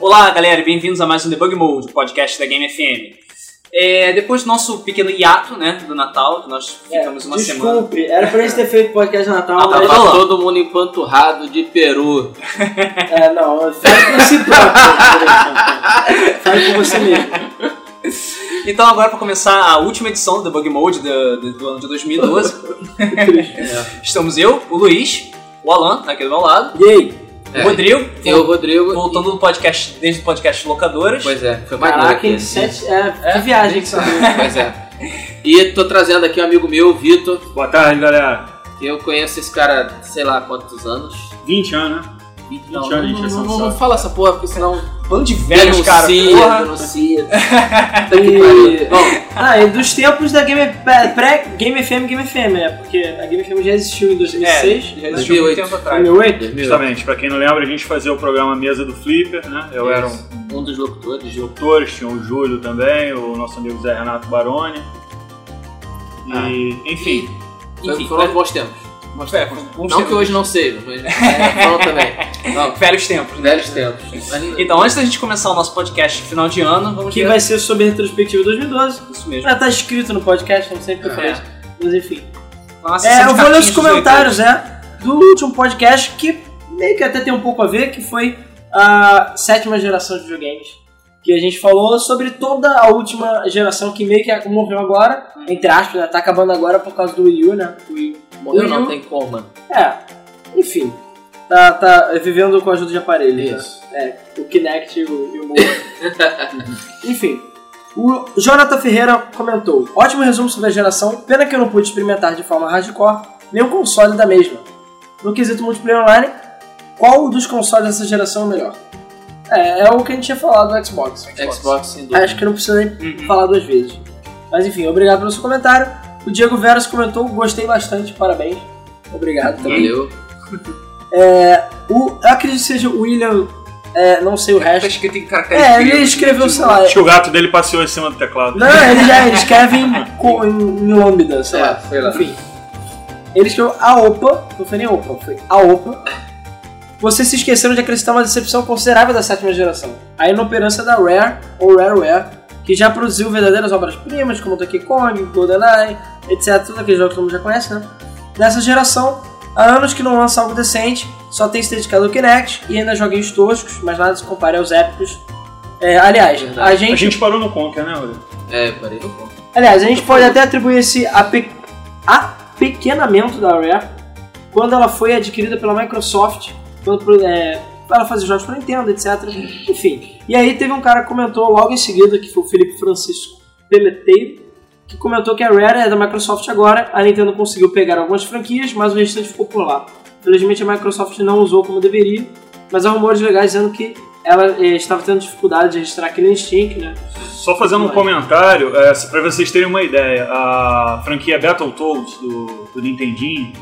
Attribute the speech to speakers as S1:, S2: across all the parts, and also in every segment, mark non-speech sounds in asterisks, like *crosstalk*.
S1: Olá, galera, e bem-vindos a mais um Debug Mode, podcast da Game FM. É, depois do nosso pequeno hiato, né, do Natal, que nós
S2: É,
S1: ficamos uma semana.
S2: Desculpe, era pra gente ter feito podcast de Natal,
S1: Ah, tá
S2: mas...
S1: bom.
S3: Tava todo mundo empanturrado de peru.
S2: É, não, fale por si próprio. fale por né? você mesmo.
S1: Então, agora, para começar a última edição do Debug Mode do, do- do ano de 2012, estamos eu, o Luiz, o Alan, tá aqui do meu lado,
S2: E aí?
S3: É,
S1: o Rodrigo,
S3: Tem o Rodrigo.
S1: voltando do podcast, desde o podcast Locadoras.
S3: Pois é, foi maneiro
S2: Caraca,
S3: aqui,
S2: em
S3: assim.
S2: sete... É, que viagem que você deu.
S3: Pois é. E tô trazendo aqui um amigo meu, o Vitor,
S4: Boa tarde, galera.
S3: que eu conheço esse cara, sei lá quantos anos.
S4: 20 anos, né?
S3: Não,
S4: anos de
S3: não,
S4: injeção
S3: não,
S4: de
S3: não
S4: saco.
S3: fala essa porra, porque senão
S1: Bando de velhos, cara.
S3: denuncia,
S1: Porra.
S3: denuncia. Puta que pariu. Bom,
S2: Ah, e dos tempos da Game... Pré-Game FM, Game FM, né? Porque a Game FM já existiu
S1: É,
S2: em 2006.
S1: já existiu muito
S3: 2008.
S1: tempo atrás.
S2: 2008?
S3: 2008.
S4: Justamente, pra quem não lembra, a gente fazia o programa Mesa do Flipper, né? Eu era um
S3: um dos locutores de
S4: doutor, tinha o Júlio também, o nosso amigo Zé Renato Baroni. E,
S3: Ah.
S4: enfim,
S1: Enfim, né?
S3: Enfim, foram bons tempos.
S1: É, bons
S3: Não que
S1: tempos.
S3: hoje não seja, mas é, foram também. Não,
S1: Velhos tempos, né?
S3: velhos tempos. Mas-
S1: Então, antes da gente começar o nosso podcast de final de ano, vamos
S2: Que
S1: ver-
S2: vai ser sobre a retrospectiva 2012.
S1: Isso mesmo.
S2: Já tá escrito no podcast, não sei porque eu falei.
S3: É.
S2: isso. Mas enfim.
S1: Uma sessão
S2: É, eu
S1: de
S2: vou ler os
S1: cartinhas dos
S2: comentários, né? Do último podcast que meio que até tem um pouco a ver, que foi a sétima geração de videogames. Que a gente falou sobre toda a última geração que meio que morreu agora, entre aspas, né? Tá acabando agora por causa do Wii U, né? O Wii.
S3: Morreu
S2: Will.
S3: não tem coma.
S2: É, enfim. Tá, tá vivendo com a ajuda de aparelhos. né?
S3: Isso.
S2: O Kinect e o, e o Move. *laughs* Enfim. O Jonathan Ferreira comentou: Ótimo resumo sobre a geração, pena que eu não pude experimentar de forma hardcore nenhum console da mesma. No quesito multiplayer online, qual dos consoles dessa geração é o melhor? É, é o que a gente tinha falado do Xbox. tá
S3: Xbox, sem dúvida.
S2: Acho que não precisa nem
S1: Uhum.
S2: falar duas vezes. Mas enfim, obrigado pelo seu comentário. O Diego Veras comentou: Gostei bastante, parabéns. Obrigado também.
S3: Valeu.
S2: O, eu acredito que seja o William, é, não sei o
S1: Tá
S2: resto.
S1: escrito em caracteres
S2: É, ele
S1: gregos,
S2: escreveu,
S1: de-
S2: sei lá,
S4: acho que o gato dele passeou em cima do teclado.
S2: Não, ele já ele escreve em, co- em, em lambda, sei É, lá.
S3: foi lá.
S2: Enfim. Ele escreveu a OPA, não foi nem OPA, foi a OPA. Vocês se esqueceram de acrescentar uma decepção considerável da sétima geração. A inoperância da Rare, ou Rareware, que já produziu verdadeiras obras-primas, como Donkey Kong, GoldenEye, etc. Tudo aqueles jogos que todo mundo já conhece, né? Nessa geração, há anos que não lança algo decente, só tem se dedicado ao Kinect e ainda joguinhos toscos, mas nada se compara aos épicos. É, aliás,
S3: Verdade.
S2: a
S4: A
S2: gente
S4: gente parou no Conker, né, Rodrigo?
S3: É, parei no coma.
S2: Aliás, a gente pode até atribuir esse ape... apequenamento da Rare quando ela foi adquirida pela Microsoft, quando pro- é, ela fazia jogos para Nintendo, etc. Enfim. E aí teve um cara que comentou logo em seguida, que foi o Felipe Francisco Peleteiro, que comentou que a Rare é da Microsoft agora, a Nintendo conseguiu pegar algumas franquias, mas o restante ficou por lá. Felizmente a Microsoft não usou como deveria, mas há rumores legais dizendo que ela eh, estava tendo dificuldade de registrar aquele Instinct, né?
S4: Só fazendo um
S2: Vai.
S4: comentário, é, pra vocês terem uma ideia, a franquia Battletoads do, do Nintendinho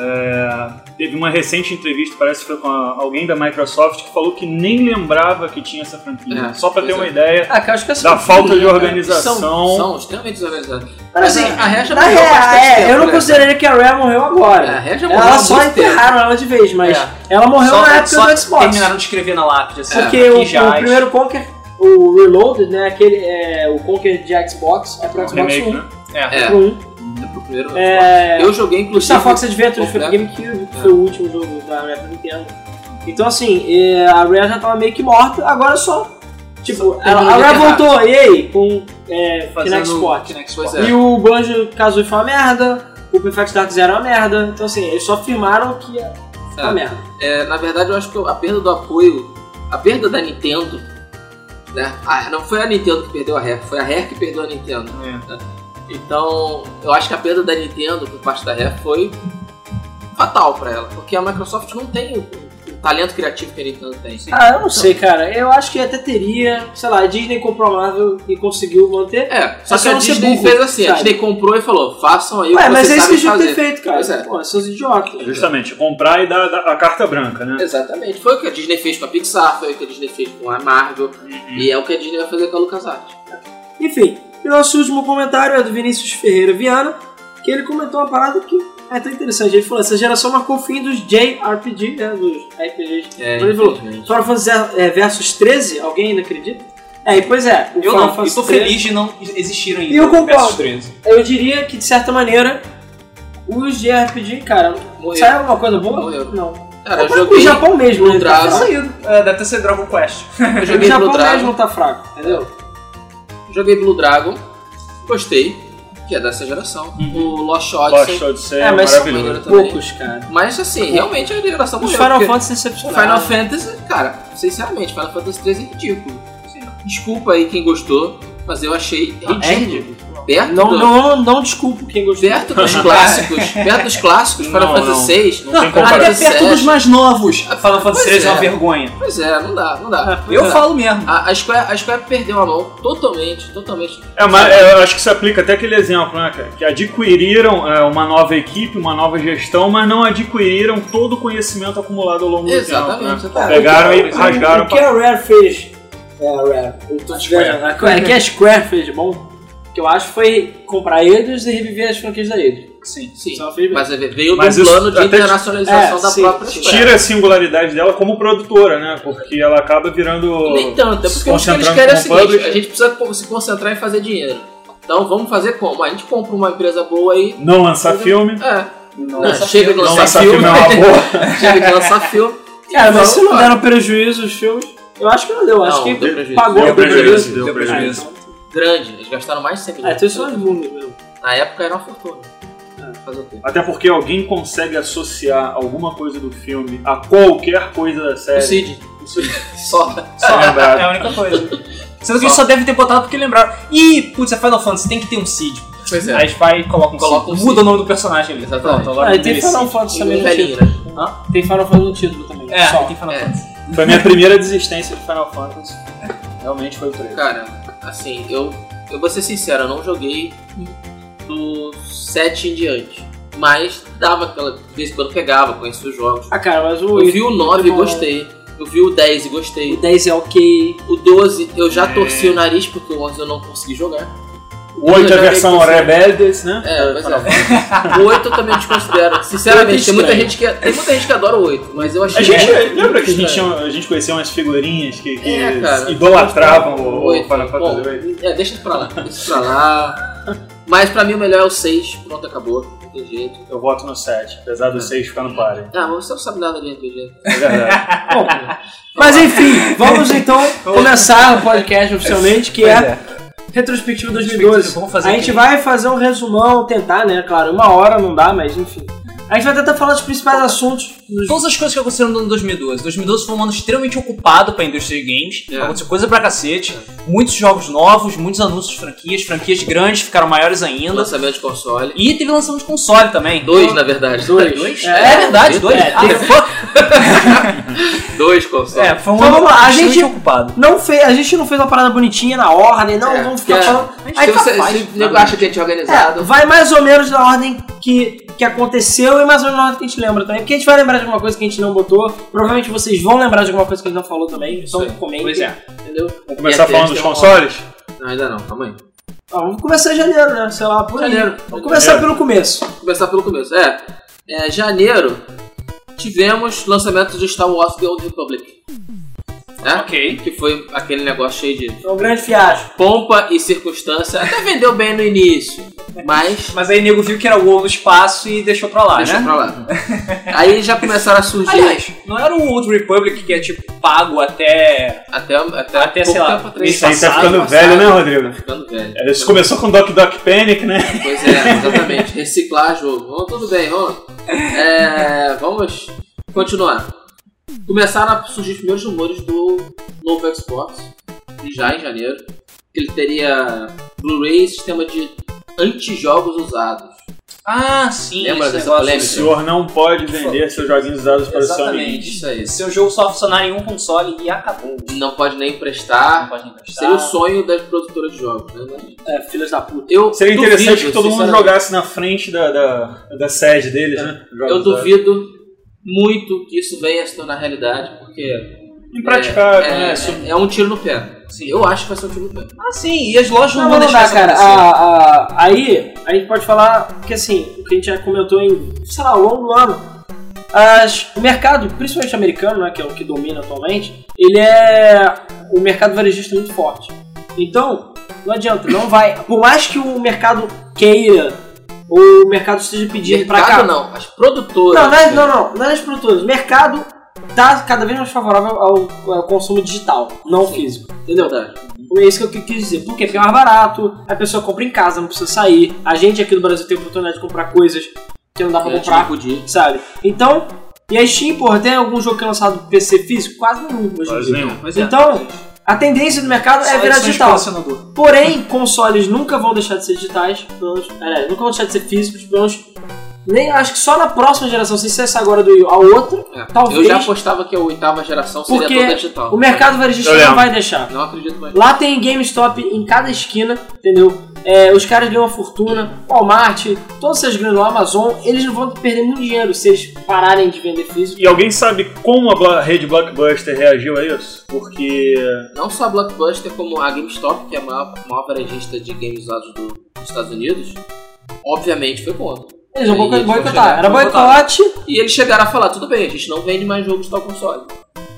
S4: é, teve uma recente entrevista, parece que foi com a- alguém da Microsoft, que falou que nem lembrava que tinha essa franquia.
S3: É,
S4: Só pra ter
S3: pois
S4: uma
S3: é.
S4: ideia
S2: Ah, cara, acho que essa
S4: da falta de organização.
S3: São, É, são extremamente desorganizados.
S2: Mas assim,
S3: a Reja
S2: Na real, é, eu
S3: né?
S2: não consideraria que a Rare morreu
S3: É, A
S2: agora.
S3: Reja morreu
S2: Ela
S3: há
S2: só
S3: muito tempo.
S2: enterraram ela de vez, mas
S3: É.
S2: ela morreu
S1: Só-
S2: na época
S1: só
S2: do Xbox.
S1: Terminaram de escrever na lápide, assim.
S2: Porque
S1: aqui
S2: o,
S1: já
S2: o
S1: acho.
S2: primeiro Conker, o Reloaded, né? Aquele, é, o Conker de Xbox, é pro Xbox
S4: remake,
S2: 1.
S4: né?
S1: É.
S3: É.
S2: pro 1.
S3: É pro primeiro.
S2: É,
S3: Eu joguei,
S2: o
S3: inclusive.
S2: Star Fox Adventure foi pro
S3: completo.
S2: GameCube, que
S3: É.
S2: foi o último jogo da Rare pra Nintendo. Então assim, é, a Rare já tava meio que morta, agora só... Tipo,
S3: Só
S2: ela- a
S3: terminou de
S2: Rare
S3: enterrar.
S2: voltou, e aí? Com é,
S1: Fazendo
S2: Kinect Sport.
S1: Kinect
S3: Pois
S1: Sport.
S3: é.
S2: E o Banjo Kazooie foi uma merda, o Perfect Dark Zero é uma merda. Então, assim, eles só afirmaram que é uma
S3: É.
S2: merda.
S3: É, na verdade, eu acho que a perda do apoio, a perda da Nintendo, né? Ah, não foi a Nintendo que perdeu a Rare, foi a Rare que perdeu a Nintendo.
S2: É.
S3: né? Então, eu acho que a perda da Nintendo por parte da Rare foi fatal pra ela, porque a Microsoft não tem o, o talento criativo que a Nintendo tem.
S2: Ah, eu não sei, cara. Eu acho que até teria, sei lá, a Disney comprou a Marvel e conseguiu manter.
S3: É,
S2: Só
S3: só
S2: que
S3: que a
S2: não ser
S3: Disney
S2: burro,
S3: fez assim, a
S2: sabe?
S3: Disney comprou e falou, façam aí o que
S2: Ué, mas é
S3: vocês
S2: isso que
S3: sabem
S2: eles deviam ter
S3: fazer.
S2: feito, cara.
S3: Pois é.
S2: Pô, seus idiotas.
S4: Justamente, comprar e dar, dar a carta branca, né?
S3: Exatamente. Foi o que a Disney fez com a Pixar, foi o que a Disney fez com a Marvel,
S2: Uhum.
S3: e é o que a Disney vai fazer com a LucasArts.
S2: Enfim, e nosso último comentário é do Vinícius Ferreira Viana, que ele comentou uma parada que É tão interessante. Ele falou: essa geração marcou o fim dos JRPG, né? Dos RPGs.
S3: É,
S2: Mas Então, ele falou:
S3: infelizmente.
S2: Final Fantasy é, versus 13? Alguém ainda acredita? É, e pois é. o
S1: Eu
S2: Final
S1: não, e
S2: Fantasy
S1: tô
S2: 13
S1: feliz de não existir ainda.
S2: Eu concordo.
S1: versus 13.
S2: Eu diria que, de certa maneira, os JRPG, cara,
S3: Morreu.
S2: saiu alguma coisa boa?
S3: Morreu.
S2: Não.
S3: Cara, Ah, eu
S2: O
S3: joguei.
S2: Japão mesmo,
S3: no
S2: né? Tá
S3: Dragon.
S2: fraco.
S1: É, deve ter sido Dragon Quest.
S3: Eu
S2: O
S3: joguei Blue
S2: Japão
S3: Dragon.
S2: mesmo tá fraco, entendeu?
S3: Joguei Blue Dragon. Gostei. Que é dessa geração.
S2: Uhum.
S3: O Lost Odyssey.
S4: Lost Odyssey
S2: É, mas são
S4: maravilhoso.
S3: também.
S2: Poucos, cara.
S3: Mas assim, realmente a geração
S2: Uhum. Os
S3: morreu,
S2: Final
S3: porque
S2: Fantasy
S3: Final
S2: decepcionaram.
S3: Fantasy, cara, sinceramente, Final Fantasy 3 é ridículo. Assim, Desculpa aí quem gostou, mas eu achei é ridículo. Perto,
S2: é Ah, Não,
S3: do-
S2: não, não desculpo quem gostou.
S3: perto dos clássicos, perto dos clássicos, Final
S4: Não,
S3: Fantasy
S4: não.
S3: 6.
S4: Não tem
S1: Até
S4: comparação.
S3: Parece
S1: perto
S3: sério.
S1: dos mais novos. Final Fantasy
S3: Pois
S1: 13 é uma
S3: é.
S1: vergonha.
S3: Pois é, não dá, não
S2: É,
S3: dá.
S1: Eu
S3: Não dá.
S1: falo mesmo.
S3: A, a, Square, a Square perdeu a mão totalmente, totalmente.
S4: É, mas é, eu acho que se aplica até aquele exemplo, né, cara? Que adquiriram é, uma nova equipe, uma nova gestão, mas não adquiriram todo o conhecimento acumulado ao longo do tempo.
S3: Exatamente, tá
S2: É,
S3: exatamente.
S4: né? Pegaram e
S1: Exatamente.
S4: rasgaram.
S2: O que a Rare fez. É, a Rare. Eu tô te
S4: Square.
S2: vendo. O que a Square fez de bom, que eu acho, foi comprar Eidos e reviver as franquias da Eidos.
S1: Sim.
S3: Sim,
S2: Só fez bem.
S3: mas veio
S4: Mas
S3: do
S4: isso
S3: plano de
S4: até-
S3: internacionalização
S2: É,
S3: da
S2: sim,
S3: própria
S2: sim.
S3: Square.
S4: Tira a singularidade dela como produtora, né? Porque ela acaba virando.
S3: Nem tanto, é
S4: se
S3: porque o que eles
S4: concentrando
S3: querem é o
S4: como
S3: seguinte:
S4: publisher.
S3: a gente precisa co- se concentrar em fazer dinheiro. Então vamos fazer como? A gente compra uma empresa boa aí.
S4: Não lançar filme.
S3: É,
S1: Não,
S3: Não, chega de
S4: Não
S3: lançar
S4: lançar
S3: filme.
S4: filme é uma boa.
S3: Chega de lançar filme.
S2: Cara, É, mas se não
S3: Claro.
S2: deram prejuízo os filmes, eu acho que não deu. Acho
S3: Não,
S2: que
S3: deu prejuízo.
S2: pagou
S4: Deu
S2: o prejuízo.
S4: prejuízo, deu prejuízo.
S2: Ah, então-
S3: Grande, eles gastaram mais de 100
S2: É,
S3: milhões.
S2: tem só os números mesmo.
S3: Na época era uma fortuna.
S2: É.
S3: Fazer o quê?
S4: Até porque alguém consegue associar alguma coisa do filme a qualquer coisa da
S3: O
S4: série.
S3: Cid. Só.
S1: Só,
S4: Lembrado.
S1: é a única coisa. Sendo que eles só devem ter botado porque lembraram. Ih, putz, é Final Fantasy, tem que ter um Cid.
S3: Pois é.
S1: Aí eles vai e colocam um
S3: Coloca
S1: Cid.
S3: um Cid.
S1: Muda o nome do personagem ali.
S3: Exatamente.
S1: Pronto, agora
S2: Ah, e
S1: não
S2: tem
S1: tem
S2: Final
S1: Cid.
S2: Fantasy
S3: Um
S2: também no
S3: velhinho,
S2: título.
S3: né?
S2: Tem Final Fantasy no título também.
S1: É,
S2: Só.
S1: tem Final
S3: *laughs* É.
S1: Fantasy.
S4: Foi minha primeira desistência de Final Fantasy. Realmente foi o 3.
S3: Cara, assim, eu, eu vou ser sincero, eu não joguei do 7 em diante. Mas dava aquela. De vez em quando pegava, conhecia os jogos.
S2: Ah, cara, mas o.
S3: Eu vi o 9 e
S2: o-
S3: gostei. Eu vi o 10 e
S2: O
S3: gostei.
S2: 10 é ok.
S3: O 12 eu
S4: É.
S3: já torci o nariz porque o 11 eu não consegui jogar.
S4: O 8 é a versão
S3: Eu já vi
S4: Rebeldes, né?
S3: É, pois é. O 8 eu também
S4: *laughs*
S3: desconsidero. Sinceramente, tem muita, gente que, é, tem muita gente que adora o 8, mas eu achei.
S4: A gente,
S3: muito
S4: lembra É. que a gente,
S3: estranho.
S4: tinha, a gente conhecia umas figurinhas que, que
S3: É, cara.
S4: idolatravam o, o
S3: Oito.
S4: Final Fantasy
S3: Bom,
S4: VIII?
S3: É, deixa pra lá. Deixa pra lá. Mas pra mim o melhor é o 6. Pronto, acabou. Não tem jeito.
S4: Eu voto no 7, apesar do 6 ficar
S3: *laughs*
S4: no páreo.
S3: Ah, mas você não sabe nada de RPG.
S4: É verdade.
S2: *laughs* Bom, mas enfim, vamos então começar o podcast oficialmente, que é Retrospectiva 2012.
S1: Vamos fazer
S2: a gente
S1: aquele-
S2: vai fazer um resumão, tentar, né? Claro, uma hora não dá, mas enfim. A gente vai tentar falar dos principais assuntos. Dos...
S1: Todas as coisas que aconteceram no ano 2012. 2012 foi um ano extremamente ocupado pra indústria de games.
S3: É.
S1: Aconteceu coisa pra cacete. Muitos jogos novos, muitos anúncios de franquias. Franquias grandes ficaram maiores ainda.
S3: Lançamento de console.
S1: E teve lançamento de console também.
S3: Dois, na verdade.
S2: Dois.
S1: É, verdade, dois.
S2: né? É,
S1: Ah,
S2: teve-
S1: fuck.
S3: Dois consoles.
S1: É, foi um
S2: Então,
S1: ano
S2: vamos lá, a
S1: extremamente
S2: gente-
S1: ocupado.
S2: Não fez, a gente não fez uma parada bonitinha na ordem, não,
S3: É,
S2: vamos ficar
S3: é.
S2: falando.
S3: Aí
S2: Aí
S3: então,
S2: tá
S3: se,
S2: faz.
S3: se o nego acha que a gente é organizado.
S2: É, vai mais ou menos na ordem que, que aconteceu e mais ou menos na ordem que a gente lembra também. Porque a gente vai lembrar de alguma coisa que a gente não botou. Provavelmente vocês vão lembrar de alguma coisa que a gente não falou também. Então
S3: aí.
S2: comentem.
S1: Pois é.
S2: Entendeu?
S4: Vamos começar
S3: E aqui a
S4: falando
S3: gente
S4: dos
S3: tem uma-
S4: consoles?
S3: Não, ainda não, calma aí.
S2: Ó, vamos começar em janeiro, né? Sei lá, por aí.
S3: Janeiro.
S2: Vamos começar
S4: Janeiro.
S2: pelo começo.
S3: Começar pelo começo. É, é, janeiro tivemos lançamento de Star Wars The Old Republic. Né?
S1: Ok.
S3: Que foi aquele negócio cheio de
S2: Foi um grande fiasco.
S3: pompa e circunstância. Até vendeu bem no início, mas
S1: Mas aí o nego viu que era o WoW no espaço e deixou pra lá,
S4: Ah,
S3: deixa
S1: né?
S3: pra lá. Aí já começaram a surgir
S1: Aliás, não era o Old Republic que é tipo pago até.
S3: até, até,
S1: Até,
S3: pouco
S1: sei lá,
S3: tempo atrás. tá
S1: mês
S4: Isso aí tá
S1: Passado,
S4: ficando
S1: passado.
S4: velho, né, Rodrigo?
S3: Ficando velho.
S4: É, Isso começou com Doc Doc Panic, né?
S3: Pois
S4: *laughs*
S3: é, exatamente. Reciclar jogo. Vamos, tudo bem, vamos. É, vamos continuar. Começaram a surgir os primeiros rumores do novo Xbox, já em janeiro. que Ele teria Blu-ray e sistema de anti-jogos usados.
S1: Ah, sim.
S3: Lembra
S1: esse
S3: dessa
S1: negócio.
S4: O
S3: polêmica?
S4: senhor não pode vender seus joguinhos usados para o seu amigo.
S1: Exatamente.
S3: Isso aí.
S1: Seu jogo só funcionar em um console e acabou.
S3: Não pode nem
S1: Não
S3: emprestar.
S1: pode emprestar.
S3: Seria o sonho das produtoras de jogos, né? Mas
S2: É, filhas da puta.
S3: Eu
S4: Seria interessante
S3: duvido,
S4: que todo mundo
S3: sinceramente.
S4: jogasse na frente da, da, da sede deles, né?
S3: É. Eu
S4: Jogos
S3: duvido muito que isso venha a se tornar realidade, porque
S4: usados. Impraticável,
S3: é,
S4: né?
S3: é, é um tiro no pé.
S1: Sim.
S3: Eu acho que vai ser um time do Pé.
S1: Ah, sim, e as lojas não,
S2: Não,
S1: vão
S2: não
S1: deixar
S2: dá,
S1: isso
S2: cara.
S1: acontecer.
S2: A- a- aí a gente pode falar que assim, o que a gente já comentou em, sei lá, ao longo do ano. As- o mercado, principalmente americano, né, que é o que domina atualmente, ele é o mercado varejista é muito forte. Então, não adianta, não vai. Por mais que o mercado queira, ou o mercado esteja pedindo pra cá.
S3: Mercado não, né? as produtoras.
S2: Não, não, é- não, não, não é nas produtoras. O mercado tá cada vez mais favorável ao, ao consumo digital, não
S3: Sim.
S2: físico. Entendeu?
S3: Verdade.
S2: É isso que eu quis dizer. Por quê? Porque é mais barato, a pessoa compra em casa, não precisa sair. A gente aqui do Brasil tem a oportunidade de comprar coisas que não dá pra
S4: É,
S3: Eu acho que
S2: comprar,
S3: não podia.
S2: sabe? Então, e a Steam, porra, tem algum jogo que é lançado pro PC físico? Quase nenhum hoje em
S4: Quase
S2: dia.
S4: nenhum.
S3: Pois é.
S2: Então, a tendência do mercado
S1: Só
S2: é virar
S1: edições
S2: digital.
S1: colecionador.
S2: Porém, consoles nunca vão deixar de ser digitais, pelo menos, é, nunca vão deixar de ser físicos, pelo menos, nem, acho que só na próxima geração, se sair agora do Wii U, a outra,
S3: É.
S2: Então, Talvez-
S3: Eu já apostava que a oitava geração seria
S2: Porque
S3: toda digital.
S2: o mercado varejista
S4: Eu
S2: não
S4: lembro.
S2: vai deixar.
S3: Não acredito mais.
S2: Lá tem GameStop em cada esquina, entendeu? É, os caras ganham uma fortuna, Walmart, todas essas grandes, o Amazon, eles não vão perder muito dinheiro se eles pararem de vender físico.
S4: E alguém sabe como a blo- rede Blockbuster reagiu a isso? Porque
S3: Não só a Blockbuster, como a GameStop, que é a maior, maior varejista de games usados do- dos Estados Unidos, obviamente foi contra.
S2: Eles vão
S3: Aí eles vão
S2: boicotar.
S3: chegar,
S2: Era
S3: vão boicotar.
S2: boicote,
S3: E eles chegaram a falar, tudo bem, a gente não vende mais jogos de tal console.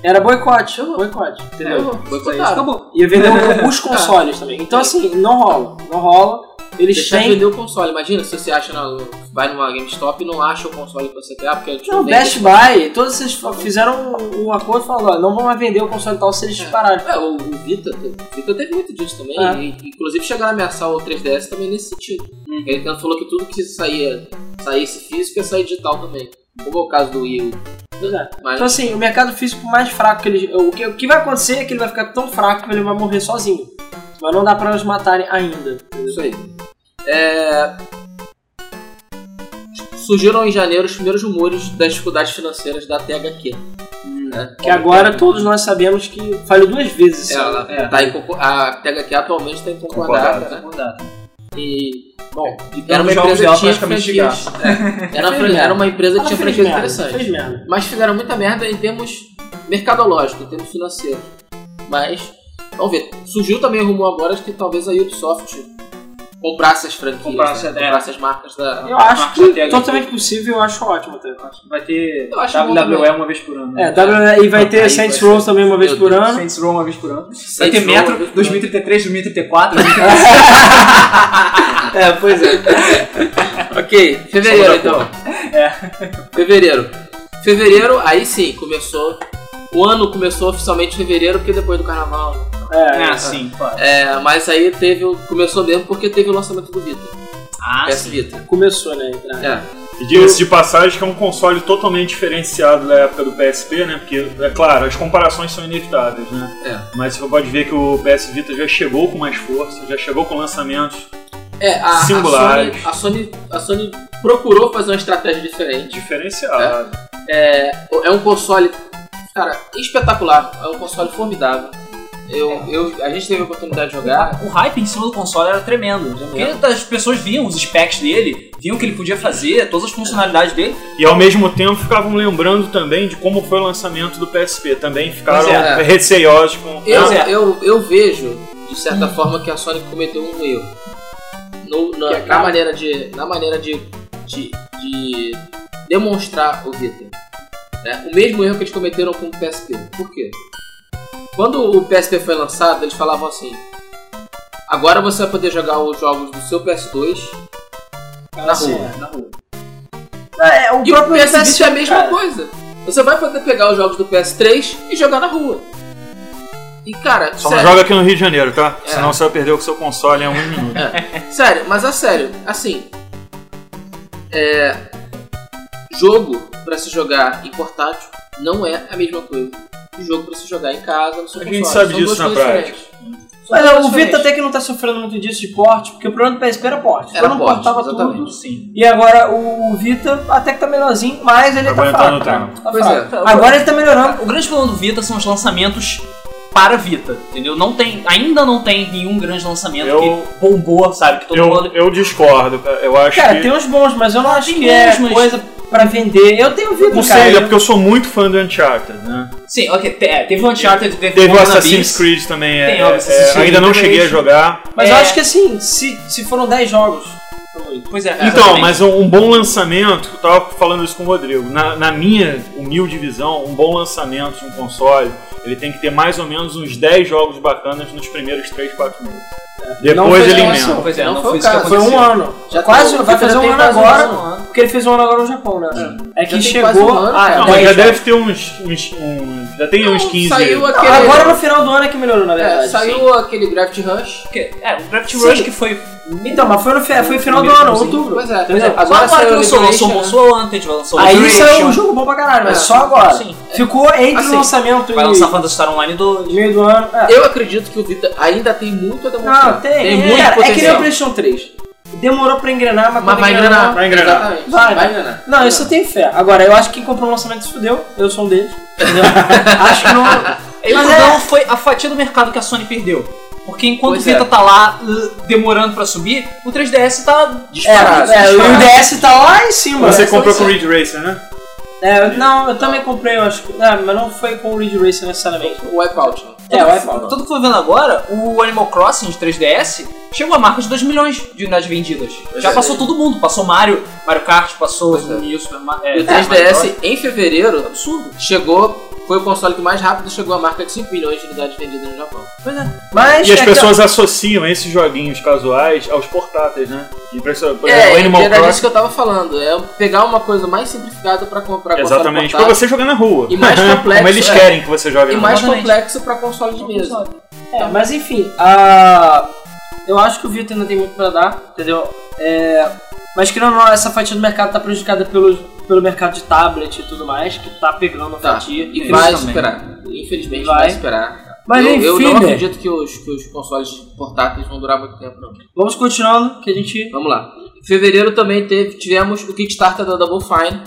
S2: era boicote, boicote, entendeu?
S3: É, boicotaram.
S1: Acabou.
S2: Ia
S3: *laughs*
S2: vender um- os consoles também. Então, assim, não rola. Não rola. Eles
S3: Deixar de
S2: têm.
S3: vender o console. Imagina se você acha na, vai numa GameStop e não acha o console que você quer, ah, porque a gente
S2: Não,
S3: não vende.
S2: Best Buy, todos vocês fizeram um, um acordo falando, ó, não vão mais vender o console tal se eles
S3: É.
S2: pararem.
S3: É, o, o Vita, teve- o Vita teve muito disso também.
S2: É.
S3: e- inclusive chegaram a ameaçar o 3DS também nesse sentido.
S2: Hum.
S3: Ele tanto falou que tudo que saía, saísse físico ia sair digital também. Como é o caso do Wii U.
S2: Pois é.
S3: Mas
S2: Então assim, o mercado físico mais fraco que ele. O que, o que vai acontecer é que ele vai ficar tão fraco que ele vai morrer sozinho. Mas não dá pra nos matarem ainda.
S3: Isso aí. É... Surgiram em janeiro os primeiros rumores das dificuldades financeiras da THQ. né?
S2: Hum. Que agora todos nós sabemos que falhou duas vezes.
S3: É,
S2: sabe?
S3: ela
S1: É.
S3: tá em concor- A THQ atualmente está em concordata, né? E, bom,
S2: É, um
S3: era uma
S1: os jogos
S3: empresa
S1: dela
S3: que tinha
S1: praticamente
S3: franquias. É. Era,
S2: Fez
S3: fran-
S2: merda.
S3: era uma empresa que
S2: Ela
S3: tinha
S2: fez
S3: franquias
S2: merda,
S3: interessantes.
S2: Fez merda.
S3: Mas fizeram muita merda em termos mercadológicos, em termos financeiros. Mas, vamos ver. Surgiu também o rumor agora de que talvez a Ubisoft comprasse as franquias,
S1: Comprasse,
S3: né?
S1: é.
S3: comprasse as marcas da,
S2: Eu acho
S1: Marca
S2: que
S1: THQ.
S2: totalmente possível, eu acho ótimo até.
S1: Vai ter
S3: Eu acho bom
S1: WWE
S3: também.
S1: uma vez por ano. né?
S2: É, WWE, e vai ter
S3: Aí
S2: Saints
S3: vai ser-
S2: Row também uma vez
S3: Meu
S2: por
S3: Deus.
S2: ano.
S1: Saints Row uma vez por ano. Vai
S3: Saints
S1: ter
S3: Row, uma vez
S1: Metro
S3: por
S1: 2033, 2034,
S3: É, pois é. ok, fevereiro então.
S2: É.
S3: Fevereiro. Fevereiro, aí sim, começou. O ano começou oficialmente em fevereiro, porque depois do carnaval. né?
S2: É,
S1: Ah, sim, claro.
S3: É, mas aí teve. o- Começou mesmo porque teve o lançamento do Vita.
S1: Ah,
S3: PS
S1: sim.
S3: Vita.
S2: começou, né? a entrar.
S3: É.
S4: E diga-se de passagem que é um console totalmente diferenciado da época do PSP, né? Porque, é claro, as comparações são inevitáveis, né?
S3: É.
S4: Mas você pode ver que o PS Vita já chegou com mais força, já chegou com lançamentos
S3: É, a, a Sony,
S4: Singulares.
S3: a, Sony, a Sony procurou fazer uma estratégia diferente. né?
S4: diferenciados.
S3: É um console, cara, espetacular. É um console formidável. Eu, eu, a gente teve a oportunidade de jogar.
S1: O hype em cima do console era tremendo. Porque as pessoas viam os specs dele, viam o que ele podia fazer, todas as funcionalidades dele.
S4: E ao mesmo tempo ficavam lembrando também de como foi o lançamento do PSP. Também ficaram
S1: Pois
S3: é.
S4: receiosos com. né?
S3: Eu,
S1: Pois é.
S3: eu, eu vejo, de certa forma, que a Sony cometeu um erro. No- na,
S2: Que é
S3: na
S2: claro.
S3: maneira de. Na maneira de, de, de demonstrar o Vita. né? O mesmo erro que eles cometeram com o PSP. Por quê? Quando o PSP foi lançado, eles falavam assim. Agora você vai poder jogar os jogos do seu PS2 na
S2: Assim,
S3: rua. Na rua.
S2: é. É, o
S3: E o
S2: próprio
S3: PS Vita é a
S2: PS,
S3: mesma
S2: cara.
S3: coisa. Você vai poder pegar os jogos do PS3 e jogar na rua. E cara,
S4: Só
S3: sério,
S4: não joga aqui no Rio de Janeiro, tá?
S3: É.
S4: Senão você vai perder o seu console em um minuto.
S3: Sério, mas a sério, assim. É. Jogo pra se jogar em portátil não é a mesma coisa que jogo pra se jogar em casa no seu
S4: A
S3: console.
S4: gente sabe
S3: São
S4: disso né,
S3: duas
S4: na
S3: coisas
S4: prática.
S3: diferentes. São
S2: Mas
S3: duas
S2: ó, o Vita
S3: coisas
S2: até que não tá sofrendo muito disso de porte, porque o problema do PSP era porte.
S3: Era
S2: Então não
S3: porte,
S2: portava
S3: exatamente.
S2: tudo.
S1: Sim.
S2: E agora o, o Vita até que tá melhorzinho, mas ele
S4: Tá
S2: tá
S4: aguentando
S2: fraco.
S4: o
S2: cara.
S4: tranco.
S2: Tá
S3: Pois
S2: fraco.
S3: é.
S2: Agora ele tá melhorando.
S1: O grande problema do Vita são os lançamentos para Vita, entendeu? Não tem, ainda não tem nenhum grande lançamento
S4: Eu-
S1: que bombou, sabe? Que todo mundo um
S4: Eu, eu discordo, cara. Eu acho
S2: Cara,
S4: que.
S2: tem uns bons, mas eu não acho
S1: Tem
S2: que é
S1: uns, mas-
S2: coisa pra vender. Eu tenho ouvido,
S4: Não
S2: cara.
S4: sei, é porque eu sou muito fã do Uncharted, né?
S1: Sim, ok. te- é, teve o Uncharted, teve,
S4: Teve o
S1: Wannabe,
S4: Assassin's Creed também. é-
S1: Tem, óbvio,
S4: é-
S1: Assassin's Creed
S4: ainda não
S1: também.
S4: cheguei a jogar.
S2: Mas eu
S1: É.
S2: acho que assim, se, se foram 10 jogos, foi muito.
S1: Pois é.
S4: Então,
S1: exatamente.
S4: mas um, um bom lançamento, eu tava falando isso com o Rodrigo, na, na minha humilde visão, um bom lançamento de um console, ele tem que ter mais ou menos uns 10 jogos bacanas nos primeiros 3, 4 meses.
S2: Não
S4: Depois
S2: foi
S4: ele
S2: lançado.
S4: emenda.
S1: Pois é, não,
S3: Não
S1: foi
S3: foi o
S1: isso que
S3: caso,
S2: Foi
S1: aconteceu.
S2: um ano.
S3: Já
S2: quase,
S3: tá-
S2: vai fazer um
S3: tem
S2: ano
S3: quase um
S2: agora.
S3: ano.
S2: Porque ele fez um ano agora no Japão, né? É que
S3: Já tem quase
S2: chegou ah, é.
S3: um ano,
S2: a
S3: cara.
S4: Não,
S2: 10
S4: mas já
S2: jogos.
S4: deve ter uns. uns- uns- já tem uns 15.
S3: Saiu
S2: Não,
S3: aquele,
S2: Agora no final do ano é que melhorou, na
S3: é,
S2: verdade.
S3: saiu aquele Gravity Rush.
S1: Porque- É, o Gravity Rush
S2: Sim.
S1: que foi.
S2: Então, mas foi no fe- foi final do
S1: Primeiro
S2: ano,
S1: finalzinho.
S2: outubro.
S3: Pois é,
S2: entendeu?
S3: pois é.
S1: Agora
S3: Agora
S1: saiu
S3: saiu o
S1: lançou, lançou o
S3: Liberation,
S1: Monsoon Wanted, lançou o
S2: Aí
S1: Liberation,
S2: saiu um jogo bom pra caralho, mas
S3: É,
S2: só agora.
S1: sim.
S2: Ficou entre
S1: Assim,
S2: o lançamento
S1: Vai lançar
S2: e
S1: Phantasy Star Online 2.
S2: meio do ano. É.
S3: Eu acredito que o Vita ainda tem muito a demonstrar.
S2: Não, tem.
S3: tem
S2: é,
S3: muito
S2: cara, é
S3: potencial.
S2: que nem o PlayStation 3. Demorou pra engrenar, mas,
S3: Mas
S2: quando
S3: vai engrenar.
S4: Vai engrenar.
S3: Exatamente.
S2: Vai,
S3: Vai,
S2: vai.
S3: engrenar.
S2: Não, isso eu tenho fé. Agora, eu acho que quem comprou o lançamento se fudeu. Eu sou um deles.
S3: *laughs*
S2: Entendeu? acho que não.
S1: Ele
S2: Mas
S1: não
S2: é-
S1: foi a fatia do mercado que a Sony perdeu. Porque enquanto
S3: Pois
S1: o Vita
S3: é.
S1: tá lá uh, demorando pra subir, o 3DS tá
S2: É,
S1: disparado.
S2: é, o
S1: disparado.
S2: DS tá lá em cima.
S4: Você
S2: É,
S4: comprou com o
S2: foi-
S4: Ridge Racer, né?
S2: É, eu- não, eu também comprei, eu acho. que- É, mas não foi com o Ridge Racer necessariamente.
S3: O Wipeout. né?
S2: É, o
S1: Tudo
S2: iPhone.
S1: que eu tô vendo agora, o Animal Crossing de 3DS chegou à marca de 2 milhões de unidades vendidas. Já
S3: é.
S1: passou todo mundo. Passou Mario, Mario Kart, passou
S3: Pois é.
S1: New Super Mario. é,
S3: E o
S1: Mario Bros.
S3: 3DS, em fevereiro, é um absurdo, chegou, foi o console que mais rápido chegou à marca de 5 milhões de unidades vendidas no Japão.
S1: Pois é.
S2: Mas
S4: E as
S2: é
S4: pessoas associam esses joguinhos casuais aos portáteis, né? Impressionante. Por exemplo,
S3: É,
S4: o Animal
S3: era disso
S4: Crossing.
S3: que eu tava falando, é pegar uma coisa mais simplificada pra comprar console
S4: Exatamente. Pra
S3: portátil
S4: você jogar na rua.
S3: E mais complexo,
S4: *laughs* Como eles
S3: é.
S4: querem que você jogue
S3: e
S4: na
S3: mais
S4: rua.
S1: Exatamente.
S3: complexo pra console de mesa.
S2: que- é, mas enfim, a... eu acho que o Vita ainda tem muito pra dar, entendeu? É, Mas que não, essa fatia do mercado tá prejudicada pelo, pelo mercado de tablet e tudo mais, que tá pegando a
S3: Tá,
S2: fatia.
S3: e
S1: Eles
S3: vai
S1: também.
S3: superar. Infelizmente
S2: Vai.
S3: vai, superar.
S2: Mas
S3: eu,
S2: enfim,
S3: eu não
S2: né?
S3: acredito que os, que os consoles portáteis vão durar muito tempo, não.
S2: Vamos continuando, que a gente.
S3: Vamos lá. Em fevereiro também teve, tivemos o Kickstarter da Double Fine.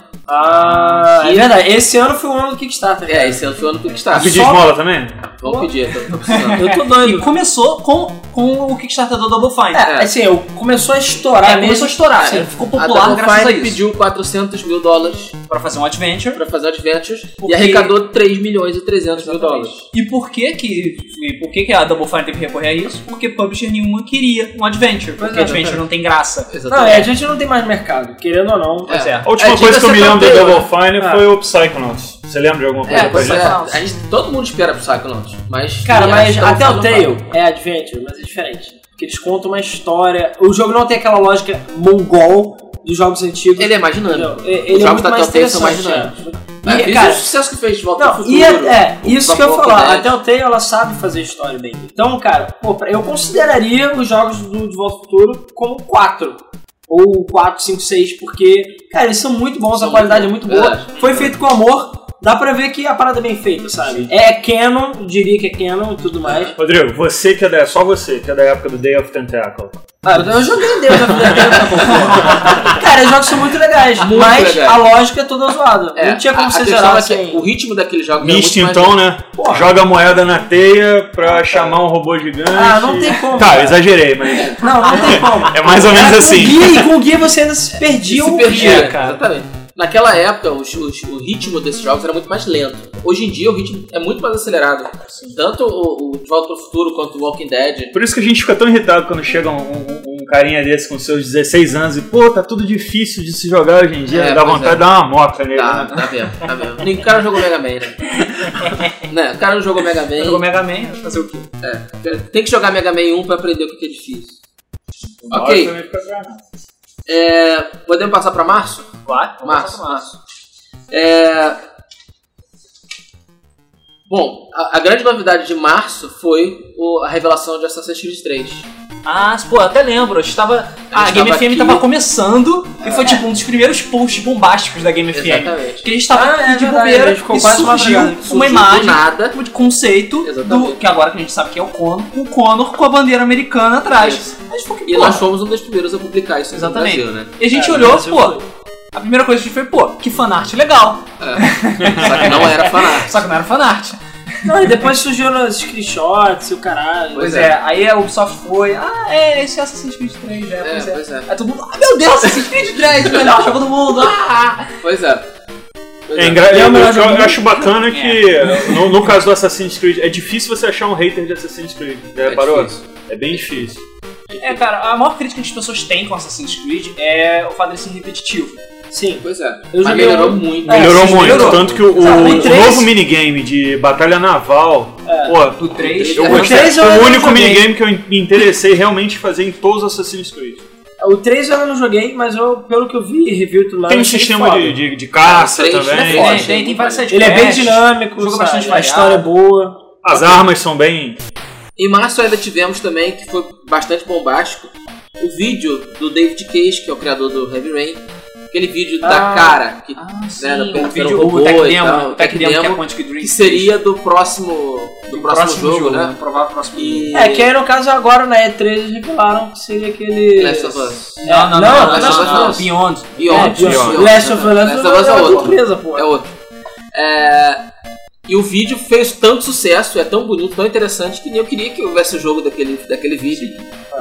S2: Ah, é
S3: que-
S2: verdade, esse ano foi o ano do Kickstarter.
S3: É, esse ano foi o ano do
S4: Ah,
S3: Kickstarter.
S4: pedir
S2: só-
S4: esmola também?
S3: Vamos pedir, é, tô- tô precisando.
S2: Eu tô
S1: E
S2: doido.
S1: começou com, com o Kickstarter do Double Fine.
S2: É, assim, eu- começou a estourar
S1: É,
S2: mesmo.
S1: começou a estourar.
S2: Sim.
S1: né? Ficou
S3: A
S1: popular
S3: Double
S1: graças a
S3: Fine
S1: isso.
S3: pediu 400 mil dólares
S1: Pra fazer um Adventure.
S3: pra fazer Adventures
S1: Porque-
S3: e arrecadou 3 milhões e 300 mil dólares.
S1: E por que que, e por que que a Double Fine teve que recorrer a isso? Porque publisher nenhuma queria um Adventure. Porque
S2: é,
S1: Adventure
S2: exatamente.
S1: não tem graça.
S2: Não, é, a gente não tem mais mercado, querendo ou não.
S1: Pois é.
S4: A última
S3: É,
S4: coisa que eu me
S3: diga-se
S4: lembro do
S3: também,
S4: Double Fine
S2: Ah.
S4: foi o Psychonauts. Você lembra de alguma coisa
S3: É,
S4: pra
S3: pois
S4: gente?
S3: é.
S1: Psychonauts.
S3: A gente, todo mundo espera pro Psychonauts, mas...
S2: Cara,
S3: e
S2: mas
S3: acho
S1: tá
S3: que
S2: até
S3: Double
S2: o
S3: Fine não
S2: Tale é Adventure, mas é diferente. Porque eles contam uma história. O jogo não tem aquela lógica mongol dos jogos antigos.
S3: vai. Ele é mais
S2: Entendeu?
S3: dinâmico.
S2: E- Ele
S3: Os
S2: é
S3: jogos
S2: muito
S3: da
S2: mais
S3: Telltale são mais
S2: interessante.
S3: Mas
S2: é. E,
S3: veja
S2: cara,
S3: o sucesso que fez de Volta ao
S2: não,
S3: Futuro.
S2: e é, é, isso que eu ia
S3: Walking
S2: falar.
S3: Dead.
S2: Até o Tale ela sabe fazer história bem. Então, cara, pô, pra- eu consideraria os jogos do De Volta ao Futuro como 4. Ou 4, 5, 6, porque, cara, eles são muito bons, a
S3: São
S2: qualidade é muito
S3: muito
S2: boa.
S3: bons. É.
S2: Foi feito com amor, dá pra ver que a parada é bem feita, sabe? É canon, diria que é canon e tudo mais.
S4: Rodrigo, você que é da, só você que é da época do Day of Tentacle.
S2: Ah, eu joguei Deus na vida dele, tá bom. Cara, os jogos são muito legais,
S3: Muito
S2: mas
S3: legais.
S2: a lógica é toda zoada.
S3: É,
S2: não tinha
S3: a-
S2: como
S3: a
S2: você
S3: questão
S2: gerar
S3: é que
S2: assim.
S3: O ritmo daquele jogo
S4: Mist,
S3: é muito mais...
S4: então, né?
S2: Porra.
S4: Joga a moeda na teia pra chamar um robô gigante.
S2: Ah, não tem como.
S4: Tá,
S2: cara.
S4: eu exagerei, mas
S2: Não, não tem como.
S4: é mais ou menos
S2: Cara, Com
S4: assim.
S2: guia, e com guia você ainda se
S3: Se
S2: perdia. um-
S3: perdia,
S1: cara.
S3: Exatamente. Naquela época, os- os- o ritmo desses jogos era muito mais lento. Hoje em dia, o ritmo é muito mais acelerado. Tanto o, o De Volta ao Futuro quanto o Walking Dead.
S4: Por isso que a gente fica tão irritado quando chega um, um- um carinha desse com seus 16 anos e, pô, tá tudo difícil de se jogar hoje em dia.
S3: É,
S4: Dá
S3: pois
S4: vontade
S3: é.
S4: de dar uma moto nele.
S3: Tá,
S4: né?
S3: tá mesmo, tá mesmo. Nem- O cara não jogou Mega Man,
S1: *laughs*
S3: né? né? O cara não jogou Mega Man.
S1: Jogou Mega Man, fazer o quê?
S3: Tem que jogar Mega Man 1 pra aprender o que que é difícil.
S4: Uma hora
S3: Ok.
S4: também fica granado.
S3: É, podemos passar pra março?
S1: Claro, vamos
S3: Março.
S1: passar pro março.
S3: É... Bom, a, a grande novidade de março foi o- a revelação de Assassin's Creed 3.
S1: Ah, pô, eu até lembro. A gente tava. A, Game
S3: tava
S1: FM
S3: aqui.
S1: tava começando e foi tipo um dos primeiros posts bombásticos da Game FM.
S3: Exatamente.
S1: Que a gente tava
S2: Ah,
S1: aqui
S2: é
S1: de
S2: verdade, a
S1: bobeira
S2: gente ficou
S1: e
S2: quase
S1: surgiu
S2: madrugada.
S1: uma
S3: Surgiu do
S1: imagem
S3: nada.
S1: de conceito do,
S3: Exatamente.
S1: que agora que a gente sabe que é o Conor, o Conor com a bandeira americana atrás.
S3: Isso.
S1: Mas foi que
S3: E
S1: pô,
S3: nós fomos um dos primeiros a publicar isso aqui no
S1: Exatamente.
S3: Brasil, né?
S1: E a gente
S2: É,
S1: olhou,
S2: mas eu
S1: pô. A primeira coisa que a gente foi, pô, que fanart legal. *laughs*
S3: É. Só que não era fanart.
S1: Só que não era fanart.
S2: Não, e depois surgiu nos screenshots e o caralho.
S3: Pois
S1: Pois é, aí a Ubisoft foi, ah, é, esse é Assassin's Creed 3, é, pois
S3: É,
S1: é.
S3: pois é.
S1: Aí todo mundo, ah, meu Deus, Assassin's Creed 3, melhor jogo do mundo, ah!
S3: Pois é. Pois
S4: É,
S3: é.
S4: engra...
S1: É o
S4: eu,
S1: melhor
S4: eu-
S1: jogo
S4: eu
S1: do
S4: acho bacana que, no, no caso do Assassin's Creed, é difícil você achar um hater de Assassin's Creed.
S3: É
S4: É, parou?
S3: difícil.
S4: É bem difícil.
S1: É, cara, a maior crítica que as pessoas têm com Assassin's Creed é o fato de ser repetitivo.
S2: Sim.
S3: Pois é.
S2: Eu
S3: Mas
S2: joguei
S3: melhorou
S2: um-
S3: muito.
S1: É,
S4: Melhorou
S1: sim,
S4: muito.
S1: melhorou.
S4: Tanto que o,
S1: Exato,
S4: o
S1: tem três. É.
S4: novo minigame de Batalha Naval. pô,
S1: Do 3,
S4: eu
S3: O
S4: gostei.
S2: três eu
S4: Foi o
S2: ainda
S4: único
S2: joguei.
S4: minigame que eu me interessei realmente em fazer em todos os Assassin's Creed.
S2: O 3 eu não joguei, mas eu, pelo que eu vi e review e tudo mais.
S1: é
S4: Tem um
S2: achei
S4: sistema
S2: foda. é
S4: de, de, de caça
S3: Três, né?
S4: também.
S3: Foda.
S1: tem, tem, tem várias
S2: Ele é bem
S1: sidequests.
S2: dinâmico,
S1: jogo
S2: sabe?
S1: bastante
S2: a
S1: variado.
S2: história é boa.
S4: As armas são bem.
S3: Em março ainda tivemos também, que foi bastante bombástico, o vídeo do David Cage, que é o criador do Heavy Rain. Aquele vídeo
S2: Ah.
S3: da cara, que,
S1: Ah, sim,
S3: Né,
S1: o
S3: pelo
S1: vídeo,
S3: robô
S1: o Tech
S3: e
S1: Demo,
S3: tal,
S1: o Tech
S3: Tech
S1: Demo que é
S3: Demo,
S1: Quantic Dream.
S3: que seria do próximo, do próximo, jogo, né?
S1: Provável próximo
S3: E-
S1: jogo.
S2: É, que aí no caso agora na E3 eles revelaram que seria aquele.
S3: Last of Us.
S2: É,
S1: Não, não, não,
S2: não,
S1: não,
S3: Last of
S1: não,
S3: Us
S1: não,
S3: não.
S1: Beyond.
S3: Beyond,
S2: É,
S3: Beyond.
S2: Last of Us
S3: Last of Us
S2: é
S3: é
S2: outra
S3: outro.
S2: empresa, pô.
S3: É outro. É, E o vídeo fez tanto sucesso, é tão bonito, tão interessante, que nem eu queria que houvesse o jogo daquele, daquele vídeo.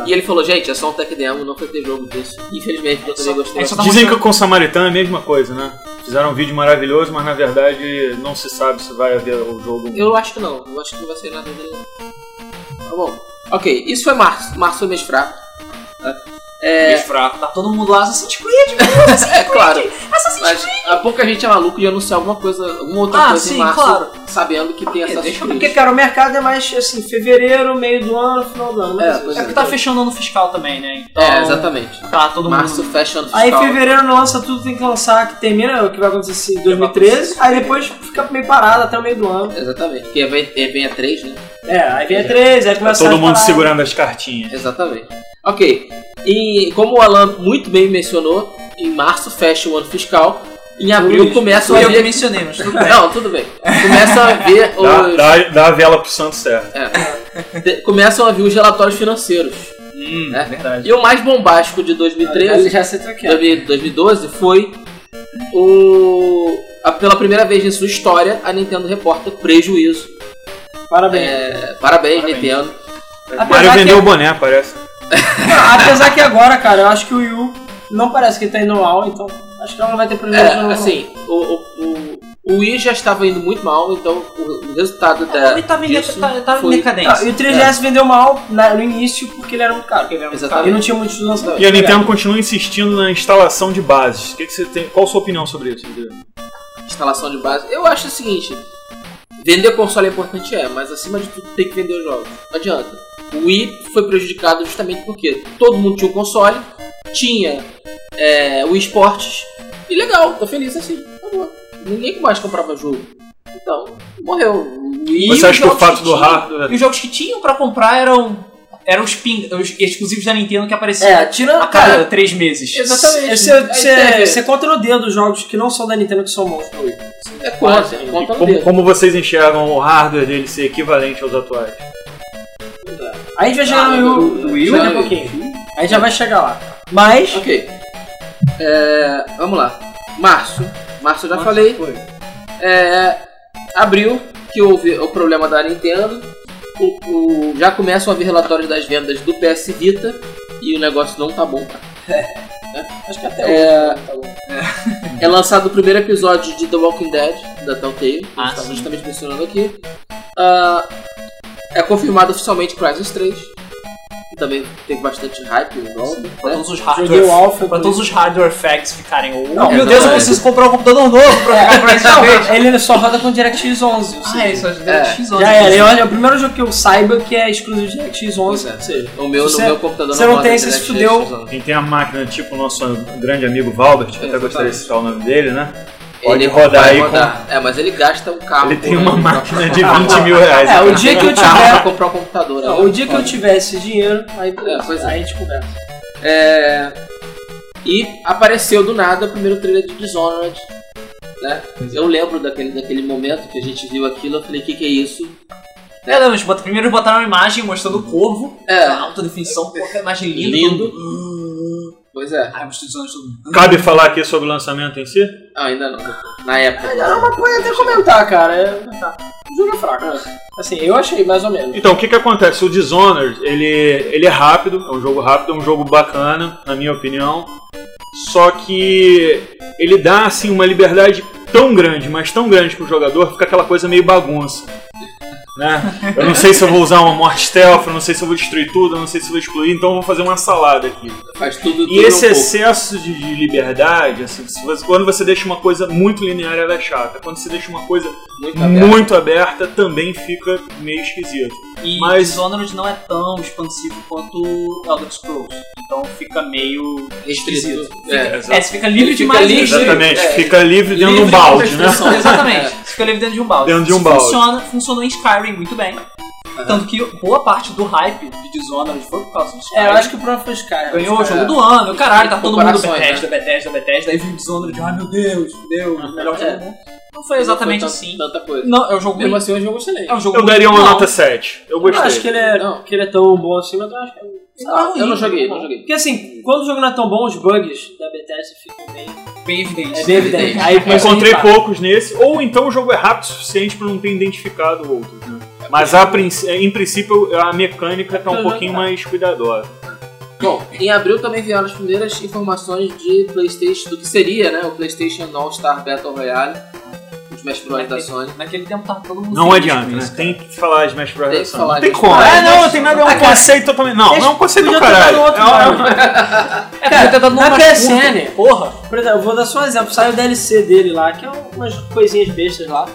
S3: E ele falou, gente, é só um tech demo, não vai ter jogo disso. Infelizmente, eu também
S1: só-
S3: gostei.
S1: é só- Tá
S4: Dizem que
S1: mostrando-
S4: com o Samaritano é a mesma coisa, né? Fizeram um vídeo maravilhoso, mas na verdade não se sabe se vai haver o jogo.
S3: Eu acho que não. Eu acho que não vai ser nada dele. não. Tá bom. Ok, isso foi março. Março foi mês fraco.
S1: Bicho fraco. Tá todo mundo lá, Assassin's Creed, meu Deus, Assassin's
S3: É claro.
S1: Creed, Assassin's Creed.
S3: Mas há pouca gente é maluco de anunciar alguma coisa, alguma outra
S1: Ah,
S3: coisa
S1: sim,
S3: em março,
S1: claro.
S3: sabendo que tem
S1: É,
S3: essa
S1: deixa eu
S2: Porque, cara, o mercado é mais assim, fevereiro, meio do ano, final do ano.
S3: É, pois
S1: É porque tá fechando o ano fiscal também, né? Então,
S3: É, exatamente.
S1: Tá todo mundo...
S3: Março fecha ano
S2: Aí em
S3: fiscal.
S2: fevereiro não lança tudo, tem que lançar, que termina, o que vai acontecer assim, em 2013, aí depois fica meio parado até o meio do ano.
S3: Exatamente. Porque vem, vem a 3, né?
S2: É, aí vem a 3, aí começa
S4: Tá Todo
S2: a
S4: mundo
S2: parar.
S4: segurando as cartinhas.
S3: Exatamente. Ok. E como o Alan muito bem mencionou, em março fecha o ano fiscal. Em abril
S2: Luiz,
S3: começa
S1: Sou
S3: a
S1: eu que
S3: ver.
S1: mencionei, mas tudo bem.
S3: Não, tudo bem. Começa a ver
S4: *laughs* Dá,
S3: os.
S4: dá, dá a vela pro santo certo.
S3: É. De- começam a vir os relatórios financeiros.
S1: Hum,
S3: É.
S1: verdade.
S3: E o mais bombástico
S1: Ah,
S3: de
S2: Ele
S3: 2013,
S2: já se tranqueia.
S3: 2000, 2012 foi o a- pela primeira vez em sua história a Nintendo reporta prejuízo.
S2: Parabéns.
S3: É, parabéns,
S4: Parabéns.
S3: Nintendo.
S2: Apesar
S4: Mario
S2: que-
S4: vendeu o boné, parece.
S2: Apesar que agora, cara, eu acho que o Yu não parece que ele tá indo mal, então acho que ela não vai ter
S3: É,
S2: primeiro jogo.
S3: assim, o, o, o, o Wii já estava indo muito mal, então o, o resultado da
S1: Ele É, tava em
S3: disso
S1: deca- tá- tava em
S3: foi-
S2: Ah, e
S1: decadência.
S2: o 3DS vendeu mal na- no início porque ele era muito caro.
S1: Ele era um
S3: Exatamente.
S2: E não tinha muitos lançamentos.
S4: E a Nintendo continua insistindo na instalação de bases. O que que você tem? Qual a sua opinião sobre isso? Rodrigo?
S3: instalação de base. Eu acho o seguinte: vender console é importante, é, mas acima de tudo tem que vender os jogos. Não adianta. O Wii foi prejudicado justamente porque todo mundo tinha um console, tinha é, o esportes, e legal, tô feliz assim, acabou. Ninguém mais comprava jogo. Então, morreu. O Wii-
S1: E
S4: Você
S1: os
S4: acha que o
S1: jogos
S4: fato
S1: que
S4: do
S1: tinham-
S4: hardware.
S1: E os jogos que tinham pra comprar eram... Eram os, ping, os exclusivos da Nintendo que apareciam
S2: É, tirando.
S1: a cada
S2: Cara,
S1: três meses.
S2: É,
S3: Exatamente. Aí É teve-
S2: você conta no dedo os jogos que não são da Nintendo que são bons.
S3: é conta,
S2: Quase.
S3: conta no
S4: né? Como,
S3: dedo.
S4: como vocês enxergam o hardware dele ser equivalente aos atuais?
S2: Aí a gente vai chegar
S3: Ah,
S2: no
S3: do- do
S2: Wii
S3: Wii
S2: U
S3: U?
S2: daqui a um pouquinho. Aí já vai chegar lá. Mas.
S3: Ok. É, vamos lá. Março. Março eu já falei.
S2: Foi.
S3: é, abril, que houve o problema da Nintendo. O, o- já começam a vir relatórios das vendas do PS Vita e o negócio não tá bom. cara.
S2: Acho que até hoje.
S3: É,
S2: tá bom.
S3: é lançado o primeiro episódio de The Walking Dead, da Telltale, que
S1: Ah,
S3: eu estava
S1: sim.
S3: justamente mencionando aqui. Ah, é confirmado oficialmente Crysis 3, que também teve bastante hype em volta.
S1: Pra
S3: né?
S1: todos os
S2: Joguei
S1: hardware
S2: o Alpha.
S1: Pra todos os hardware facts ficarem. Oh,
S2: um Não, É.
S1: meu
S3: não,
S1: Deus, eu
S3: é.
S1: preciso comprar um computador novo pra ficar pra
S2: *laughs*
S1: essa vez.
S2: Não, ele só roda com DirectX 11.
S1: Ah,
S2: ou seja,
S1: isso
S3: é.
S2: Já era, eu, é o primeiro jogo que eu saiba que é exclusivo de DirectX 11.
S3: Pois é.
S2: ou seja,
S3: O meu,
S2: Se
S3: no
S2: você-
S3: meu computador
S2: se você não
S3: roda
S2: tem, você se
S3: DirectX
S2: fudeu.
S3: usando.
S4: Quem tem a máquina, tipo o nosso grande amigo Valbert, que até
S3: Exatamente.
S4: gostaria de citar o nome dele, né? Pode
S3: Ele
S4: rodar
S3: vai
S4: aí
S3: rodar. É, mas ele gasta um carro.
S4: Ele tem
S3: né?
S4: uma máquina de 20 mil reais.
S2: É, o
S3: *laughs*
S2: dia que eu tiver.
S3: pra comprar um computador. né?
S2: Não, o dia que eu tiver esse dinheiro, aí,
S3: É, pois é.
S2: aí a gente conversa.
S3: É, E apareceu do nada o primeiro trailer de Dishonored. Né? Eu lembro daquele, daquele momento que a gente viu aquilo, eu falei, o que, que é isso?
S1: É, não, eles botam- primeiro botaram uma imagem mostrando o corvo,
S3: É.
S1: alta definição, porra, que imagem linda.
S3: Lindo.
S1: Hum. Ah,
S3: Pois é.
S1: Ai, mostrou os olhos todo mundo.
S4: Cabe falar aqui sobre o lançamento em si?
S3: Ah, ainda não. Na época.
S2: Era uma coisa até comentar, cara. É... O jogo é fraco. Assim, eu achei, mais ou menos.
S4: Então, o que que acontece? O Dishonored, ele, ele é rápido, é um jogo rápido, é um jogo bacana, na minha opinião. Só que ele dá, assim, uma liberdade tão grande, mas tão grande pro jogador, fica aquela coisa meio bagunça. Né? Eu não sei se eu vou usar uma morte stealth, eu não sei se eu vou destruir tudo, eu não sei se eu vou explodir, então eu vou fazer uma salada aqui.
S3: Faz tudo, tudo
S4: E esse é
S3: um pouco.
S4: excesso de, de liberdade, assim, se você- quando você deixa uma coisa muito linear, ela é chata. Quando você deixa uma coisa
S3: Muito aberto.
S4: muito aberta, também fica meio esquisito.
S1: E
S4: Mas-
S1: Dishonored não é tão expansivo quanto Elder Scrolls. Então fica meio.
S3: restrito.
S1: Fica-
S3: É.
S1: É, você fica livre
S3: Fica
S1: demais.
S3: livre,
S1: de-
S4: Exatamente,
S3: é,
S4: fica livre dentro de
S1: livre
S4: um
S1: de
S4: balde, né?
S1: restrição. Exatamente. Você fica livre dentro de um balde.
S4: Dentro de um
S1: Isso
S4: balde.
S1: Funciona, funcionou em Skyrim muito bem. Tanto que boa parte do hype de Dishonored foi por causa do Skyrim.
S2: É, eu acho que o problema foi Skyrim.
S1: Ganhou o
S2: Skyrim.
S1: jogo do ano, caralho, tá
S3: Tem
S1: todo mundo
S3: comparações,
S1: Bethesda, Bethesda, Bethesda, aí vem o Dishonored, ai meu Deus, meu Deus, melhor jogo
S3: É.
S1: do mundo. Não foi exatamente
S3: Não foi
S1: assim.
S3: tan- Tanta coisa.
S1: Não, é um jogo
S3: Mesmo
S1: ruim,
S3: assim, é um jogo excelente.
S1: é um jogo
S4: Eu daria uma
S1: ruim.
S4: nota 7. Eu
S2: Eu não acho
S4: gostei.
S2: que ele, é,
S3: Não.
S2: que ele é tão bom assim, mas eu acho que é
S1: Não, é ruim.
S3: Eu não joguei, não joguei.
S2: Porque assim, quando o jogo não é tão bom, os bugs da Bethesda ficam bem,
S1: Bem evidente.
S2: é bem evidente. Aí
S4: Eu
S2: começa a
S4: Encontrei
S2: irritar.
S4: poucos nesse, ou então o jogo é rápido o suficiente pra não ter identificado outros. né? Mas a princ- é, em princípio a mecânica tá um pouquinho mais cuidadosa.
S3: Bom, em abril também vieram as primeiras informações de PlayStation, do que seria, né? O PlayStation All-Star Battle Royale, os Smash Bros. da Sony.
S1: Naquele tempo tava todo mundo
S4: Não
S1: feliz
S4: adianta,
S1: com
S4: né?
S1: isso, cara.
S4: Tem que falar de Smash Bros.
S3: Tem que
S4: Sony.
S3: falar
S4: não tem
S3: de
S4: como.
S3: Smash
S4: É,
S3: Bros.
S4: não, tem nada, é um conceito totalmente. Não, não é um conceito do
S2: Podia ter dado
S4: caralho.
S2: outro
S4: É uma-
S2: nome.
S1: É,
S2: Cara,
S1: podia ter dado nota
S2: na
S1: mais
S2: PSN.
S1: curta, Porra!
S2: Por exemplo, eu vou dar só um exemplo. Sai o DLC dele lá, que é umas coisinhas bestas lá.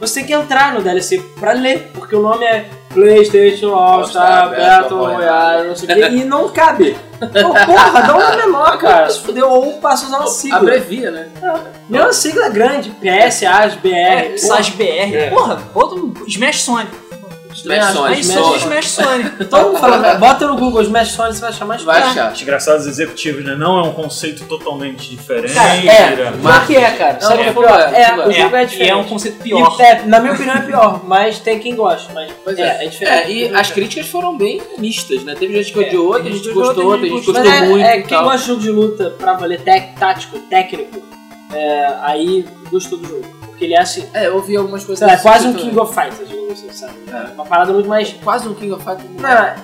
S2: Você tem que entrar no DLC pra ler, porque o nome é PlayStation All-Star
S3: All-Star
S2: Battle
S3: Battle
S2: Royale, não sei o quê, e não
S4: *laughs*
S2: cabe. Pô, porra, dá um nome menor, cara. Se fudeu, ou passa a usar um uma sigla.
S3: Abrevia, né?
S2: Mesma sigla é grande, PS, AS,
S1: É,
S3: É,
S2: BR.
S1: Sás BR,
S2: É.
S1: porra, bota um Smash Sony.
S3: Smash Sony,
S1: Smash,
S3: Smash
S1: Sony.
S3: Sony.
S1: é Smash Sony.
S2: Todo mundo Então, fala, bota no Google Smash Sony, você vai achar mais
S3: Vai
S2: fácil.
S3: achar.
S4: Desgraçados executivos, né? Não é um conceito totalmente diferente.
S2: Cara,
S4: né?
S2: é, só que é, cara.
S3: Não,
S2: Sabe o que é
S3: é
S2: pior?
S3: pior,
S2: É,
S3: pior.
S2: o jogo é
S1: e
S2: diferente.
S1: é um conceito pior.
S2: E, é, na minha opinião é pior, mas tem quem gosta. Mas
S3: Pois
S2: é,
S3: é.
S2: é, diferente.
S3: É, e as críticas foram bem mistas, né? Teve gente que
S2: É,
S3: odiou,
S1: tem
S3: tem gente
S1: gente
S3: que
S1: que odiou,
S3: gostou,
S1: tem
S3: tem
S1: gente
S3: gente
S1: que
S3: que
S2: Mas é,
S3: gostou muito
S2: é,
S3: e
S2: quem
S3: tal.
S2: gosta de jogo de luta pra valer tec- tático, técnico, é, aí gostou do jogo. Porque ele é assim,
S3: É, eu ouvi algumas coisas
S2: sei lá, é
S3: assim
S2: quase um
S3: também.
S2: King of Fighters, digamos assim, sabe?
S3: É.
S2: Uma parada muito mais.
S3: Quase um King of Fighters.
S2: Não, é-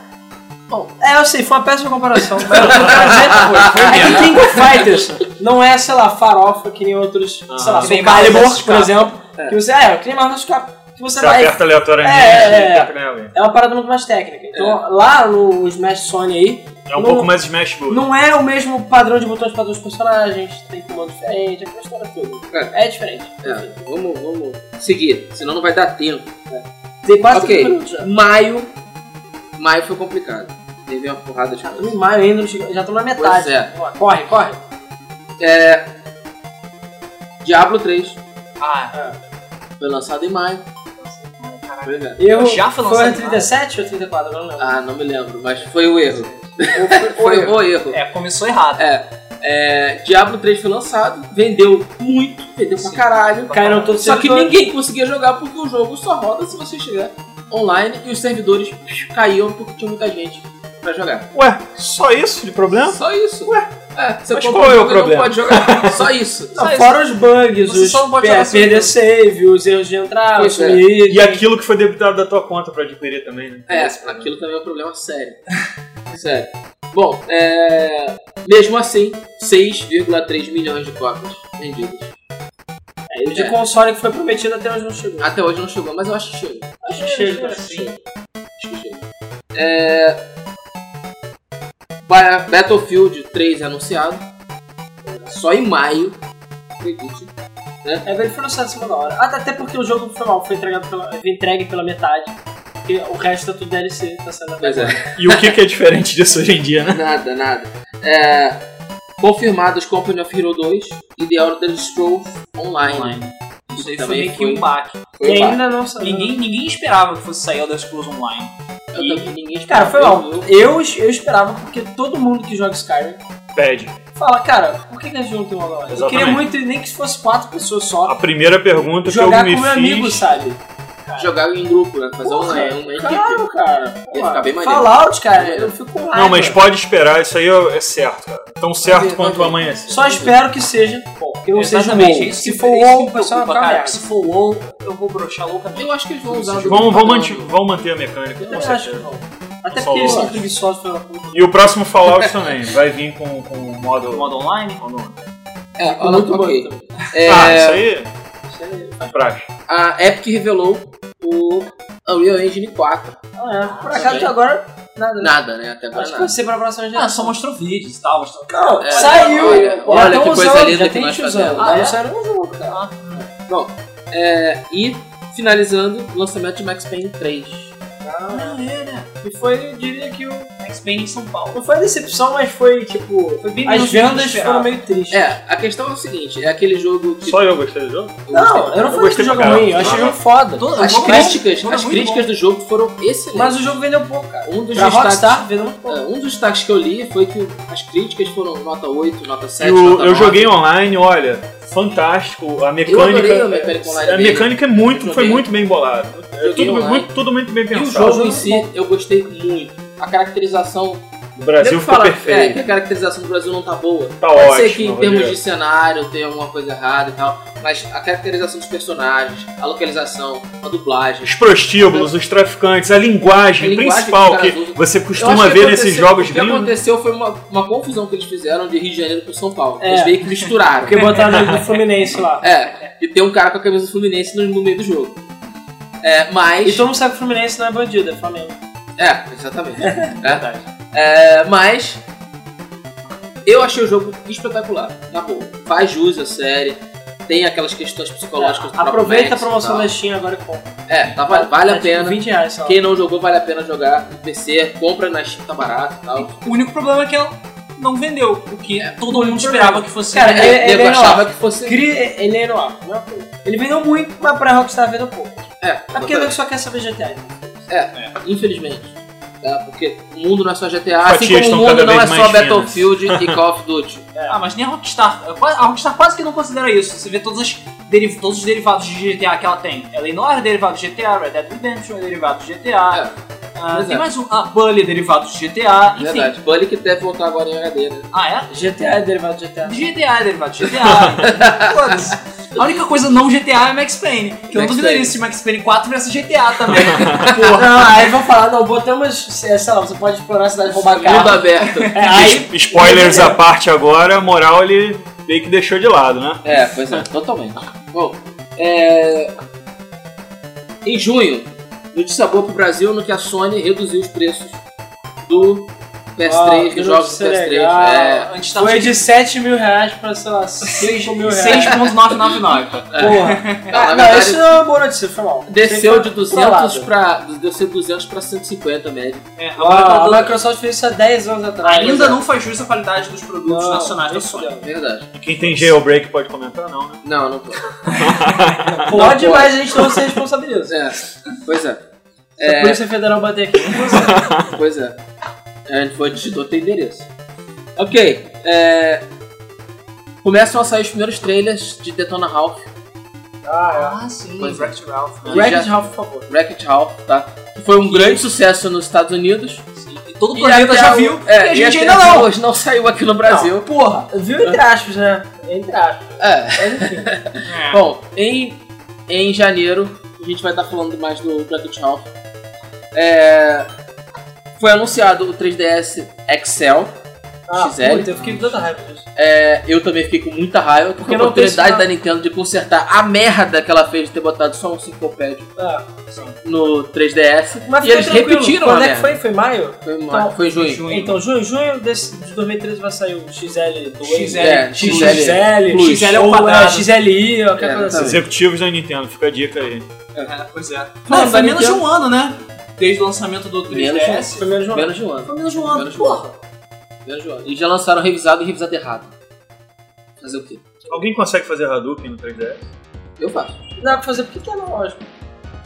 S2: Bom, é, eu sei, foi uma péssima comparação. Mas eu tô
S1: Foi, foi
S2: dizendo, é
S1: mesmo.
S2: que King of Fighters não é, sei lá, farofa que nem outros, sei lá,
S1: que nem
S2: Soul Calibur,
S1: Marvel
S2: por
S1: vs.
S2: exemplo. Que você, é, que nem Marvel vs. Capcom, Que você
S4: Você
S2: vai
S4: aperta aleatoriamente né?
S2: É, é,
S4: e
S2: é.
S4: tenta ganhar alguém.
S2: É uma parada muito mais técnica. Então, lá no Smash Sony aí,
S4: É um
S2: Não-
S4: pouco mais Smash Bros.
S2: não é o mesmo padrão de botões para todos os personagens, tem comando diferente, aquela história toda. É, diferente.
S3: É, vamos, vamos seguir, senão não vai dar tempo.
S2: Tem quase
S3: Ok.
S2: 30 minutos já.
S3: Maio. Maio foi complicado. Teve uma porrada de coisas.
S2: Tá, Em maio ainda, não chegou- já estão na metade.
S3: Pois é.
S2: Vamos lá, Corre, corre.
S3: Diablo 3
S1: *laughs* Ah,
S3: foi lançado em maio. Pois é.
S2: Eu,
S1: Já foi
S2: foi
S1: lançado
S2: o 37 ou 34, agora não lembro.
S3: Ah, não me lembro, mas foi o erro. *laughs*
S2: Ou foi- ou
S3: Foi
S2: eu.
S3: o erro.
S1: é, começou errado.
S3: É, Diablo 3 foi lançado, vendeu muito, vendeu pra
S1: Sim.
S3: caralho.
S2: Caíram todos os
S3: Só que
S2: servidores.
S3: ninguém conseguia jogar porque o jogo só roda se você chegar online e os servidores caíam porque tinha muita gente pra jogar.
S4: Ué, só isso de problema?
S3: Só isso.
S4: Ué,
S3: é, você
S4: mas
S3: compra
S4: qual
S3: um
S4: é o
S3: jogo e Não
S4: problema?
S3: pode jogar. Só isso.
S2: Não,
S1: Só
S2: tá fora os bugs,
S1: Você
S2: os
S1: só não pode
S2: é,
S1: jogar sem
S2: perder
S1: jogo.
S2: save, os erros de entrar,
S3: Pois
S2: os
S3: é.
S2: sumidos.
S4: E aquilo que foi debitado da tua conta pra adquirir também, né?
S3: É, aquilo também é um problema sério. *laughs* sério. Bom, é... mesmo assim, 6,3 milhões de cópias vendidas.
S2: É, e o de
S3: É.
S2: console que foi prometido até hoje não chegou.
S3: Até hoje não chegou, mas eu acho que chega.
S2: É, Acho que chega.
S3: Acho que chega. É... Ba- Battlefield 3 anunciado. É, Só em maio. Acredite.
S2: É, velho, foi lançado em cima da hora. Ah, Até porque o jogo foi mal, foi, entregado pela, foi entregue pela metade. Porque o resto é tudo DLC, tá saindo
S3: Pois
S2: agora. *laughs*
S3: é,
S4: E o que, que é diferente disso hoje em dia, né?
S3: nada, nada. É... Confirmados Company of Hero 2 e The Elder Scrolls Online.
S1: Isso aí né? foi
S3: Também
S1: meio que um baque.
S3: Foi
S2: E
S3: lá.
S2: ainda não saiu.
S1: Ninguém, ninguém esperava que fosse sair Elder Scrolls Online.
S3: Eu também- ninguém
S2: Cara, foi
S3: esperava.
S2: mal. Eu, eu esperava, porque todo mundo que joga Skyrim
S4: Pede.
S2: fala, cara, por que, que a gente não tem uma galera? Eu
S4: Exatamente.
S2: queria muito, nem que fosse quatro pessoas
S4: A
S2: só,
S4: primeira pergunta
S2: jogar
S4: que
S2: com
S4: eu me
S2: meu
S4: fiz.
S2: amigo, sabe?
S3: Jogar em grupo, né? Fazer
S2: Porra,
S3: uma, uma equipe.
S2: Claro, cara.
S3: Ia ficar bem maneiro.
S2: Fallout, cara,
S3: Maneiro.
S2: eu fico com raiva.
S4: Não, mas pode esperar, isso aí é é certo, cara. Tão certo
S3: ver,
S4: quanto
S3: vai ver.
S4: amanhã.
S2: Só espero que seja bom. Que não seja o
S1: Exatamente, tipo
S2: WoW.
S1: isso
S2: Se
S1: que-
S2: for
S1: isso que me
S2: WoW, vai ser uma
S1: preocupa,
S2: cara,
S1: cara. Se for WoW, eu vou broxar loucamente.
S3: Eu acho que eles vão usar do-
S4: Vão, vão, manter, vão manter a mecânica.
S2: Eu
S4: com
S2: também acho
S4: certeza.
S2: que não. Até
S4: é Só
S2: porque eles
S4: eu
S2: são
S4: acho.
S2: preguiçosos pela puta.
S4: E o próximo Fallout também. Vai vir com, com o modo.
S1: Modo online.
S3: É, olha,
S2: Muito bom. então.
S3: ok.
S2: também.
S3: É,
S4: Ah, isso aí é praxe.
S3: a Epic revelou o Unreal Engine 4.
S2: Ah, é. Por
S3: Também.
S2: acaso até agora, nada. né?
S3: Nada, né? Até agora
S2: Acho que
S3: nada.
S2: vai ser pra próxima geração.
S1: Ah, só mostrou vídeos e tal. Mostrou...
S2: Cara,
S3: É,
S2: saiu!
S3: olha,
S2: Pô,
S3: olha
S2: já
S3: que
S2: tão
S3: coisa
S2: usando,
S3: linda
S2: já
S3: que
S2: tem
S3: nós
S2: gente usando.
S3: fazemos.
S2: Ah,
S1: Ah, é?
S2: não saiu no jogo, cara.
S3: É, e finalizando o lançamento de Max Payne 3.
S2: E foi, eu diria que o-
S1: Max Payne em São Paulo.
S2: não foi a decepção, mas foi tipo.
S1: Foi bem
S2: As
S1: menos do que eu
S2: vendas
S1: esperava.
S2: foram meio tristes.
S3: É, a questão é o seguinte, é aquele jogo que... tipo,
S4: Só eu gostei do jogo?
S2: Não, eu não falei que
S4: gostei
S2: o jogo é
S4: pra
S2: ruim, eu
S4: caralho.
S2: achei o jogo foda.
S1: Todo-
S3: As
S1: o jogo é bom,
S3: críticas,
S1: o jogo é
S3: as
S1: muito
S3: críticas do jogo foram excelentes.
S2: Mas o jogo vendeu pouco, cara.
S3: um dos
S2: Pra
S3: destaques,
S2: Rockstar, vendeu muito pouco.
S3: é, um dos destaques que eu li foi que as críticas foram nota 8, nota 7,
S4: E o-
S3: nota 9.
S4: eu joguei online, olha, fantástico. A
S3: tá Eu
S4: mecânica.
S3: adorei a mecânica online
S4: a
S3: dele.
S4: mecânica é muito, foi
S3: Joguei.
S4: muito bem bolada. É
S3: Joguei
S4: tudo,
S3: online.
S4: muito, tudo muito bem
S3: E o
S4: pensado.
S3: jogo em si, eu gostei muito. A caracterização...
S4: O Brasil
S3: Devo
S4: ficou
S3: falar, É,
S4: perfeito.
S3: que a caracterização do Brasil não tá boa.
S4: Tá
S3: Pode
S4: ótimo.
S3: ser que em termos de cenário tenha alguma coisa errada e tal, mas a caracterização dos personagens, a localização, a dublagem.
S4: Os prostíbulos, os traficantes, a linguagem,
S3: A linguagem
S4: principal
S3: que os
S4: que,
S3: caras usam.
S4: você
S3: Eu acho
S4: costuma
S3: que
S4: ver
S3: aconteceu-
S4: nesses jogos
S3: O que
S4: gringos.
S3: aconteceu foi uma, uma confusão que eles fizeram de Rio de Janeiro com São Paulo.
S2: É.
S3: Eles meio que misturaram.
S2: Porque botaram o jogo do Fluminense lá.
S3: É, e tem um cara com a camisa do Fluminense no, no meio do jogo.
S2: *laughs*
S3: É,
S2: E
S3: mas.
S2: todo mundo sabe que o Fluminense não é bandido, é Flamengo.
S3: É,
S2: *laughs*
S3: exatamente. É.
S1: Verdade.
S3: É, mas eu achei o jogo espetacular, na boa. Faz jus à série, tem aquelas questões psicológicas. do próprio
S2: É, Aproveita a
S3: Max e
S2: promoção
S3: tal.
S2: da Steam agora e compra.
S3: É, tá, vale, vale
S2: Tá,
S3: a
S2: tipo,
S3: pena.
S2: 20 reais só.
S3: Quem não jogou, vale a pena jogar. PC, compra na Steam, tá barato e tal.
S1: O único problema é que ela não vendeu. O que todo mundo
S2: É, problema.
S1: esperava que fosse.
S2: Cara,
S1: vender.
S2: é-
S3: eu
S2: ele
S3: achava
S2: ó,
S3: que fosse.
S2: Cri- Ele é no ar, mesma coisa. Ele vendeu muito, mas pra Rockstar vendeu pouco.
S3: É,
S2: É porque ele só quer saber GTA.
S3: infelizmente. tá? Porque o mundo não é só GTA,
S4: As
S3: assim
S4: fatias
S3: como o
S4: estão
S3: mundo
S4: cada
S3: não é
S4: vez
S3: só
S4: mais finas.
S3: Battlefield e Call of Duty.
S2: *laughs*
S1: Ah, mas nem a Rockstar. A Rockstar quase que não considera isso. Você vê todos, as deriv- todos os derivados de GTA que ela tem. Ela não é derivado de GTA, Red Dead Redemption é derivado de GTA.
S3: É,
S1: Ah,
S3: pois
S1: tem
S3: é.
S1: mais um. Ah, Bully é derivado de GTA. Enfim.
S3: verdade. Bully que deve voltar agora em HD, né?
S1: Ah, é?
S2: GTA é derivado de *laughs* GTA.
S1: GTA é derivado de
S3: *laughs*
S1: GTA. Foda-se. A única coisa não GTA é Max Payne. Que eu não
S3: Max
S1: duvidaria
S3: Payne.
S1: se Max Payne 4 versus GTA
S3: *laughs*
S1: também.
S2: Não, aí vão falar, não, botamos, sei lá, você pode explorar a cidade e roubar
S3: Mundo
S2: carro.
S3: aberto.
S2: É, aí
S4: Es- Spoilers à parte agora, a moral ele meio que deixou de lado, né?
S3: É, pois é, totalmente. Bom, é... em junho, notícia boa pro Brasil no que a Sony reduziu os preços do PS3,
S2: Ah,
S3: dos jogos do
S2: notícia
S3: PS3.
S2: legal.
S3: É,
S1: Antes tava
S2: foi de 7 mil reais pra, sei lá, 6 mil reais.
S1: 6.999.
S2: Porra.
S3: Não, *laughs* na
S2: Ah, não,
S3: verdade-
S2: isso não é uma boa notícia, foi mal.
S3: desceu de
S2: Foi trollada.
S3: 200 pra, desceu de 200 pra 150 médio.
S1: É, agora tá
S2: Ah,
S1: dando-
S2: a Microsoft fez isso há 10 anos atrás.
S1: Ainda não faz jus à qualidade dos produtos nacionais da Sony.
S3: é Verdade.
S4: E Quem tem jailbreak pode comentar, não, né?
S3: Não, não tô.
S2: Pode, mas a gente não se responsabiliza.
S3: É, pois é,
S2: *laughs* É. A Polícia Federal bater aqui.
S3: pois é. A gente foi digitou teu endereço. Ok, é... Começam a sair os primeiros trailers de Detona Ralph,
S1: Ah, sim.
S2: Uhum.
S3: Pois é.
S1: Wreck-It Ralph. né?
S2: Wrecked Ralph, por favor.
S3: Wreck-It Ralph, tá? Que foi um grande sucesso nos Estados Unidos.
S1: E todo o planeta
S3: até
S1: já
S3: o-
S1: viu
S3: é,
S1: e a gente
S3: até
S1: ainda não.
S3: Hoje não saiu aqui no Brasil.
S2: Não, porra, viu entre aspas, né? Entre aspas.
S3: É.
S2: Mas enfim.
S1: É.
S3: Bom, em, em janeiro a gente vai estar falando mais do Bracket Ralph. É, foi anunciado o 3DS Excel.
S2: *laughs* Ah,
S3: XL.
S2: puta, eu fiquei com tanta raiva disso.
S3: É, eu também fiquei com muita raiva porque
S2: Porque
S3: a
S2: não tem
S3: oportunidade
S2: sinal.
S3: da Nintendo de consertar a merda que ela fez de ter botado só um Syncopad
S2: É.
S3: no 3DS.
S2: Mas
S3: e
S2: fica
S3: eles
S2: tranquilo,
S3: repetiram a
S2: Quando é que
S3: merda.
S2: foi? Foi em maio?
S3: Foi, em
S2: Então,
S3: maio, foi em junho.
S1: Junho.
S2: Então, junho, junho desse, de 2013 vai sair o XL2.
S1: XL,
S3: É,
S2: XL,
S3: XL.
S2: XL,
S3: Plus.
S1: XL é o
S2: ou
S1: quadrado.
S2: XLI, ou qualquer
S3: É,
S2: coisa assim.
S4: Executivos da Nintendo, fica a dica aí.
S1: É, pois é.
S3: Não,
S1: Não, foi
S3: da
S1: menos de
S3: Nintendo-
S1: um ano, né? Desde o lançamento do
S3: Menos de um ano.
S1: 3DS.
S2: Foi menos de um ano.
S3: Menos de um ano.
S1: Foi menos de um ano,
S3: Menos de um ano.
S1: porra.
S3: Menos de um ano. E já lançaram revisado e revisado errado. Fazer o quê?
S4: Alguém consegue fazer Hadouken no 3DS?
S3: Eu faço.
S2: Não dá pra fazer porque tem analógico.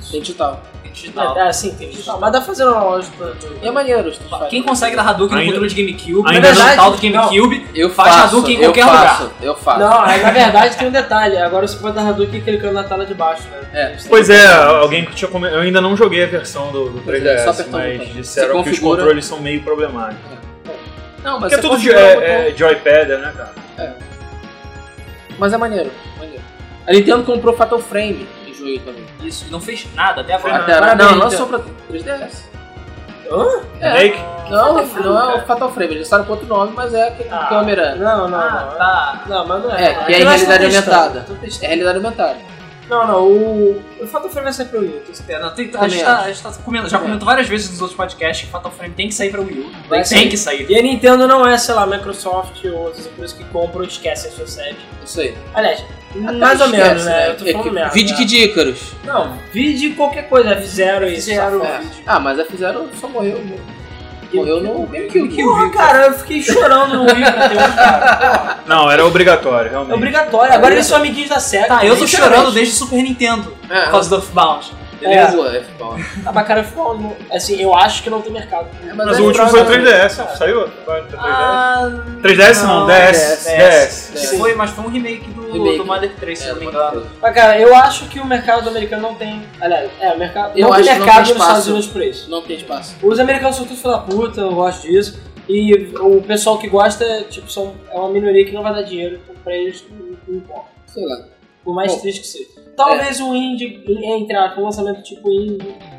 S3: Tem digital.
S1: Digital.
S2: É, sim, tem digital. Mas dá pra fazer analógico. né, pra- pra-
S3: E é maneiro, Street Fighter.
S1: Quem consegue dar Hadouken no
S4: Ainda-
S1: controle de GameCube,
S4: ainda
S1: na
S4: não-
S1: verdade, tal do
S2: não.
S1: GameCube,
S3: Eu
S1: Faz
S3: faço,
S1: Hadouken em
S3: eu
S1: qualquer
S3: faço, Eu faço.
S2: Não, é, na verdade tem um detalhe. Agora você pode dar Hadouken clicando na tela de baixo, né?
S3: É.
S4: Pois é, alguém que tinha comen- Eu ainda não joguei a versão do, do
S3: Pois
S4: 3DS,
S3: é, só apertar o
S4: mas
S3: botão. Você
S4: disseram que os
S3: configura-
S4: controles são meio problemáticos.
S3: Não, mas
S4: Porque é
S3: você
S4: tudo de,
S3: configura o
S4: é,
S3: botão.
S4: é joypad, né, cara?
S3: Mas é maneiro, maneiro. A Nintendo comprou Fatal Frame em junho também.
S1: Isso, e não fez nada até agora.
S3: Até agora,
S2: parabéns,
S3: não, não
S2: Nintendo.
S3: só pra 3DS.
S2: Hã?
S3: É,
S4: Drake?
S1: Fatal
S3: não,
S1: Frame,
S3: não é
S1: cara?
S3: o Fatal Frame, eles lançaram com outro nome, mas é aquele com
S1: Ah.
S3: câmera.
S2: Não, não, não.
S1: Ah, tá.
S2: Não, mas não é.
S3: É, que é
S2: Eu acho
S3: realidade
S2: tô testando,
S3: aumentada.
S2: tô testando.
S3: É realidade aumentada.
S2: Não, não, o. O Fatal Frame vai sair pro Wii U, tô esperando.
S1: É, não, tem- a,
S3: Também
S1: gente tá,
S3: acho.
S1: a gente tá comendo, já
S3: Também.
S1: comentou várias vezes nos outros podcasts que Fatal Frame tem que sair pra Wii U. Tem,
S2: Vai
S1: que-
S2: sair.
S1: tem que sair.
S2: E a Nintendo não é, sei lá, Microsoft ou outras empresas que compram e esquecem a sua sede.
S3: Isso aí.
S2: Aliás,
S3: Até
S2: mais ou
S3: esquece,
S2: menos, né? Eu tô
S3: É
S2: falando
S3: que-
S2: merda.
S3: Vide
S2: né?
S3: que de Ícaros.
S2: Não, vide qualquer coisa, fizeram isso.
S1: Fizeram.
S2: safado.
S3: É. Ah, mas a fizeram, só morreu. Morreu no GameCube.
S2: Porra, cara, eu fiquei chorando no Wii pra ter um, cara.
S4: Não, era obrigatório,
S2: Porra, É
S4: realmente.
S2: *laughs* obrigatório, agora eles são amiguinhos da SEGA.
S1: Tá, eu tô
S2: Literalmente.
S1: chorando desde o Super Nintendo
S3: É,
S1: por causa do Earthbound.
S3: beleza. Boa, é futebol.
S2: Ah, mas cara, futebol, não- assim, eu acho que não tem mercado.
S3: É,
S4: Mas
S3: é
S4: o último
S3: pra- Ah.
S4: foi o 3DS, saiu? Agora tá 3DS.
S1: Ah,
S4: 3DS não,
S1: não,
S4: 10. 10.
S1: Que
S3: Sim.
S1: Foi, mas foi um remake do,
S3: Remake.
S1: do Mother 3, se
S3: É,
S1: eu não me engano.
S2: Mas cara, eu acho que o mercado americano não tem. Aliás, é, o mercado.
S3: Eu
S2: não
S3: acho que
S2: tem
S3: não
S2: mercado
S3: tem
S2: nos Estados
S3: espaço.
S2: Unidos pra isso.
S3: Não tem espaço.
S2: Os americanos são tudo filha da puta, eu gosto disso. E o pessoal que gosta, tipo, são, é uma minoria que não vai dar dinheiro, então pra eles não não importa.
S3: Sei lá.
S2: Por mais
S3: Bom, é.
S2: triste que seja. Talvez um indie, entre aspas, um lançamento tipo indie,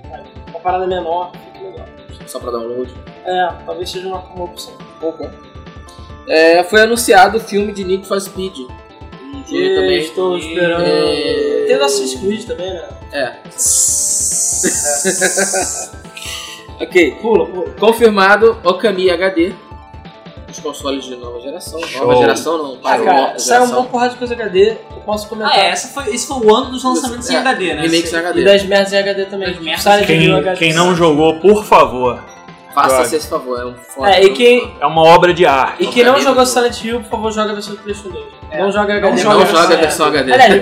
S2: sabe? uma parada menor, fique melhor.
S3: Só pra um download.
S2: É, talvez seja uma, uma opção.
S3: Ok. É, foi anunciado o filme de Need for Speed. Um dia
S2: Eu
S3: também. é,
S2: estou
S1: E-
S2: esperando.
S3: e-
S2: Tem o Assassin's Creed também, né?
S3: É. ok.
S2: Pula, pula.
S3: Confirmado Okami HD. Os consoles de nova geração. Nova
S4: Show.
S3: geração não.
S2: Ah,
S3: parou,
S2: cara,
S3: nova
S2: saiu uma
S3: geração.
S2: porrada de coisa HD, eu posso comentar.
S1: *laughs* Ah, é, essa foi, esse foi o ano dos lançamentos em
S3: É,
S1: HD, né?
S3: Remakes em
S2: E
S3: HD.
S2: das merdas em HD também.
S1: Das merdas.
S2: Silent Hill
S4: Quem,
S2: HD.
S4: quem não jogou, por favor,
S3: Faça-se esse favor. É um foda.
S2: É, e quem,
S4: é uma obra de arte.
S2: e quem não
S3: Obviamente.
S2: jogou Silent Hill, por favor, joga a versão do PlayStation 2.
S1: É.
S2: Não joga HD.
S3: Não
S1: joga
S3: joga a
S1: HD.
S3: versão HD.
S2: Aliás,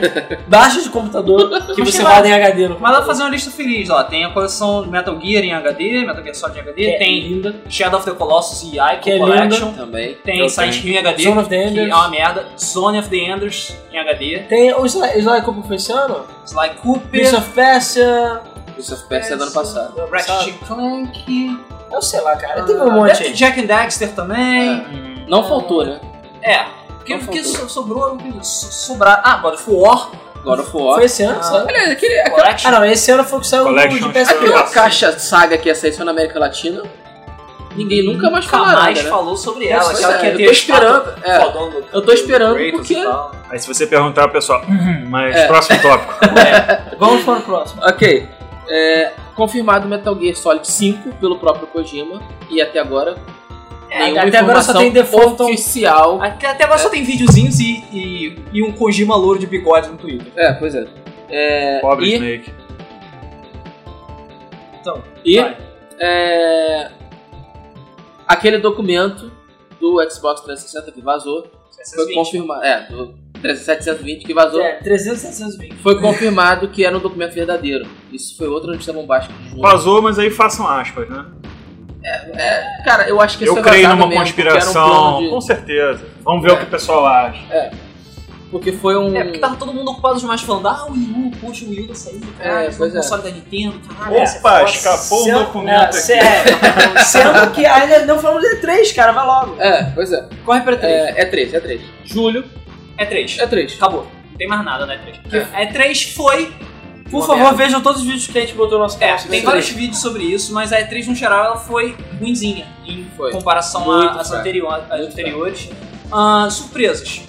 S2: baixa de
S1: *laughs*
S2: computador que
S1: Mas
S2: você
S1: tem
S2: roda em
S1: Mas dá
S2: HD. No
S1: pra
S2: computador.
S1: fazer uma lista feliz, ó. Tem a coleção Metal Gear em HD, Metal Gear Solid em HD,
S2: Que é
S1: tem
S2: linda.
S1: Shadow of the Colossus e Ico
S2: Que é
S1: Collection,
S3: Também.
S1: tem
S4: Eu
S1: Silent Hill em HD,
S2: Zone of the
S1: que
S2: Enders.
S1: é uma merda, Zone of the Enders em HD,
S2: Tem o Sly Sly Cooper foi esse ano?
S1: Sly Cooper,
S2: Prince of Persia.
S3: Isso FPS é do ano passado.
S1: Ratchet Clank,
S2: Eu sei lá, cara. Teve um monte
S1: Ah, Death
S2: aí.
S1: Jack and Daxter também.
S3: Não faltou, né?
S1: É, porque,
S3: Não
S1: porque
S3: faltou.
S1: so- sobrou, so- sobrar. Ah, God of War,
S3: God of War.
S2: Foi esse ano,
S1: Ah.
S2: sabe?
S3: Aliás, aquele, aquela,
S2: Ah,
S1: Collection.
S2: não. Esse ano foi o que saiu do-
S4: Collection.
S2: de PSP.
S3: aquela caixa saga que ia sair só na América Latina, ninguém *laughs* nunca mais falou
S1: Nunca mais
S3: nada, né?
S1: falou sobre
S2: Pois
S1: ela.
S2: é,
S1: Aquela que ia
S3: eu
S1: ter
S3: tô
S1: a estátua
S3: esperando, é.
S1: fodão do-
S3: Eu tô
S1: do
S3: esperando
S1: Kratos
S3: porque-
S1: e
S3: *laughs*
S1: tal.
S4: Aí se você perguntar, o pessoal, "Uhum", mas
S3: É.
S4: próximo tópico.
S2: Vamos para o próximo.
S3: Ok. É, confirmado Metal Gear Solid 5 pelo próprio Kojima. E até agora.
S1: É,
S3: nenhuma
S2: É, até agora só
S3: informação
S2: tem então, The Phantom.
S3: oficial.
S1: Até, até agora só tem videozinhos e, e, e um Kojima louro de bigode no Twitter.
S3: É, pois é. É,
S4: Pobre
S3: e
S4: Snake.
S1: Então,
S3: e
S1: vai.
S3: é, aquele documento do Xbox 360 que vazou foi
S1: 720.
S3: confirmado. É, do 720 que vazou.
S2: É, 300 720.
S3: Foi confirmado que era um documento verdadeiro. Isso foi outra notícia bombástica. do mundo.
S4: Vazou, mas aí façam aspas, né?
S3: Cara, eu acho que isso
S4: Eu
S3: foi
S4: creio
S3: vazado
S4: numa
S3: mesmo, porque era um
S4: conspiração,
S3: plano de-
S4: com certeza. Vamos ver
S3: É.
S4: o que o pessoal acha.
S3: Porque foi um.
S1: É, porque tava todo mundo ocupado demais falando, ah, o Wii U, poxa, o Wii U vai sair, cara,
S3: É,
S1: é,
S3: pois é.
S1: console da Nintendo, caralho. essa é Ah,
S4: Opa,
S1: foda.
S4: escapou um
S2: Sendo-
S4: documento
S2: é,
S4: *laughs* aqui.
S2: sério. Sendo que ainda não falamos de 3, cara. Vai logo.
S3: É, pois é.
S2: Corre pra 3.
S3: É, é 3, é 3. Julho
S1: É 3.
S3: é 3.
S1: Acabou. Não tem mais nada, né, 3. É 3 foi.
S2: Por
S1: Uma
S2: favor,
S1: merda.
S2: vejam todos os vídeos que a gente botou no nosso
S1: É,
S2: canal.
S1: tem vários vídeos sobre isso, mas a E3 no geral ela foi ruinzinha em
S3: Foi.
S1: comparação
S3: Muito
S1: a- às
S3: fraca.
S1: anterior- às
S3: Muito
S1: anteriores. Ah, surpresas.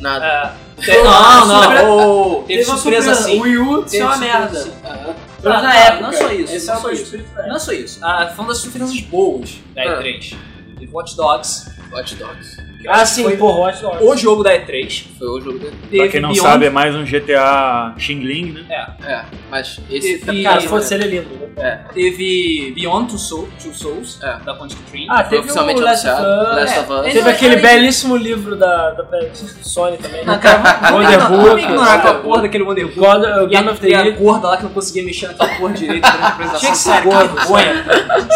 S3: Nada.
S1: É, te- não, não, ô, teve,
S2: uma
S1: surpresa, sim.
S2: O Wii U, isso
S1: Teve
S2: é uma
S1: surpresa, assim?
S2: merda.
S3: assim,
S1: sim.
S2: Pelo
S3: tá,
S2: menos
S1: Ah,
S2: na
S1: não,
S2: época.
S1: não só isso,
S2: Esse
S1: não
S2: é É. o
S1: só
S2: meu
S1: isso.
S2: espírito da
S1: Não
S2: época.
S1: só isso. Ah, falando das surpresas boas da
S3: Ah.
S1: E3. Teve Watch Dogs.
S3: Hot Dogs.
S1: que eu
S2: Ah,
S1: acho que
S2: sim,
S1: Foi
S2: porra, Watch Dogs.
S1: o jogo da E3.
S3: Foi o jogo dele.
S1: Teve
S4: Pra quem não
S1: Beyond-
S4: sabe, é mais um GTA Xingling, né?
S3: É, mas esse.
S1: E-
S2: Cara,
S1: e-
S2: se fosse ele é lindo. né?
S1: Teve Beyond Two, Soul- Two Souls,
S3: É.
S1: da Quantic Dream.
S2: Ah,
S3: Foi
S2: teve o
S3: oficialmente
S2: Last of
S3: anunciado.
S2: Us.
S3: Last of Us.
S1: É,
S2: Teve
S1: Ele-
S2: aquele
S1: ele-
S2: belíssimo livro da, da, da Sony também.
S1: Ah, cara, vamos- vamos-
S2: Wonder
S1: vamos
S2: Woman,
S1: ignorar
S2: cara.
S1: é
S3: é
S1: aquela porra daquele Wonder Woman.
S2: God, uh,
S1: E
S2: Game of the
S1: a, e a
S2: Year.
S1: gorda lá que eu não conseguia mexer naquela porra direito né,
S2: *laughs*
S1: na apresentação.
S2: Tinha que ser
S1: Cara,
S2: gordo,
S1: vergonha.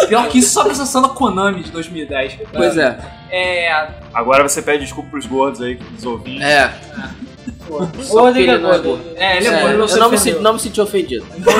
S1: Pior que isso, só a apresentação da Konami de 2010. cara.
S3: Pois é.
S1: É,
S4: Agora você pede desculpa pros gordos aí, os ouvintes.
S3: É.
S2: Gordo e
S3: Só que ele não é
S2: gordo.
S3: gordo.
S1: é, ele é,
S3: É,
S1: gordo,
S3: eu
S1: você
S3: não me,
S1: ofendeu.
S3: senti, não me senti ofendido.
S2: Então,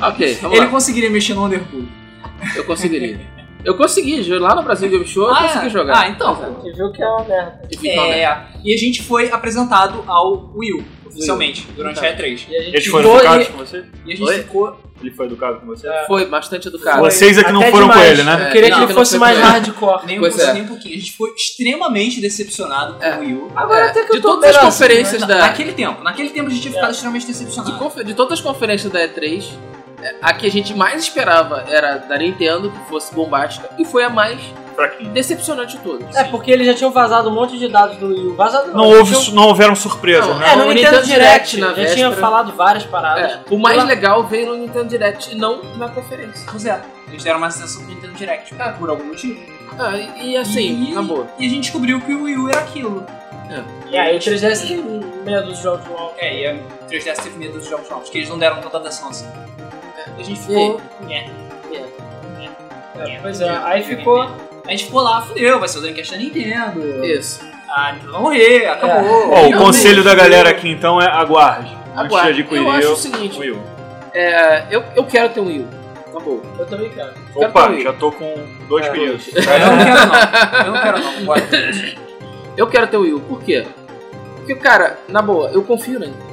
S3: Ok, vamos
S1: Ele
S3: lá.
S1: conseguiria mexer no Underpool.
S3: *laughs* Eu conseguiria. Eu consegui, jo- lá no Brasil Game Show eu
S1: Ah,
S3: consegui
S1: é?
S3: jogar.
S1: Ah, então, pô.
S2: Você viu que é uma merda.
S3: E ficou, né?
S1: É, e a gente foi apresentado ao Will, oficialmente, durante a E3.
S2: E a gente
S4: Eles foram
S1: Foi-
S4: educados com você?
S1: E a gente
S3: Então. Oi?
S1: ficou.
S4: Ele foi educado com você?
S3: Foi bastante educado.
S4: Vocês é que não
S2: Até
S4: foram
S2: demais.
S4: com ele, né?
S2: Eu queria
S3: É,
S2: que
S3: não,
S2: ele
S3: eu não
S2: fosse
S3: fui
S2: mais
S3: com ele.
S2: hardcore.
S1: Nem um
S3: Pois
S1: pouquinho,
S3: é.
S1: nem um pouquinho. A gente ficou extremamente decepcionado com
S3: É.
S1: o Will.
S2: Agora
S3: É,
S2: até que
S3: de
S2: eu tô
S3: todas as
S2: melhor.
S3: conferências
S1: Na-
S3: da.
S1: Naquele tempo, naquele tempo a gente tinha
S3: É.
S1: ficado extremamente decepcionado.
S3: De, confe- de todas as conferências da E3, é, a que a gente mais esperava era da Nintendo, que fosse bombástica, e foi a mais
S4: Fraquinho.
S3: decepcionante de todas.
S2: É porque eles já tinham vazado um monte de dados do Wii U. Vazado
S4: Não,
S2: eles
S4: houve,
S2: tinham-
S4: su- não houveram surpresa,
S3: Não,
S4: né?
S2: É, no
S3: O
S2: Nintendo
S3: Nintendo
S2: Direct,
S3: Direct, na
S2: já tinha
S3: véspera.
S2: falado várias paradas.
S3: É, o mais
S2: Pela-
S3: legal veio no Nintendo Direct e não na conferência.
S1: Pois é, eles deram mais atenção pro Nintendo Direct, ah, por algum motivo.
S3: Ah, e, e assim,
S1: E-
S3: É. acabou.
S1: E a gente descobriu que o Will era aquilo.
S3: É.
S2: E aí o 3DS tem meia dos jogos de LoL.
S1: É, e a 3DS teve medo dos jogos novos, que eles não deram tanta atenção assim. A gente
S3: E aí?
S1: ficou. né?
S2: É, Pois é, aí ficou...
S1: A gente ficou lá, fudeu, vai ser o Dreamcast da Nintendo.
S3: Isso.
S1: Ah, Nintendo vai morrer, acabou.
S4: Ó, o
S3: Não,
S4: conselho
S3: não.
S4: da galera aqui então é aguarde. Antes de
S3: Aguarde.
S4: adquirir
S3: Eu acho o
S4: o
S3: seguinte,
S4: Will.
S3: é, eu, eu quero ter um Wii U. *laughs* Acabou.
S2: Eu também quero.
S3: Quero ter um
S4: Opa,
S3: Wii U.
S4: já tô com dois
S2: É.
S4: pedidos.
S1: Eu não quero não, eu não quero não, concordo *laughs* com isso.
S3: Eu quero ter o Wii U. Por quê? Porque, cara, na boa, eu confio na Nintendo.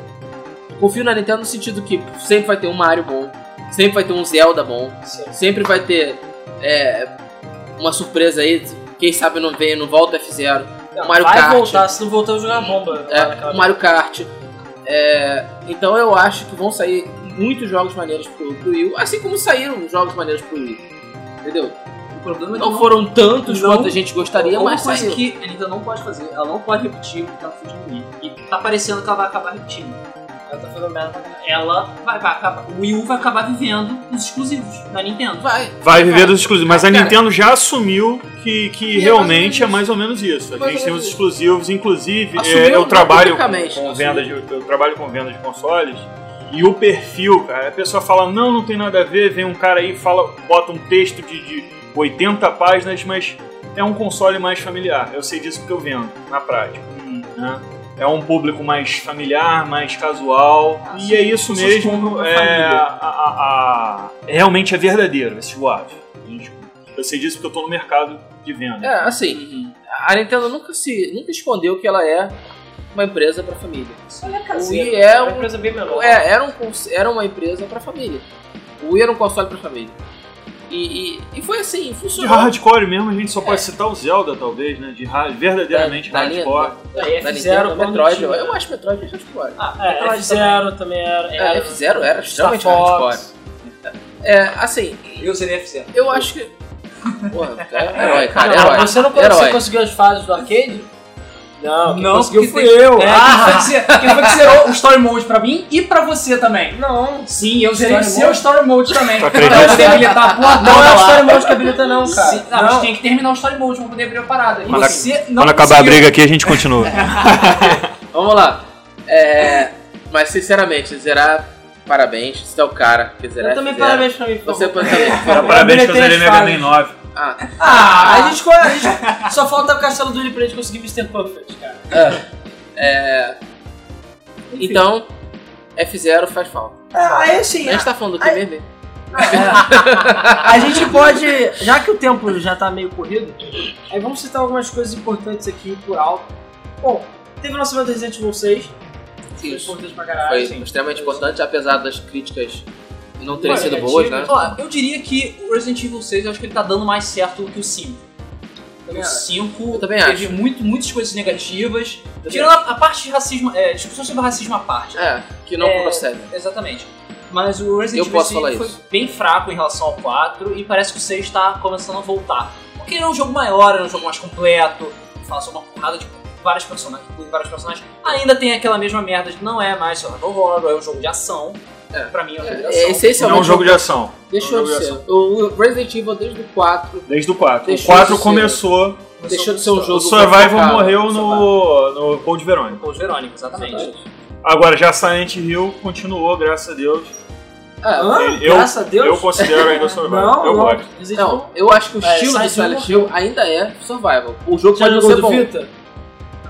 S3: Eu Confio na Nintendo no sentido que sempre vai ter um Mario bom, sempre vai ter um Zelda bom,
S2: Sim.
S3: sempre vai ter é, uma surpresa aí. Quem sabe não vem, não volta F0.
S2: Não,
S3: Mario
S2: vai
S3: Kart.
S2: voltar, se não voltar eu vou jogar bomba. lá
S3: É,
S2: naquela-
S3: o Mario Kart. É, então eu acho que vão sair muitos jogos maneiros pro, pro Wii U, assim como saíram jogos maneiros pro Wii. Entendeu?
S1: O problema é que
S3: Não foram tantos
S1: não-
S3: quanto a gente gostaria,
S1: uma
S3: mas
S1: coisa
S3: saíram.
S1: que a Nintendo não pode fazer, ela não pode repetir o que ela fez no Wii. E tá parecendo que ela vai acabar repetindo.
S2: Ela tá fazendo merda pra caralho.
S1: Ela vai, vai acabar. O Wii U vai acabar vivendo os exclusivos da Nintendo.
S3: Vai,
S4: Vai viver dos exclusivos. Mas a
S3: Cara.
S4: Nintendo já assumiu que, que
S3: É,
S4: realmente é
S3: mais
S4: mais ou menos isso. A
S3: Mais
S4: gente
S3: ou
S4: tem
S3: menos
S4: os
S3: isso.
S4: exclusivos, inclusive
S3: Assumiu,
S4: é, eu
S3: não,
S4: trabalho
S3: publicamente,
S4: com
S3: assumiu.
S4: venda de, eu trabalho com venda de consoles e o perfil, cara, a pessoa fala não, não tem nada a ver, vem um cara aí e fala, bota um texto de, de 80 páginas, mas é um console mais familiar. Eu sei disso porque eu vendo na prática. né? É um público mais familiar, mais casual.
S1: Ah,
S4: e
S1: sim.
S4: é isso
S1: Pessoas compram
S4: mesmo.
S1: pra
S4: É,
S1: família.
S4: a- a- a- realmente é verdadeiro esse boato. Gente, Eu sei disso porque eu tô no mercado de venda.
S3: É, assim, a Nintendo nunca se nunca escondeu que ela é uma empresa pra família.
S2: Olha a
S3: O
S2: casinha.
S3: Wii é
S2: uma
S3: um,
S2: coisa bem menor.
S3: é, era, um cons- era uma empresa pra família. O Wii era um console pra família. E, e, e foi assim,
S4: De
S3: funcionou.
S4: hardcore mesmo, a gente só pode citar o Zelda, talvez, né? De ra- verdadeiramente
S3: Da- da linha-
S4: hardcore.
S2: Aí
S3: Da
S2: F-Zero,
S3: Nintendo,
S2: quando
S3: Metroid, eu,
S2: tinha-
S3: eu acho Metroid é hardcore.
S1: Ah,
S2: É, F-Zero também era.
S3: É, F0 era
S2: Star
S3: extremamente hardcore.
S2: Fox.
S3: É, assim,
S1: Eu seria F0.
S3: eu acho que. *laughs* Porra, é herói, cara,
S2: Não,
S3: herói.
S2: você não você
S3: herói.
S2: conseguiu as fases do arcade? Não, quem
S1: Não,
S2: conseguiu
S1: porque
S2: fui
S1: tem-
S2: eu.
S1: É,
S2: Ah!
S1: quem, foi que ze- quem foi que zerou o Story Mode pra mim e pra você também?
S2: Não.
S1: Sim, eu zerei o
S2: Story
S1: seu
S2: Mode?
S1: Story Mode também.
S4: Tu
S1: Pra
S4: acredita?
S1: poder habilitar a porra
S2: Não
S1: toda
S2: é
S1: lá.
S2: o Story Mode que habilita, não, cara.
S1: Sim, não, mas
S2: Não.
S1: tem que terminar o Story Mode pra poder abrir a parada. E
S4: Quando ac-
S1: você não conseguiu.
S4: aqui, a gente continua.
S3: Vamos lá. É, mas sinceramente, zerar, parabéns. Você é o cara que
S2: Eu
S3: zerar.
S2: Então também
S3: F0.
S2: parabéns pra mim, por
S3: Você
S2: favor.
S3: pode também.
S4: *laughs* Parabéns que eu
S2: Habilitei
S4: zerei
S2: as
S4: Mega Man
S2: fases.
S4: 9.
S3: Ah, *laughs*
S2: Ah, a gente, *laughs* co- a gente- só falta o Castelo do Uli pra gente conseguir Mr. Puffet, cara.
S3: É. então, F0 faz falta.
S2: É, aí assim,
S3: A gente tá falando do que mesmo?
S2: A gente pode, já que o tempo já tá meio corrido, aí vamos citar algumas coisas importantes aqui por alto. Bom, teve o lançamento do Resident Evil 6, que foi
S3: Isso.
S2: importante pra caralho. assim,
S3: Foi
S2: sim.
S3: extremamente importante, apesar das críticas não terem
S2: Mas
S3: sido
S2: negativo,
S3: boas, né?
S1: é Ó, eu diria que o Resident Evil 6, eu acho que ele tá dando mais certo do que o 5.
S3: Também
S1: O
S3: acho.
S1: 5
S3: É. Eu também
S1: teve muito, muitas coisas negativas.
S3: também
S1: Tirando a, a parte de racismo, é, discussão sobre racismo à parte.
S3: É, que não
S1: É.
S3: procede.
S1: Exatamente. Mas o Resident
S3: Eu
S2: tipo
S1: Evil
S2: assim,
S3: posso
S1: 5
S3: falar
S1: foi
S3: isso.
S1: bem fraco em relação ao 4 e parece que o 6 tá começando a voltar. Porque era um jogo maior, era um jogo mais completo, fala sobre uma porrada de vários personagens, inclui vários personagens. Ainda tem aquela mesma merda de não é mais survival horror, é um jogo de ação.
S3: É.
S1: Pra mim é um jogo de ação.
S3: É,
S4: Não é
S3: essencialmente.
S4: um jogo de ação.
S3: Deixa eu
S4: é um jogo de
S3: dizer. O Resident Evil desde o 4
S4: Desde o 4.
S3: Deixou
S4: o 4
S3: de ser-
S4: começou.
S1: Começou
S3: deixou de
S1: com
S3: ser um
S1: isso.
S3: jogo.
S4: O Survival
S3: focado,
S4: morreu
S3: survival.
S4: no, no Cold Verônica.
S1: Paul Verônica, exatamente.
S4: Agora já Silent Hill continuou, graças a Deus.
S3: É,
S2: Hã?
S4: Eu-
S2: Graças a Deus.
S4: Eu considero ainda Survival.
S2: não,
S4: eu
S2: não.
S4: gosto.
S2: Resident Evil
S3: Não, eu acho que o
S2: É,
S3: estilo do
S2: Silent
S3: Silent Hill ainda é survival. O jogo
S2: já
S3: pode não
S2: jogou
S3: ser
S2: do
S3: bom.
S2: Vita?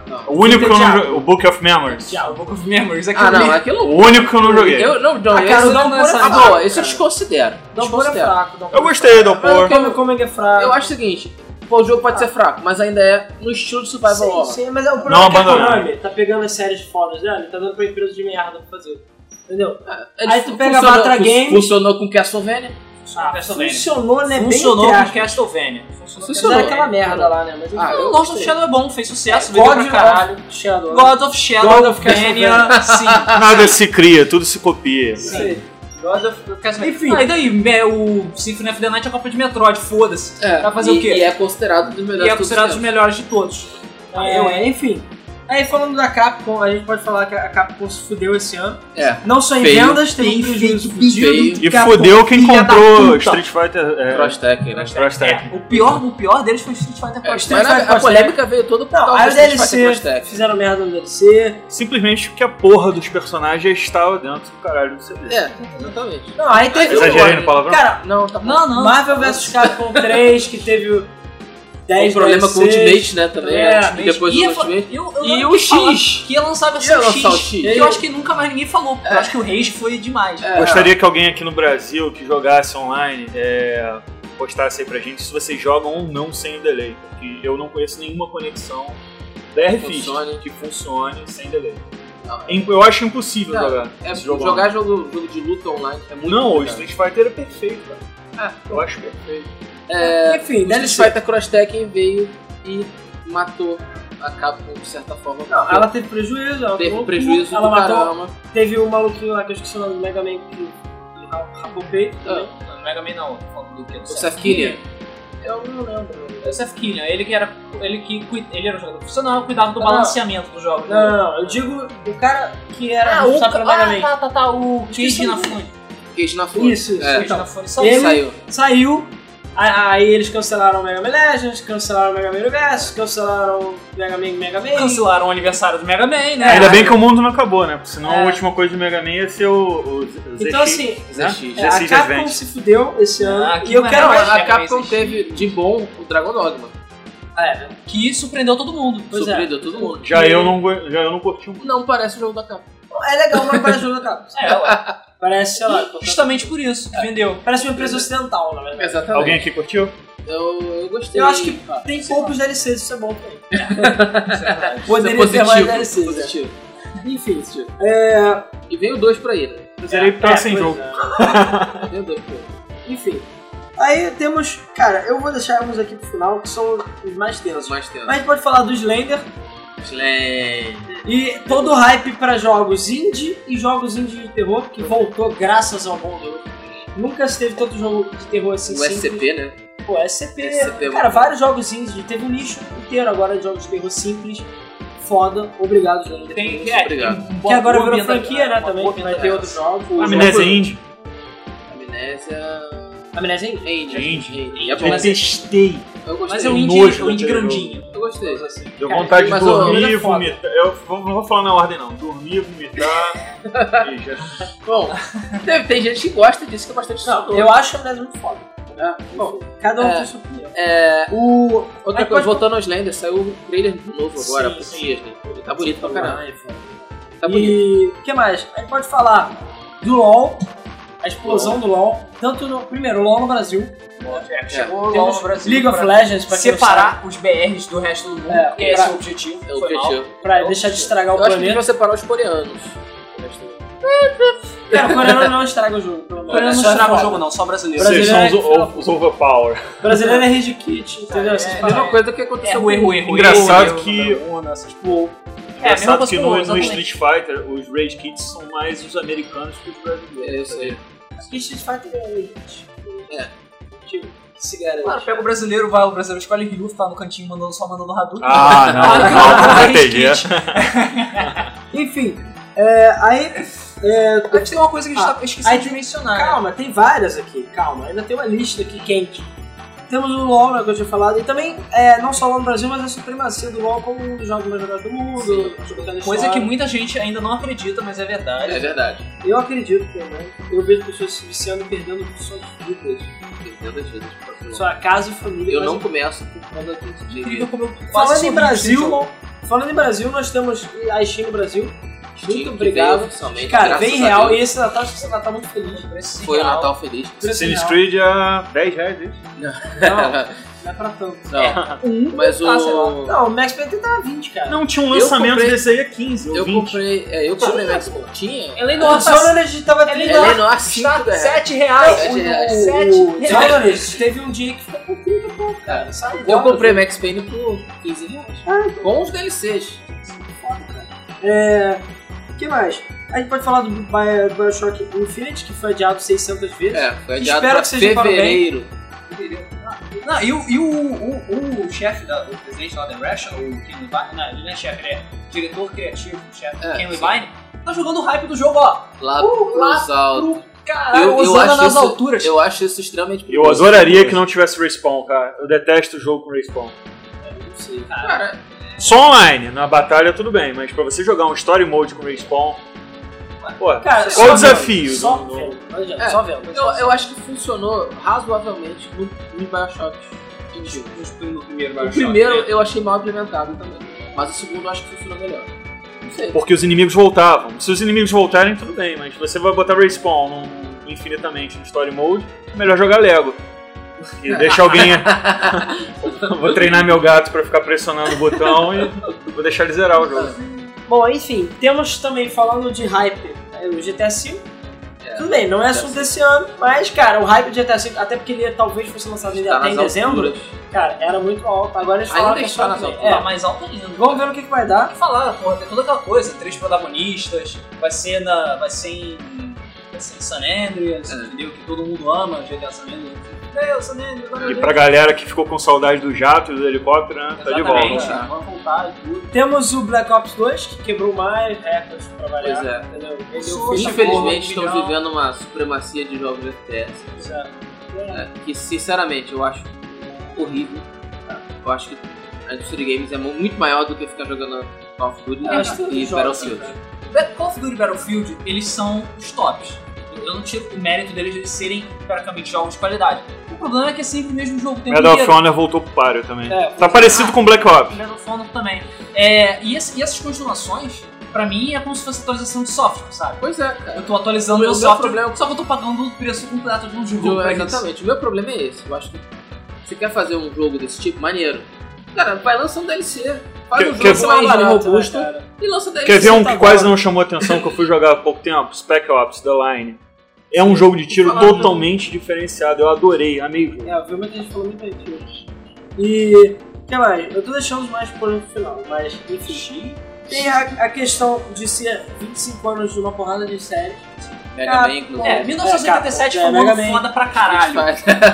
S3: Não.
S4: O único que eu não
S1: Diabo.
S4: joguei. O Book of Memories.
S1: Já, o Book of Memories. Aquilo
S3: Ah, não,
S1: ali.
S4: O
S3: aquilo.
S4: único que eu não joguei.
S3: Eu, não, não,
S1: Ah, cara,
S3: esse
S1: o
S3: não,
S1: Downpour
S3: é
S1: é
S3: fraco,
S1: fraco,
S3: boa, esse eu desconsidero.
S2: Downpour é
S3: desconsidero.
S2: fraco. Downpour
S4: Eu
S2: é
S4: gostei do
S2: fraco.
S4: Downpour.
S2: Come, Coming é fraco.
S3: Eu acho o seguinte, pô, o jogo pode ser fraco, mas ainda é no estilo de survival
S2: Sim,
S3: horror.
S2: sim, mas é o
S4: Não
S2: problema é que a
S4: abandonar.
S2: Konami tá pegando as séries fodas dela e tá dando pra empresa de merda pra fazer. Entendeu?
S3: Ele
S2: Aí tu
S3: fu-
S2: pega a
S3: É, funcionou-
S2: Batra
S3: fu-
S2: Games.
S3: Funcionou com Castlevania.
S1: Ah, Castlevania.
S2: funcionou, né?
S1: Funcionou
S2: Bem
S1: com
S2: entre aspas.
S1: Castlevania. Funcionou. é
S2: Mas era
S3: Funcionou.
S2: aquela merda lá, né? Mas enfim.
S3: Ah, eu
S1: O Lord of
S3: gostei.
S1: Shadow é bom, fez sucesso, vendeu
S2: God
S1: pra caralho.
S2: of Shadow. né?
S1: God of Shadow,
S2: God of
S1: Castlevania, sim.
S4: Nada se cria, tudo se copia.
S2: Isso aí.
S1: God of Castlevania.
S2: Enfim.
S1: Ah, e daí? Me- O Symphony of the Night é a Copa de Metroid, foda-se.
S3: É,
S1: Vai fazer
S3: e,
S1: o quê?
S3: E é considerado dos
S1: E
S3: melhores
S1: é
S3: todos
S1: considerado os
S3: tempos.
S1: melhores de todos.
S2: É, enfim. Aí falando da Capcom, a gente pode falar que a Capcom se fudeu esse ano.
S3: É.
S2: Não só em
S3: Feio.
S2: vendas, teve um
S1: Feio,
S2: prejuízo
S3: feio,
S2: fudido.
S1: é
S4: E
S2: Capcom,
S4: fodeu quem
S2: filha da
S4: comprou
S2: puta.
S4: Street Fighter. É,
S3: Crosstech, né?
S4: Crosstech.
S1: É, o pior, o pior deles foi Street Fighter
S3: É,
S1: Cross.
S2: Street
S3: mas
S2: Fighter
S3: a, a
S2: Crosstech.
S3: polêmica veio toda por
S2: Não,
S3: causa
S2: a
S3: do Street Fighter
S2: DLC,
S3: Crosstech.
S2: fizeram merda no DLC.
S4: Simplesmente porque a porra dos personagens estava dentro do caralho do CD.
S3: É, exatamente.
S2: Não, aí teve...
S4: Exagerei no palavrão?
S2: Cara,
S3: Não, tá bom.
S1: Não, não.
S2: Marvel vs Capcom 3, que teve o 10
S3: o problema com o
S2: DLCs.
S3: Ultimate, né, também.
S2: É,
S3: acho que depois do
S1: ia fa-
S3: Ultimate.
S1: eu- eu
S3: E
S1: não
S3: o
S1: ia falar
S3: X.
S1: Que ia lançar a versão
S3: Ia lançar o
S1: X,
S3: X.
S1: Que eu acho que nunca mais ninguém falou. porque Eu acho que o Rage foi demais.
S3: É.
S4: Gostaria que alguém aqui no Brasil que jogasse online é, postasse aí pra gente se vocês jogam ou não sem o delay. Porque eu não conheço nenhuma conexão da RFIS
S3: Funcione.
S4: que funcione sem delay.
S3: Não.
S4: É imp- Eu acho impossível
S3: Cara,
S4: jogar.
S3: É,
S4: esse jogo
S3: jogar jogo, jogo de luta online é muito É.
S4: Não, o
S3: complicado.
S4: Street Fighter é perfeito, cara. eu acho perfeito.
S2: Enfim,
S3: O Street
S2: DLC.
S3: Fighter Cross Tekken veio e matou a Capcom de certa forma.
S2: Não,
S3: porque
S2: ela teve prejuízo, ela
S3: teve
S2: tomou
S3: prejuízo
S2: cu, ela
S3: do
S2: matou.
S3: caramba.
S2: Teve o maluquinho lá que eu esqueci o nome do Mega Man que que ra- rapou o
S3: Ah,
S2: peito. também.
S1: Não, não Mega Man não. tô falando Do que? Do
S3: O Seth Killian.
S2: Eu não lembro.
S1: É o Seth Killian. Ele que era, ele que, cui- ele era um jogador profissional, cuidava do
S2: Não.
S1: balanceamento do jogo.
S2: Não, não, não, eu digo o cara que era
S3: Ah,
S2: responsável pelo Mega Man.
S1: tá, tá, tá. O Keiji
S2: Esqueci o nome.
S1: Inafune.
S3: Cage na Fúria.
S2: Isso, isso,
S3: É,
S1: Keiji
S2: então.
S1: Inafune saiu.
S2: Ele-
S3: saiu.
S2: Saiu, a- aí eles cancelaram o Mega Man Legends, cancelaram o Mega Man Universe, cancelaram o Mega Man Mega Man.
S1: Cancelaram o aniversário do Mega Man, né?
S4: Ainda bem que o mundo não acabou, né? Porque senão
S2: É.
S4: a última coisa do Mega Man ia ser o, o Z- ZX.
S2: Então assim,
S4: né?
S3: ZX.
S2: é, a
S4: ZX
S2: Capcom
S4: Advance.
S2: se fudeu esse ano
S1: Ah, que
S2: e eu quero
S1: maravilha.
S2: mais.
S3: A
S1: Mega Man
S3: Capcom
S1: existe.
S3: teve de bom o Dragon Dogma.
S2: É,
S1: Que surpreendeu todo mundo.
S2: Pois é.
S3: Surpreendeu todo mundo.
S4: Já eu não, go- já eu não curti um muito.
S3: Não parece o jogo da Capcom.
S2: é legal, mas parece jogo da Capcom.
S1: É, ué.
S2: Parece, sei lá,
S1: justamente por isso que vendeu.
S2: parece uma empresa ocidental, na verdade.
S3: Exatamente.
S4: Alguém aqui curtiu?
S3: Eu, eu gostei.
S2: Eu acho que
S3: cara.
S2: Tem poucos DLCs, isso é bom também.
S3: Isso é
S2: *laughs* Poderia ter
S3: positivo.
S2: mais DLCs.
S3: positivo.
S2: é. Enfim,
S3: E veio dois pra ir. né?
S4: Eu zerei porque tava sem
S2: pois
S4: jogo.
S2: é.
S3: Veio dois pra ele.
S2: Enfim. Aí temos, cara, eu vou deixar uns aqui pro final, que são os mais
S3: Os
S2: tensos.
S3: mais tempo. né,
S2: Mas a gente pode falar do Slender
S3: Slay.
S2: e todo o hype pra jogos indie e jogos indie de terror, que voltou graças ao bom Deus. Nunca se teve tanto jogo de terror assim.
S3: O
S2: simples.
S3: SCP, né?
S2: Pô, SCP.
S3: SCP,
S2: É, cara,
S3: mano.
S2: vários jogos indie. Teve um nicho inteiro agora de jogos de terror simples. Foda. Obrigado, Júnior.
S1: Tem,
S2: que.
S1: é,
S3: obrigado.
S1: tem um bom-
S2: Que agora
S1: boa
S2: virou
S1: ambienta-
S2: franquia, né?
S1: uma
S2: Também.
S1: boa
S2: Que vai ter
S1: ambientação.
S2: outros jogos. O
S4: Amnésia
S2: jogo-
S4: Indie.
S3: Amnésia.
S2: Amnésia Indie.
S3: Age.
S4: Age.
S3: Age. É bom.
S4: Eu testei.
S3: Eu gostei.
S1: Mas é um
S4: Tem
S1: indie,
S4: nojo
S1: é um indie
S4: daquele
S1: grandinho.
S3: Eu gostei.
S4: Deu
S2: Cara,
S4: vontade de
S3: mas o-
S4: dormir,
S2: é foda.
S4: vomitar. Eu vou- não vou falar na ordem, não. Dormir,
S1: *laughs*
S4: vomitar. é e já...
S2: *laughs*
S3: Bom, deve, tem gente que gosta disso, que é bastante
S2: Não,
S3: assustador.
S2: eu acho a Amnésia muito foda.
S3: É,
S2: Bom, cada um
S3: É.
S2: tem sua opinião.
S3: É,
S2: O.
S3: outra
S2: Mas
S3: coisa,
S2: pode-
S3: voltando ao Slender, saiu o trailer novo
S2: Sim,
S3: agora, por
S2: sim.
S3: dias, né? Ele Tá bonito pra caralho.
S2: Tipo,
S3: Tá bonito.
S2: E o que mais? A gente pode falar do LoL, a explosão do LoL, tanto no. Primeiro, o LoL no Brasil.
S1: É, chegou
S2: Temos
S1: logo no Brasil
S2: League of
S1: pra
S2: Legends pra quem não
S1: Separar os BRs do resto do mundo.
S2: É,
S1: que esse
S2: pra-
S1: é o objetivo.
S3: É o
S1: foi mal.
S3: objetivo.
S2: sabe, pra deixar de estragar o
S3: Eu acho que
S2: planeta.
S3: deviam separar os coreanos.
S2: Cara, *laughs* o coreano não estraga o jogo. pelo menos.
S1: O coreano não
S2: Só é
S1: estraga o
S2: foda.
S1: jogo, não, só o brasileiro.
S2: Brasil-
S4: Vocês são
S2: Brasileiro
S4: os,
S2: é que fala-
S4: o- os overpower.
S2: Brasileiro é rage kit, entendeu?
S1: É,
S2: Essas
S1: é,
S3: A mesma
S2: paradas.
S3: coisa que aconteceu
S1: Erro, erro,
S3: com
S1: erro.
S4: Engraçado
S1: erro,
S4: que.
S1: erro, erro, essas-
S2: Tipo,
S1: mesma
S4: Engraçado
S1: coisa
S4: que
S1: com
S4: no,
S1: o-
S4: no
S1: exatamente.
S4: Street Fighter, os Rage Kids são mais os americanos que os brasileiros.
S3: É isso aí.
S2: Street Fighter é rage kit. Tipo, se
S1: Claro,
S2: garante.
S1: pega o brasileiro, vai, o brasileiro escolhe Ryu, tá no cantinho mandando só mandando Hadouken.
S4: Ah,
S1: Ah,
S4: não.
S1: claro,
S4: Não, entendi.
S2: Enfim, é, aí. é,
S1: Mas tem uma coisa que a gente tá
S2: aí
S1: esquecendo de
S2: tem-
S1: mencionar. né?
S2: Calma, tem várias aqui, calma. Ainda tem uma lista aqui quente. Temos o LoL, né, que eu tinha falado, e também, é, não só lá no Brasil, mas a supremacia do LoL como um dos jogos mais jogados do mundo. jogando na
S1: Coisa
S2: história.
S1: que muita gente ainda não acredita, mas é verdade.
S3: É verdade.
S2: Eu acredito, pelo menos. Eu vejo pessoas se viciando e perdendo suas vidas,
S3: Entendo as vidas de pessoas.
S2: sua casa e família.
S3: Eu
S2: mas
S3: não começo por causa disso.
S1: Incrível como eu quase
S2: Falando
S1: sou
S2: em
S1: vício de
S2: Brasil,
S1: jogo.
S3: um.
S2: Falando em Brasil, nós temos a Steam no Brasil.
S3: Steam, que
S2: Muito
S3: veio
S2: obrigado.
S3: oficialmente,
S2: Cara,
S3: graças
S2: vem
S3: a
S2: real.
S3: Deus.
S2: E esse Natal, acho que esse Natal é muito feliz. Preço
S3: Foi o
S2: real,
S3: Natal feliz.
S2: preço
S4: Assassin's
S2: real.
S4: Creed a 10 reais. é isso.
S2: Não, É. não é pra tanto.
S3: Não, mas o.
S1: Ah, sei lá.
S2: Não, o Max Payne tá 20, cara.
S4: Não, tinha um
S3: Eu
S4: lançamento
S3: comprei-
S4: desse
S1: é
S4: aí a 15 ou
S3: eu
S4: 20.
S3: comprei. É, eu
S2: Tinha
S3: comprei
S2: um
S3: Max Payne. Tinha.
S1: Ela é
S2: o
S1: enorme.
S2: Zonalist tava
S1: Ele
S2: 30
S1: é
S3: Ela é nossa,
S2: tá
S1: Está
S3: cinco reais.
S1: 7 reais.
S3: Sete reais.
S2: O
S1: Sete reais.
S2: Zonalist teve um dia que ficou por 30 pouco, cara. Sabe?
S3: É. Eu comprei Max Payne por 15 reais. Com os DLCs.
S2: É. O que mais? A gente pode falar do Bio- Bioshock Infinite, que foi adiado 600 vezes.
S3: É, foi adiado
S2: Espero
S3: pra
S2: que seja para bem.
S3: fevereiro.
S1: Não, e o, e o, o, o chefe da, do presidente lá da Ration, o Ken Levine, não, ele não é chefe, ele é diretor criativo, o chefe
S3: É,
S1: Ken
S3: sim.
S1: Levine, tá jogando o hype do jogo, ó.
S3: Lá
S1: Uh, lá
S3: pros altos.
S1: Pro caralho,
S3: Eu- eu
S1: usando
S3: acho
S1: nas
S3: isso-
S1: alturas.
S3: Eu acho isso extremamente
S4: Eu adoraria que não tivesse respawn, cara. Eu detesto o jogo com respawn.
S1: Não sei, cara.
S3: Cara,
S4: Só online, na batalha tudo bem, mas pra você jogar um story mode com respawn. Pô,
S2: Cara,
S4: qual
S2: só
S4: o desafio?
S2: vendo, Só
S4: do- do-
S2: vendo, não adianta,
S3: É,
S2: só vendo.
S3: eu, eu acho que funcionou razoavelmente no, no Bioshock. Infinite.
S1: No primeiro,
S3: O primeiro eu achei mal implementado também. Mas o segundo eu acho que funcionou melhor. Não sei.
S4: Porque os inimigos voltavam. Se os inimigos voltarem, tudo bem, mas você vai botar respawn num- infinitamente no story mode, é melhor jogar Lego. E deixa alguém. vou treinar meu gato pra ficar pressionando o botão e vou deixar ele zerar o jogo.
S1: É.
S2: Bom, enfim, temos também falando de hype é, o GTA V.
S3: É,
S2: Tudo bem, não é assunto desse ano, mas, cara, o hype do GTA V, até porque ele talvez fosse lançado ainda
S3: Tá
S2: até em
S3: nas
S2: dezembro,
S3: alturas.
S2: cara, era muito alto. Agora eles falaram
S3: Ainda
S2: que
S3: está
S2: é só
S3: nas
S2: que-
S3: alturas.
S1: É,
S2: é,
S1: mais alto ainda.
S2: Vamos ver no que, que vai dar.
S1: que falar, porra, tem toda aquela coisa, três protagonistas, vai ser na. vai ser em. vai ser em San Andreas,
S3: É.
S1: entendeu? Que todo mundo ama, GTA San Andreas. Meu, San Andreas, é meu
S4: E
S1: Deus.
S4: pra galera que ficou com saudade do jato e do helicóptero, né? Tá de
S1: Exatamente,
S4: volta.
S1: cara, vamos voltar e tudo.
S2: Temos o Black Ops 2, que quebrou mais recordes pra variar.
S3: Pois é.
S2: Entendeu? Ele
S1: Isso,
S2: fez-
S3: Infelizmente
S1: Chegou,
S3: estão
S1: milhão.
S3: vivendo uma supremacia de jogos de FPS.
S2: Pois é.
S3: né? Que sinceramente eu acho horrível. tá? Eu acho que a indústria games é mu- muito maior do que ficar jogando Call of Duty
S2: Ah, mas
S3: e
S2: todos
S3: e
S2: os jogos né?
S3: Battlefield.
S2: são,
S1: Black- Call of Duty Battlefield, eles são os tops. Eu não tiro o mérito deles de eles serem praticamente jogos de qualidade. O problema é que é sempre o mesmo jogo o tempo
S4: Medal of
S1: inteiro.
S4: Honor voltou pro páreo também.
S2: É,
S4: tá parecido com Black Ops.
S1: Medal of Honor também. É, e, esse- e essas continuações, pra mim, é como se fosse atualização de software, sabe?
S3: Pois é, cara.
S1: Eu tô atualizando
S3: O
S1: meu,
S3: meu
S1: software,
S3: problema é que-
S1: só que eu tô pagando o preço completo de um jogo.
S3: Eu-
S1: pra isso.
S3: exatamente. O meu problema é esse. Eu acho que você quer fazer um jogo desse tipo, maneiro. Cara, vai lançar um DLC. Faz
S4: Quer-
S3: um
S4: quer-
S3: jogo mais
S2: Barato, né,
S3: robusto
S2: cara?
S3: e lança um DLC.
S4: Quer ver um que
S2: tá
S4: quase
S2: bom.
S4: não chamou atenção que eu fui jogar há pouco tempo? Spec Ops The Line. É um jogo de tiro
S3: Falar do-
S4: totalmente diferenciado. Eu adorei, amei o jogo.
S2: É, obviamente a gente falou muito aqui hoje. E. O que mais? Eu tô deixando os mais por no final, mas enfim. Tem a, a questão de ser 25 anos de uma porrada de série.
S3: Mega Man, inclusive.
S1: É, 1987
S2: É,
S1: foi um
S2: Mega
S1: ano
S2: Man.
S1: foda pra caralho.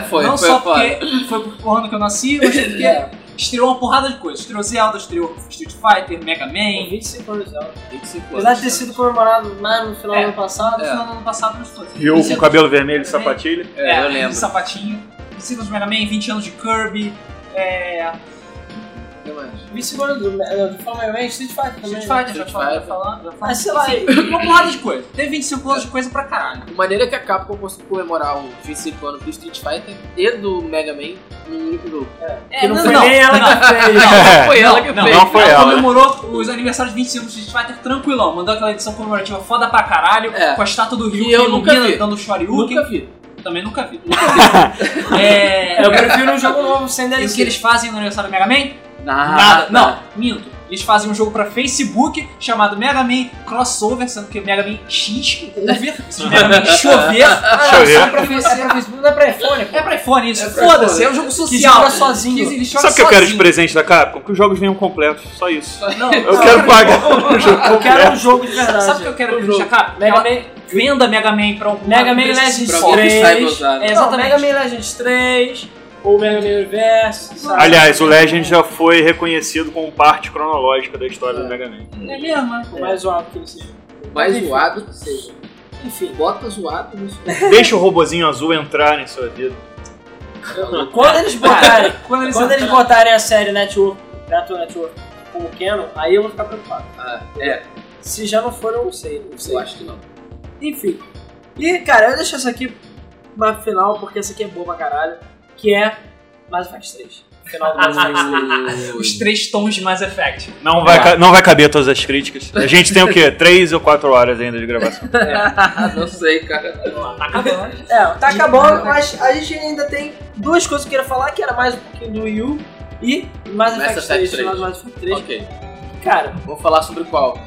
S3: foi,
S1: não
S3: foi
S1: só
S3: foda.
S1: porque foi por ano que eu nasci, mas porque
S2: é,
S3: *laughs*
S1: estreou uma porrada de coisas. Estreou Zelda, estreou Street Fighter, Mega
S2: Tem
S1: Man.
S2: 25 anos dela.
S3: 25
S2: Apesar
S3: anos.
S2: de ter sido comemorado mais no final
S1: É.
S2: do ano passado.
S1: No
S3: É.
S1: final do ano passado, mas todos.
S4: E eu com cabelo vermelho e
S1: É.
S4: sapatilha.
S3: É, eu lembro.
S1: Sapatinho. 25 anos de Mega Man, 20 anos de Kirby. É.
S3: O que mais?
S2: 25 anos do, do Flamengo Man, Street Fighter também. né?
S1: Street Fighter, já
S3: Street
S1: falei, já
S3: Fighter.
S1: falei, já falei.
S2: Mas sei lá,
S1: Uma porrada de coisa. Teve 25 anos de coisa pra caralho.
S3: A maneira é que a Capcom conseguiu comemorar um o 25 anos do Street Fighter e do Mega Man num único jogo.
S1: É,
S2: não foi nem ela que
S3: *laughs*
S1: fez.
S4: É,
S3: Foi ela
S1: não,
S3: que
S1: não,
S3: fez.
S4: não foi
S1: Ela
S4: ela.
S1: comemorou os aniversários de 20 anos de Street Fighter tranquilão. Mandou aquela edição comemorativa foda pra caralho,
S3: É.
S1: com a estátua do Ryu
S3: E eu
S1: que
S3: nunca
S1: ilumina,
S3: vi.
S1: dando Shoryuken.
S3: Nunca vi.
S1: Também nunca vi. Nunca vi. é,
S2: Eu prefiro um jogo novo sem
S1: e o
S2: DLC.
S1: que eles fazem no aniversário do Mega Man?
S3: Nada.
S1: Não, minto. Eles fazem um jogo pra Facebook chamado Mega Man Crossover, sendo que é Mega Man X, Over, esse Mega Man Chover.
S2: Ah, não,
S4: Deixa eu
S2: isso é
S4: ver.
S2: pra Facebook, é pra Facebook, não é pra iPhone, pô.
S1: né? É pra iPhone isso.
S3: É pra
S1: Foda-se,
S3: iPhone.
S1: é um jogo
S2: Que
S1: social.
S2: joga sozinho.
S1: eles
S4: Sabe o que eu quero de presente da Capcom? Que os jogos venham completos, só isso.
S1: Não,
S4: Eu quero pagar o
S2: Eu
S4: jogo
S2: quero um
S4: completo.
S2: jogo de verdade.
S1: É. Sabe o que eu quero
S2: Um
S1: de
S2: jogo.
S1: presente da Capcom?
S2: Mega
S1: Ela
S2: Man.
S1: Venda Mega Man pra um
S2: Mega Man
S1: pra um
S2: Legends
S3: Pra
S1: só.
S3: alguém que saiba
S2: 3.
S3: usar. né?
S1: É,
S2: Não,
S1: exatamente.
S2: Mega Man Legends 3. Ou Mega Man Universe. sabe?
S4: Aliás, o Legend já foi reconhecido como parte cronológica da história do Mega Man.
S1: É mesmo, né?
S2: O mais zoado que ele seja.
S3: Mais
S2: Enfim.
S3: zoado que seja.
S2: Enfim.
S3: Bota zoado no seu.
S4: Deixa o robozinho azul entrar em sua vida.
S2: Quando
S1: *laughs*
S2: eles botarem,
S1: Quando eles,
S2: quando eles botarem a série Network, Cartoon Network, como Canon, aí eu vou ficar preocupado.
S3: Ah, *laughs* é,
S2: Se já não for, eu não sei. Não sei.
S3: eu acho que não.
S2: Enfim. E, cara, eu deixo essa aqui na final, porque essa aqui é boa pra caralho. Que é Mass Effect 3.
S1: Final do Mass Effect
S3: *laughs*
S1: 3. Os três tons de Mass Effect. tipo,
S4: Não vai, ca- não vai caber todas as críticas. A gente tem o quê? Três ou quatro horas ainda de gravação.
S3: Ah, Não sei, cara.
S1: Vamos lá, Tá acabando.
S2: É, tá acabando, mas a gente ainda tem duas coisas que eu queria falar, que era mais um pouquinho do Wii U e Mass
S3: Mass
S2: Effect
S3: Effect
S2: 3,
S3: 3.
S2: final do Mass Effect 3.
S3: Ok.
S2: Cara,
S3: Vou falar sobre qual.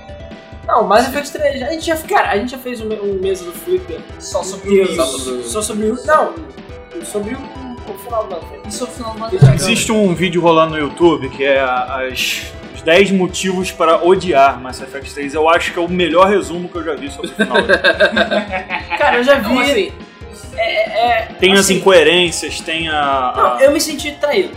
S2: não, Mass Effect 3, a gente já, cara, a gente já fez um, um mês do Flipper.
S1: Só sobre o
S3: Só
S1: Wii.
S3: sobre o-
S2: Só sobre o... Não, sobre o, o final do Mass Effect.
S1: Isso é o final do Mass
S2: Existe-
S1: Effect.
S4: Existe um vídeo rolando no YouTube que é as, os 10 motivos para odiar Mass Effect 3. Eu acho que é o melhor resumo que eu já vi sobre o final.
S2: Cara, eu já vi...
S3: Não, assim,
S4: Tem as
S2: Assim-
S4: incoerências, tem a.
S2: Não,
S4: a-
S2: eu me senti traído.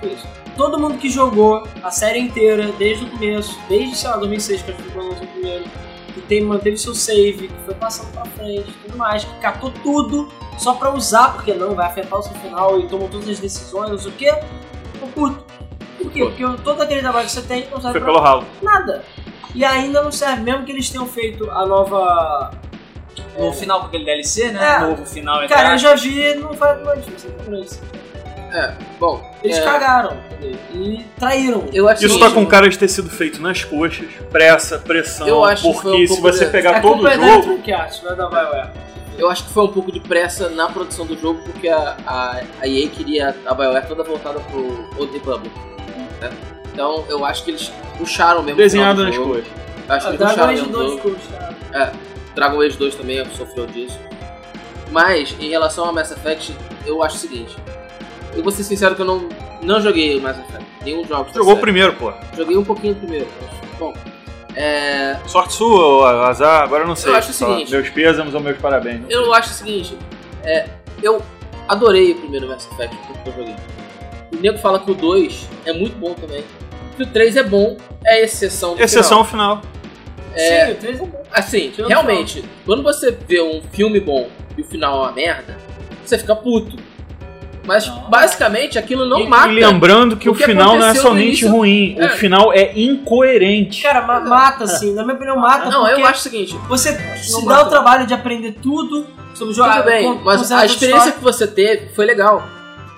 S2: Foi isso. Todo mundo que jogou a série inteira, desde o começo, desde, sei lá, 2006, que eu fui quando lançou o primeiro, que tem, manteve seu save, que foi passando pra frente, tudo mais, que catou tudo só pra usar, porque não, vai afetar o seu final e tomou todas as decisões, não sei o quê. Eu curto. Por quê? Porque eu- todo aquele trabalho que você tem não serve
S4: Foi
S2: pra
S4: pelo ralo.
S2: nada. E ainda não serve, mesmo que eles tenham feito a nova.
S1: No final com aquele DLC, né?
S2: É.
S1: Novo final. entre
S2: Cara, eu
S1: aspas.
S2: já vi, não faz mais diferença.
S3: bom,
S2: Eles
S3: é,
S2: cagaram, entendeu? E traíram.
S3: eu acho
S4: Isso
S3: que-
S4: tá com cara de ter sido feito nas coxas, pressa, pressão,
S3: Eu acho que foi
S4: porque
S3: um
S4: se
S3: pouco
S4: você
S3: de-
S4: pegar
S2: a
S4: todo o
S2: culpa é da
S4: jogo,
S2: Electronic Arts, não é da BioWare.
S3: Eu acho que foi um pouco de pressa na produção do jogo, porque a, a, a EA queria a BioWare é toda voltada pro Old Republic. né? Então eu acho que eles puxaram mesmo. o
S4: desenhado
S3: final do
S4: nas
S3: jogo.
S4: coxas.
S3: Eu Acho que
S2: Ah,
S3: eles
S2: Dragon
S3: puxaram
S2: Age
S3: mesmo.
S2: 2
S3: o jogo.
S2: ficou chato.
S3: Dragon Age 2 também sofreu disso. Mas, em relação ao Mass Effect, eu acho o seguinte. Eu vou ser sincero que eu não, não joguei o Mass Effect. Nenhum jogo.
S4: Jogou o primeiro, pô.
S3: Joguei um pouquinho primeiro. mas, Bom, é,
S4: Sorte sua, ou azar, agora eu não sei.
S3: acho o
S4: Só
S3: seguinte-
S4: Meus pêsamos ou meus parabéns. não
S3: Eu acho o seguinte, é, eu adorei o primeiro Mass Effect que eu joguei. O nego fala que o 2 é muito bom também. Que o 3 é bom, é exceção do
S4: sei. Exceção ao final.
S3: final. É,
S2: Sim, o 3 é bom.
S3: assim,
S2: Tirando
S3: realmente, quando você vê um filme bom e o final é uma merda, você fica puto. Mas
S1: Não.
S3: basicamente aquilo não
S4: E-
S3: mata.
S4: E lembrando que
S3: O
S4: o,
S3: que
S4: final não é
S3: aconteceu no
S4: somente
S3: início-
S4: ruim,
S3: É.
S4: o final é incoerente.
S2: Cara, ma- mata sim, na minha opinião mata.
S3: Ah, não, eu
S2: porque
S3: acho o seguinte,
S2: Você
S3: não
S2: se
S3: mata.
S2: dá o trabalho de aprender tudo sobre o jogo.
S3: tudo bem,
S2: con-
S3: mas
S2: conserva toda
S3: a experiência
S2: história.
S3: que você teve foi legal.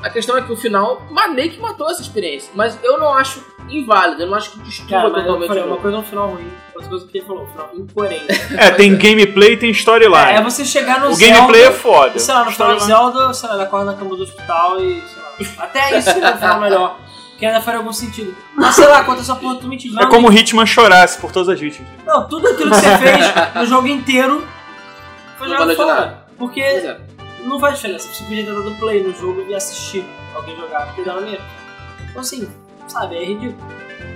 S3: A questão é que o final mas meio que matou essa experiência. Mas eu não acho inválido, eu não acho que
S2: Cara,
S3: destrua
S2: mas eu
S3: totalmente o
S2: falei,
S3: jogo.
S2: uma coisa é um final ruim, outra coisa que ele falou, um final incoerente.
S4: É, tem gameplay tem
S2: é, é
S4: storyline.
S2: você chegar no
S4: o
S2: Zelda,
S4: gameplay é foda.
S2: sei lá, no final do
S4: Storyline-
S2: Zelda, sei lá, ele acorda na cama do hospital e, sei lá, até isso seria um final melhor. Que ainda faria algum sentido. Mas sei lá, conta essa porra tu mentira.
S4: É como o Hitman chorasse por todas as vítimas.
S2: Não, tudo aquilo que você fez no jogo inteiro foi jogado
S3: Não valeu de
S2: fora.
S3: nada. Pois
S2: Porque
S3: é.
S2: não faz diferença. Você podia ter dado play no jogo e assistir alguém jogar, porque dava mesmo. Então assim, sabe, é ridículo.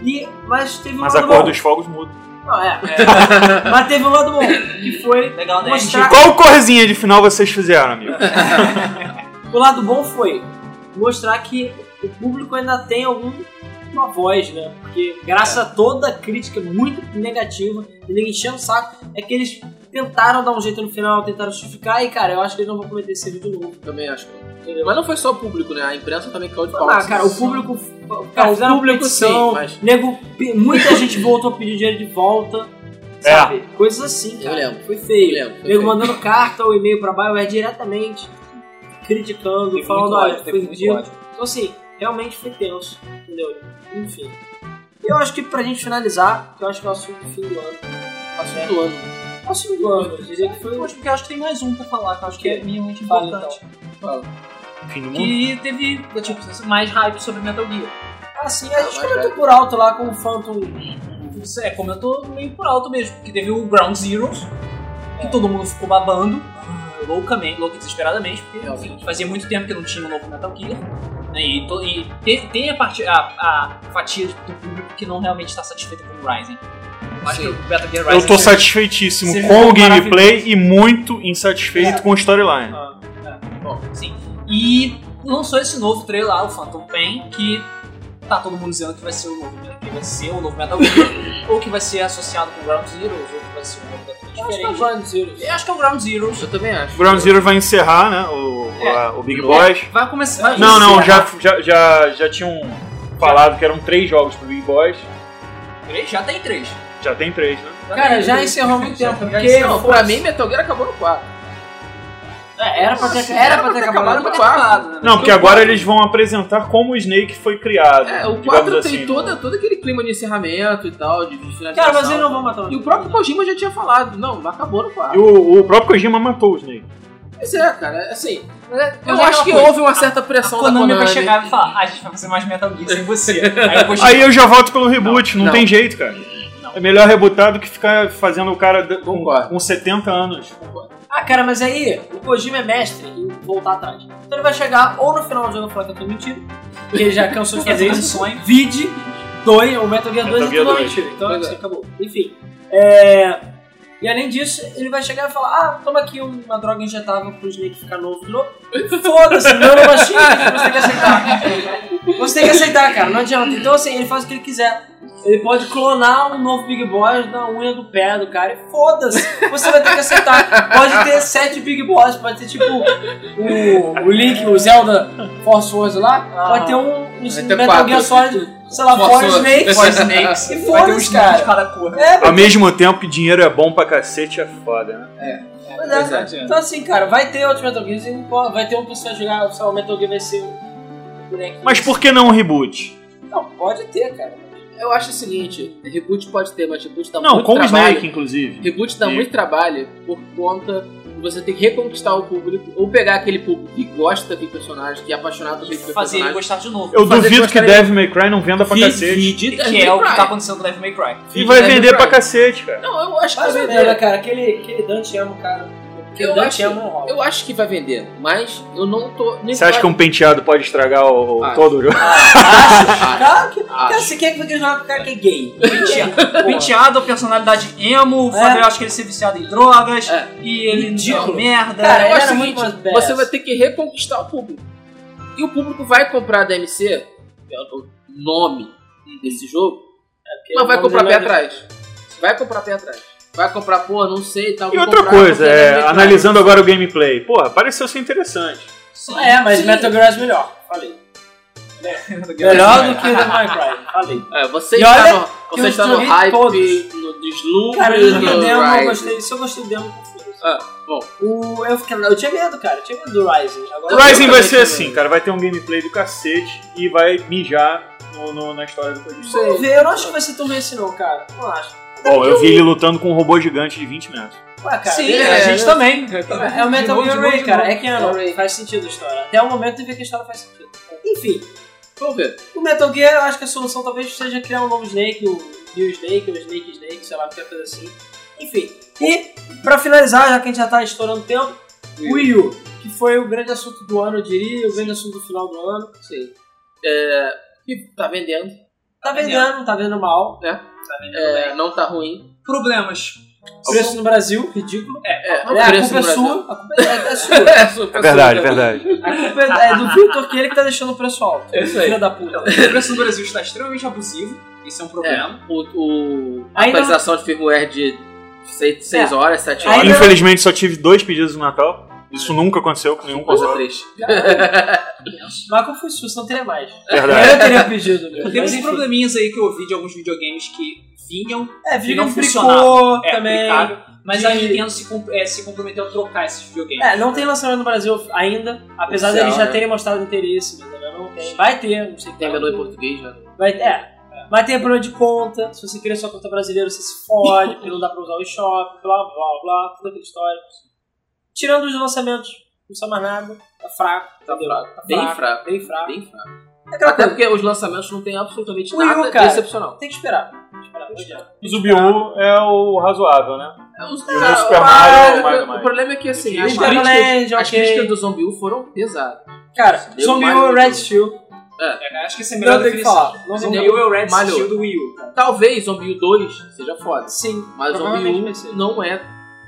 S2: E, mas teve um
S4: Mas a
S2: lado
S4: cor
S2: bom.
S4: dos fogos muda.
S2: Não, é. *laughs* mas teve um lado bom, que foi
S1: Legal, né?
S2: mostrar.
S4: Qual corzinha de final vocês fizeram, amigo?
S3: É.
S2: O lado bom foi mostrar que o público ainda tem alguma voz, né? Porque graças a toda a crítica muito negativa, e ninguém enchendo o saco, é que eles tentaram dar um jeito no final, tentaram justificar, e cara, eu acho que eles não vão cometer esse erro de novo.
S3: Também acho. que-
S2: Entendeu?
S3: Mas não foi só o público, né? A imprensa também caiu de pau. assim,
S2: Ah, cara, o
S3: Sim.
S2: público. Cara,
S3: o
S2: fizeram
S3: público
S2: petição,
S3: sim, mas-
S2: nego, pe- muita gente voltou a pedir dinheiro de volta.
S4: É.
S2: Sabe? Coisas assim,
S3: Eu
S2: cara.
S3: lembro.
S2: Foi
S3: Eu
S2: feio.
S3: lembro, foi
S2: Nego
S3: feio.
S2: mandando carta ou e-mail pra Bioware diretamente, criticando,
S1: Teve
S2: falando,
S1: muito
S2: olha,
S1: ódio,
S2: foi
S1: teve muito
S2: ridículo.
S1: ódio.
S2: Então assim, realmente foi tenso, entendeu? Enfim. Eu acho que pra gente finalizar, que eu acho que é o assunto do fim do ano.
S3: Assunto do ano.
S2: O assunto do ano, eu diria que foi
S1: Eu
S2: o
S1: acho que eu acho que tem mais um pra falar, que eu acho que é minimamente
S2: Fala,
S1: importante.
S4: Fim do mundo.
S1: Que teve, tipo, mais hype sobre Metal Gear.
S2: Assim, a gente
S3: Ah, mas
S2: comentou
S3: já-
S2: por alto lá com o Phantom.
S1: É, comentou meio por alto mesmo, porque teve o Ground Zeroes,
S2: É.
S1: que todo mundo ficou babando loucamente, louca desesperadamente,
S2: É,
S1: porque enfim, fazia muito tempo que não tinha um novo Metal Gear. né, E, to- e tem, tem a, parte, a, a fatia do público que não realmente está satisfeita com o Rising. Eu Acho que o Metal Gear Rising
S4: Eu tô
S1: seja-
S4: satisfeitíssimo
S1: seja
S4: com o
S1: maravilhoso.
S4: gameplay e muito insatisfeito com o storyline.
S2: Ah,
S1: Sim. E lançou esse novo trailer lá, o Phantom Pain, que tá todo mundo dizendo que vai ser o novo, que vai ser o novo Metal
S2: *laughs*
S1: Gear, ou que vai ser associado com o Ground Zero, ou que vai ser um novo Metal Gear
S2: acho que é o
S1: diferente.
S2: Ground Zero.
S1: Eu acho que é o Ground Zero.
S3: Eu também acho.
S4: O Ground Zero vai encerrar, né? O,
S1: É.
S4: a- o Big Boss.
S1: Vai começar. vai
S4: Não, não,
S1: encerrar.
S4: já, já, já, já tinham falado que eram três jogos pro Big Boss.
S1: Três? Já tem três.
S4: Já tem três, né?
S2: Cara, já encerrou há muito tempo.
S1: Já
S2: Porque,
S1: encerrou.
S3: Não, pra mim Metal Gear acabou no 4.
S2: É, era pra ter,
S3: Assim,
S2: era pra ter acabado
S3: no
S2: no quarto.
S3: 4.
S1: né?
S4: Não, porque
S2: um
S4: agora eles vão apresentar como o Snake foi criado.
S3: É, o
S4: digamos
S3: 4
S4: assim,
S3: tem
S4: né?
S3: toda, todo aquele clima de encerramento e tal, de finalização.
S2: Cara, mas eles não vão matar
S3: E o próprio Kojima já tinha falado, não, acabou no 4.
S4: E o, o próprio Kojima matou o Snake.
S3: Pois é, cara, assim,
S1: Mas é-
S3: eu
S1: mas é
S3: acho
S1: aquela
S3: que
S1: coisa.
S3: houve uma certa pressão
S1: A
S3: da
S1: Konami
S3: Konami.
S1: vai chegar e falar, ah, a gente vai fazer mais Metal Gear sem você. Aí depois
S4: Aí eu já volto pelo reboot, não,
S3: Não.
S4: tem jeito, cara.
S1: Não.
S4: É melhor rebootar do que ficar fazendo o cara d- com,
S3: Concordo.
S4: com 70 anos.
S2: Ah, cara, mas aí o Kojima é mestre em voltar atrás. Então ele vai chegar ou no final do jogo e falar que eu tô mentindo, porque ele já cansou de
S1: Quer
S2: fazer
S1: dizer,
S3: *laughs*
S2: isso.
S1: sonho.
S2: Vide, dois, o Metal Gear 2 é
S4: Metal
S2: tudo
S4: Gear
S2: uma
S4: 2.
S2: mentira. Então
S3: Pois
S2: assim,
S3: é.
S2: acabou. Enfim. é, E além disso, ele vai chegar e falar: Ah, toma aqui uma droga injetável pro Snake ficar novo de novo. Foda-se, não é machine, você tem que aceitar. Você tem que aceitar, cara, não adianta. Então assim, ele faz o que ele quiser. Ele pode clonar um novo Big Boss na unha do pé do cara e foda-se, você vai ter que aceitar. Pode ter sete Big Boss, pode ter tipo o, o Link, o Zelda Force Wars lá,
S1: Ah.
S2: pode ter um, um
S3: ter
S2: Metal
S3: quatro.
S2: Gear Solid, sei lá,
S3: Force
S2: Force
S3: Wars.
S2: Snake.
S1: Four Snakes.
S2: E
S1: vai ter um
S2: foda-se,
S1: Snake
S2: cara.
S1: de cada cor. né?
S2: É,
S4: Ao mesmo tempo que dinheiro é bom pra cacete, é foda, né?
S2: Pois é,
S3: Pois é.
S2: cara. Então assim, cara, vai ter outros Metal Gears, e não pode- vai ter um pessoal jogar, sei lá, o Metal Gear vai ser um bonequinho. assim.
S4: Mas por que não um reboot?
S2: Não, pode ter, cara.
S3: Eu acho o seguinte, reboot pode ter, mas reboot dá
S4: Não,
S3: muito
S4: com o
S3: trabalho.
S4: Snake, inclusive.
S3: Reboot dá
S4: Sim.
S3: muito trabalho por conta de você ter que reconquistar o público ou pegar aquele público que gosta daquele personagem, que é apaixonado pelo
S1: Fazer ele
S3: personagem.
S1: gostar de novo.
S4: Eu
S3: fazer
S4: duvido
S3: duas
S4: que
S3: caras-
S4: Devil May Cry não venda pra
S3: Vi-
S4: cacete.
S3: vide-
S1: Que é o que
S3: Cry.
S1: tá acontecendo com Devil May Cry.
S4: E vai
S3: Devil
S4: vender
S3: May
S4: pra
S3: Cry.
S4: cacete, cara.
S3: Não, eu acho que vai
S2: Mas
S3: vender.
S2: vender, né, cara? Aquele, aquele Dante ama, cara. Aquele
S3: Eu
S2: Dante
S3: acho-
S2: ama não rola.
S3: Eu acho que vai vender, mas eu não tô. nem
S4: Você acha que um penteado pode estragar o, o-
S3: Acho.
S4: todo o jogo?
S3: Ah,
S2: Cara, que, cara,
S3: acho.
S2: você quer que vai jogar com o cara que assim, é gay? É
S3: *laughs*
S1: Penteado, penteado, personalidade emo, o Fábio acha que ele ser viciado em drogas,
S3: É.
S1: e ele é
S2: Ridículo.
S1: uma merda.
S2: Cara,
S3: eu
S2: Era
S3: acho o
S2: muito
S3: seguinte,
S2: mais badass.
S3: você vai ter que reconquistar o público. E o público vai comprar a DMC, que é o nome desse jogo,
S2: Uhum.
S3: mas
S2: É um
S3: vai comprar pé atrás. Vai comprar pé atrás. Vai comprar, pô, não sei e tal.
S4: E
S3: vou
S4: outra
S3: comprar,
S4: coisa,
S3: porque
S4: é,
S3: Devil May Cry.
S4: analisando agora o gameplay, porra, pareceu ser interessante.
S1: Sim.
S2: É, mas
S3: Sim.
S2: Metal Gear é melhor. Falei. Melhor do que o Devil May Cry. Falei.
S3: É, você
S2: E
S3: está
S2: olha
S3: no,
S2: que
S3: você
S2: eu
S3: está no
S2: joguei
S3: hype,
S2: todos.
S3: no deslumbre,
S2: Cara,
S3: no
S2: eu joguei o demo, eu
S3: Rise.
S2: gostei. Se eu gostei do demo, eu fui.
S3: Ah, bom.
S2: O, eu, fiquei, eu tinha medo, cara. Eu tinha medo do Rising. Agora,
S4: O Rising
S3: Eu
S4: vai
S3: também
S4: ser
S3: tô
S4: assim,
S3: vendo.
S4: cara, vai ter um gameplay do cacete e vai mijar no- no- na história do Kojima.
S2: Vamos ver. Eu não acho que vai ser tão bem assim, não, cara. Não acho.
S4: Bom, eu vi ele lutando com um robô gigante de 20 metros.
S2: Ué, cara.
S1: Sim,
S2: beleza.
S1: a gente também.
S2: É o Metal Gear Ray, cara. É que
S3: é. de novo.
S2: não, faz sentido a história. Até o momento eu vi que a história faz sentido. Enfim,
S3: Vamos ver.
S2: o Metal Gear, eu acho que a solução talvez seja criar um novo Snake, o New Snake, o Snake Snake, sei lá, qualquer coisa assim. Enfim, e pra finalizar, já que a gente já tá estourando o tempo, o Wii U, que foi o grande assunto do ano, eu diria, o grande assunto do final do ano.
S3: Sim. É, e tá vendendo,
S2: Tá vendendo, tá vendendo mal.
S3: é, não tá ruim.
S1: Problemas.
S2: Preço no Brasil, ridículo.
S3: É,
S2: É, a
S3: preço
S2: culpa é
S3: no Brasil.
S2: sua, a culpa é, é sua.
S3: É, sua pessoa,
S4: verdade,
S3: né?
S4: verdade.
S2: A culpa é, é do Victor, que ele que tá deixando o preço alto.
S3: É isso aí.
S2: Filha da puta.
S1: O preço do Brasil está extremamente abusivo, isso é um problema.
S3: O, o, a
S2: Ainda-
S3: atualização de firmware de 6
S2: É.
S3: horas, 7
S2: Ainda-
S3: horas.
S4: Infelizmente só tive dois pedidos no Natal. Isso nunca aconteceu com nenhum
S3: Coisa
S4: *laughs* console.
S3: triste.
S2: Mas como foi sua, senão teria mais.
S4: Verdade.
S2: Eu teria pedido, meu.
S1: Tem
S2: Mas,
S1: uns
S2: enfim.
S1: probleminhas aí que eu ouvi de alguns videogames que vinham,
S2: É, vídeo
S1: não
S2: não ficou
S1: funcionava. é,
S2: também.
S1: aplicável, mas
S2: de-
S1: a Nintendo se, com- é, se comprometeu a trocar esses videogames.
S2: É, não tem lançamento no Brasil ainda, apesar
S3: Oficial,
S2: deles já
S3: né?
S2: terem mostrado interesse, mas ainda não tem. Vai ter, não sei
S3: Tem
S2: quando.
S3: menor em português, né?
S2: Vai ter, é. Vai ter problema de conta, se você cria sua conta brasileira, você se fode, porque não dá pra usar o eShop, blá blá blá, toda aquela história. Tirando os lançamentos, não precisa mais nada, tá fraco,
S3: Tá
S2: entendeu?
S3: fraco.
S2: Tá
S3: Bem fraco.
S2: bem fraco.
S3: Bem fraco.
S2: É aquela
S3: Até
S2: coisa,
S3: porque os lançamentos não tem absolutamente
S2: O Wii U,
S3: nada
S2: cara.
S3: excepcional.
S2: tem que esperar. Tem que esperar, não adianta.
S4: É O Zubiu é o razoável, né?
S3: Os-
S4: E o
S3: ah,
S4: Super
S3: ah,
S4: Mario, né?
S3: o-
S4: Mario, Mario.
S3: O problema é que assim,
S4: E
S3: as
S4: o
S3: críticas,
S2: Mario,
S3: as
S2: ok.
S3: críticas do Zombie U foram pesadas.
S2: Cara,
S3: Deu
S2: Zombie
S3: mais
S2: U
S3: um
S2: Red
S3: jogo.
S2: Steel,
S1: É, acho que esse é a melhor
S2: não tem o que
S1: definição.
S2: falar. Não
S1: O
S2: vamos
S1: Zombie U é o Red
S3: Malhou.
S1: Steel do Wii U. cara.
S3: Talvez Zombie U 2 seja foda,
S2: Sim,
S3: mas Zombie
S2: provavelmente vai ser.
S3: U não é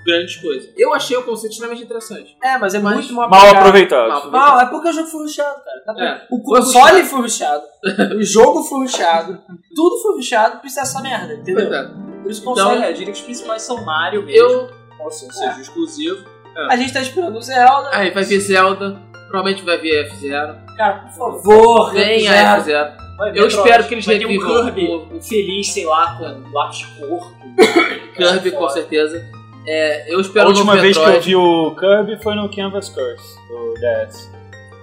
S3: grande coisa. Eu achei o conceito extremamente interessante.
S2: É, mas é
S3: Mas-
S2: muito mal
S4: Mal
S2: aplicado.
S4: aproveitado.
S2: Mal, é porque o jogo foi rushado, cara. Tá vendo?
S3: É.
S2: O console foi rushado, o jogo foi rushado, tudo foi rushado por ser essa merda, entendeu?
S3: Coitado.
S2: Por isso o
S1: Então,
S2: console.
S1: é, eu diria que os principais são Mario mesmo,
S3: Eu.
S1: ou seja, exclusivo.
S2: A gente tá esperando o Zelda.
S3: Aí É, vai vir Zelda, provavelmente vai vir F0.
S2: Cara, por favor,
S3: Vem a
S2: Zelda.
S3: F0.
S1: Vai ver
S3: Eu
S1: Metroid.
S3: espero que eles
S1: Vai ter um
S3: revivam
S1: Kirby
S3: o- um
S1: feliz, sei lá, com lápis de cor.
S3: Kirby, com certeza. É, eu
S4: A
S3: espero
S4: última
S3: um novo
S4: vez que eu
S3: Metroid.
S4: vi o Kirby foi no Canvas Curse, do DS.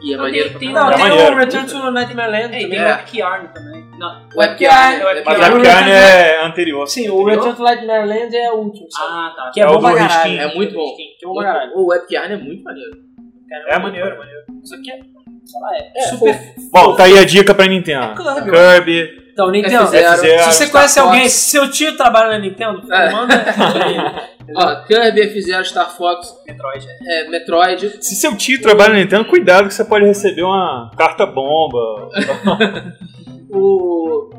S3: E é maneiro pra
S1: Tem-
S2: Não,
S4: É
S2: tem
S4: maneiro.
S2: o Return to Nightmare Land
S1: Ei,
S2: também. né?
S1: tem
S3: É.
S1: Webkeyarn também. Não,
S3: Webkey
S1: Webkeyarn,
S3: Arm,
S1: Webkey
S4: Mas
S1: Arm.
S4: a
S2: Arm.
S4: carne é anterior.
S2: Sim, o Return to Nightmare Land é o último, sabe?
S1: Ah, tá.
S2: Que é
S4: É o
S2: bom
S4: do
S2: pra
S4: Risquinho.
S2: caralho.
S3: É muito bom.
S2: Que é bom pra caralho.
S3: O Webkeyarn é muito maneiro.
S4: É maneiro, é maneiro.
S2: Isso aqui é, sei lá, é,
S3: É,
S2: super...
S4: Bom, tá aí a dica pra Nintendo.
S1: Kirby.
S4: Kirby,
S2: Então, Nintendo,
S3: F0.
S2: se você
S3: é,
S2: conhece
S4: Star
S3: Fox.
S2: alguém, se seu tio trabalha na Nintendo,
S3: É.
S2: manda pra ele.
S3: Ó, Kirby, F-Zero, Star Fox,
S1: Metroid.
S3: é, Metroid.
S4: Se seu tio trabalha na Nintendo, cuidado que você pode receber uma carta *laughs* bomba.
S3: O. O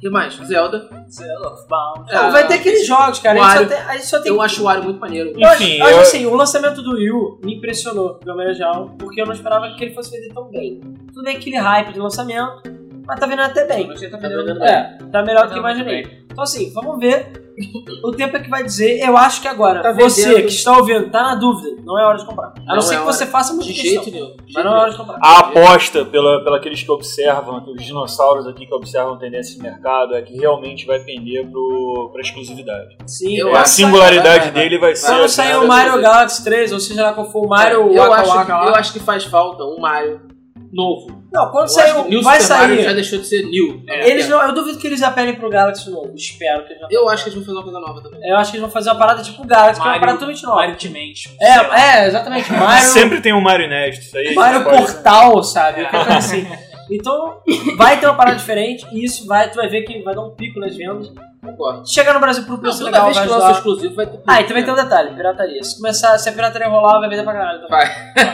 S3: que mais? Zelda.
S1: Zelda.
S2: Não, vai ter aqueles jogos, cara. A gente, só
S3: Mario.
S2: tem, a gente só tem.
S3: Eu acho o Wario muito maneiro.
S2: Eu acho-
S4: Enfim,
S2: eu acho
S4: eu-
S2: assim, o lançamento do Wii U me impressionou, de uma maneira geral, porque eu não esperava que ele fosse vender tão bem. Tudo bem aquele hype de lançamento, mas tá vendendo até bem.
S1: Você tá
S3: Tá
S1: vendendo
S3: vendendo
S2: É, tá melhor do que
S1: Tá vendendo
S2: imaginei. Então assim, vamos ver. O tempo é que vai dizer. Eu acho que agora,
S3: Tá
S2: você
S3: vendendo.
S2: que está ouvindo, tá na dúvida, não é hora de comprar. A não,
S3: Não
S2: ser
S3: é
S2: que
S3: hora.
S2: você faça muita
S3: De
S2: questão,
S3: jeito nenhum. De
S2: mas
S3: jeito
S2: não é hora
S3: nenhum.
S2: de comprar.
S4: A aposta pela, pela aqueles que observam, aqueles dinossauros aqui que observam tendências de mercado, é que realmente vai pender pro, pra exclusividade.
S2: Sim,
S3: Ah, Eu
S4: a
S3: acho que
S4: singularidade
S3: vai, vai,
S4: dele vai,
S2: Quando
S4: ser. né?
S2: sair o
S3: eu
S2: Mario
S3: sei.
S2: Galaxy 3, ou seja lá qual for o Mario
S3: É, eu,
S2: Waka
S3: acho,
S2: Waka
S3: que- eu
S2: lá.
S3: acho que faz falta um Mario novo.
S2: Não,
S3: Eu
S2: quando
S3: acho
S2: sair,
S3: que
S2: o-
S3: New
S2: vai
S3: Super Mario
S2: sair.
S3: já deixou de ser new.
S2: Eles não, eu duvido que eles apelem pro Galaxy novo. Espero que eles não.
S3: É, Eu acho que eles vão fazer uma coisa nova também.
S2: Eu acho que eles vão fazer uma parada tipo Galaxy, que é uma
S1: Mario-
S2: parada totalmente nova.
S1: Mario Dimension. Zelda.
S2: É, é,
S3: *laughs*
S2: exatamente. Mario,
S4: Sempre tem um Mario Nest, isso aí. a gente
S2: Mario
S4: pode-
S2: Portal, sabe? Qualquer coisa
S3: *laughs*
S2: assim. Então, vai ter uma parada diferente e isso vai, tu vai ver que vai dar um pico nas vendas.
S3: Concordo.
S2: Chegar no Brasil pro
S3: Não,
S2: preço
S3: toda
S2: legal
S3: vez
S2: vai
S3: que lança
S2: ajudar.
S3: exclusivo vai ter. né?
S2: Ah, e também tem um detalhe, pirataria. Se, começar, se a pirataria rolar, vai vender pra caralho. também.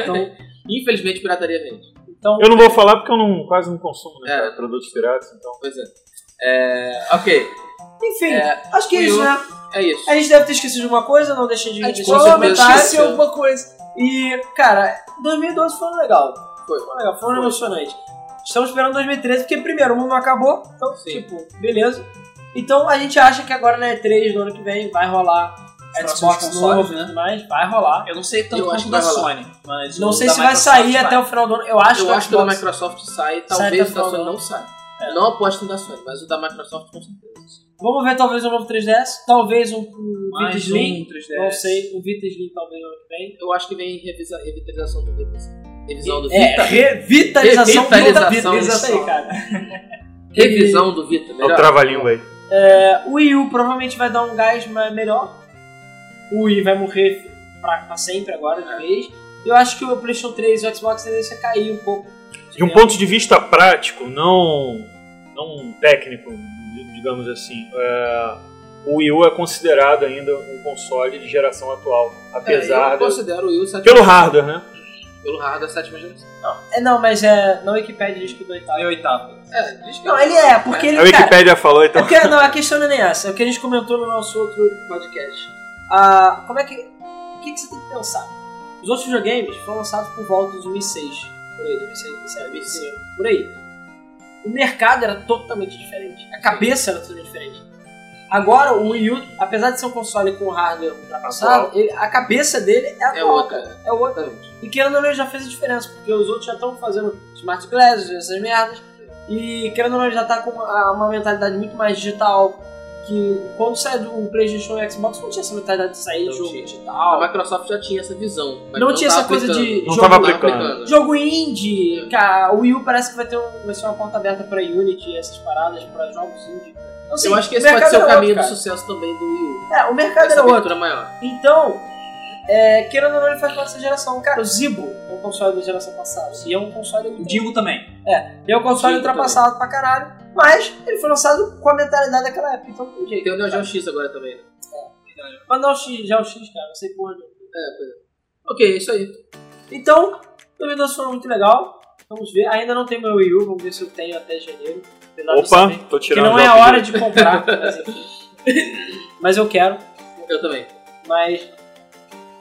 S2: Então,
S3: Infelizmente, pirataria vende.
S2: então
S4: Eu não vou falar porque eu não, quase não consumo né,
S3: É.
S4: cara, produtos piratas, então.
S3: Pois é. É, ok,
S2: enfim,
S3: É,
S2: acho que é
S3: Wii
S2: isso,
S3: U.
S2: né?
S3: é isso.
S2: A gente deve ter esquecido de uma coisa, não deixa de
S3: A gente
S2: deixar
S3: com
S2: de
S3: certeza
S2: comentar se
S3: esqueceu.
S2: alguma coisa. E, cara, 2012 foi um ano legal.
S3: Foi.
S2: um ano legal, foi um ano emocionante. Estamos esperando 2013, porque primeiro, o mundo não acabou, então,
S3: Sim.
S2: tipo, beleza. Então a gente acha que agora na E3 do ano que vem vai rolar
S1: Os
S2: Xbox
S1: próximos
S2: novo,
S1: consoles, né?
S2: mas vai rolar.
S1: Eu não sei tanto
S3: Eu
S1: quanto
S3: acho que
S1: da
S3: vai rolar.
S1: Sony, mas.
S2: Não
S1: o
S2: sei
S1: da
S2: se vai
S1: Microsoft
S2: sair até o final do ano. Eu acho
S3: Eu
S2: que o
S3: acho que o da
S2: Xbox-
S3: Microsoft sai,
S2: até
S3: talvez o
S2: final
S3: da
S2: do
S3: Sony
S2: ano.
S3: não saia.
S2: É.
S3: Não aposto no da Sony, mas o da Microsoft com certeza.
S2: Vamos ver talvez um novo 3DS, talvez um, um
S1: Mais
S2: Vita
S1: um
S2: Slim,
S1: 3DS.
S2: não sei, um Vita Slim talvez no ano que vem.
S3: Eu acho que vem revisa, revitalização do Vita. Revisão do
S2: É,
S3: Vita.
S2: revitalização,
S3: Revitalização,
S2: Vita,
S3: isso
S2: isso aí,
S3: aí.
S2: cara. é.
S3: Revisão do Vita,
S4: É o
S3: melhor.
S4: trava-língua aí.
S2: O Wii U provavelmente vai dar um gás ma- melhor. O Wii vai morrer pra, pra sempre agora, de vez. Eu acho que o PlayStation 3 e o Xbox tendência a cair um pouco.
S4: De um ponto de vista prático, não, não técnico, di- digamos assim, é, o Wii U é considerado ainda um console de geração atual,
S3: É,
S4: apesar
S3: eu
S4: de-
S3: considero o Will sétima
S4: pelo
S3: geração.
S4: hardware, né?
S3: Pelo hardware sétima geração.
S2: É, não, mas é, não a Wikipedia diz que o do oitavo.
S1: É o oitavo.
S3: É, diz que
S2: Não, ele é, porque ele.
S4: A
S2: cara,
S4: Wikipédia falou,
S2: é
S4: então.
S2: porque, não, a questão não é nem essa. É o que a gente comentou no nosso outro podcast. Ah, como é que. O que, que você tem que pensar? Os outros videogames foram lançados por volta de 2006. Por aí, 2006, 2007, 2005. Por aí. O mercado era totalmente diferente. A cabeça era totalmente diferente. Agora, o Wii U, apesar de ser um console com hardware ultrapassado, ele- a cabeça dele é,
S3: É
S2: atual,
S3: outra.
S2: cara. É outra.
S3: Exatamente.
S2: E querendo ou não, ele já fez a diferença, porque os outros já estão fazendo smart glasses, essas merdas. E querendo ou não, ele já tá com uma, uma mentalidade muito mais digital. Que quando saiu do um PlayStation e Xbox, não tinha essa mentalidade de sair
S3: Não
S2: de jogo
S3: tinha.
S2: digital.
S3: A Microsoft já tinha essa visão. mas
S2: Não tinha
S3: tava
S2: essa coisa de
S3: aplicando.
S4: Não
S2: jogo-
S4: tava
S3: Não tava
S4: aplicando.
S3: aplicando.
S2: Jogo indie, cara, o Wii U parece que vai ter um, vai ser uma porta aberta pra Unity, essas paradas, pra jogos indie. Então, assim,
S3: Eu acho que esse pode
S2: mercado
S3: ser o
S2: era
S3: caminho do
S2: outro,
S3: sucesso também do Will.
S2: cara. É, o mercado
S3: Essa
S2: era outro.
S3: abertura maior.
S2: Então, é, querendo ou não, ele faz parte dessa geração. Cara, o Zibo é um console da geração passada. E é um console
S1: O Dingo também.
S2: E é um console
S3: Sim,
S2: ultrapassado pra caralho, mas ele foi lançado com a mentalidade daquela época, então não tem
S3: Tem
S2: jeito.
S3: o Neo Geo X agora também. né?
S2: Mas não é o X, já é o X, cara, não sei porra. nenhuma.
S3: É, pois é. Ok, é isso aí.
S2: Então, 2012 foi muito legal, vamos ver. Ainda não tem meu Wii U, vamos ver se eu tenho até janeiro. apesar de eu saber
S4: Opa, um tô
S2: É, Que
S4: tirando.
S2: não é
S4: já
S2: a
S4: o
S2: hora de comprar, mas enfim. Mas eu quero,
S3: Eu também.
S2: mas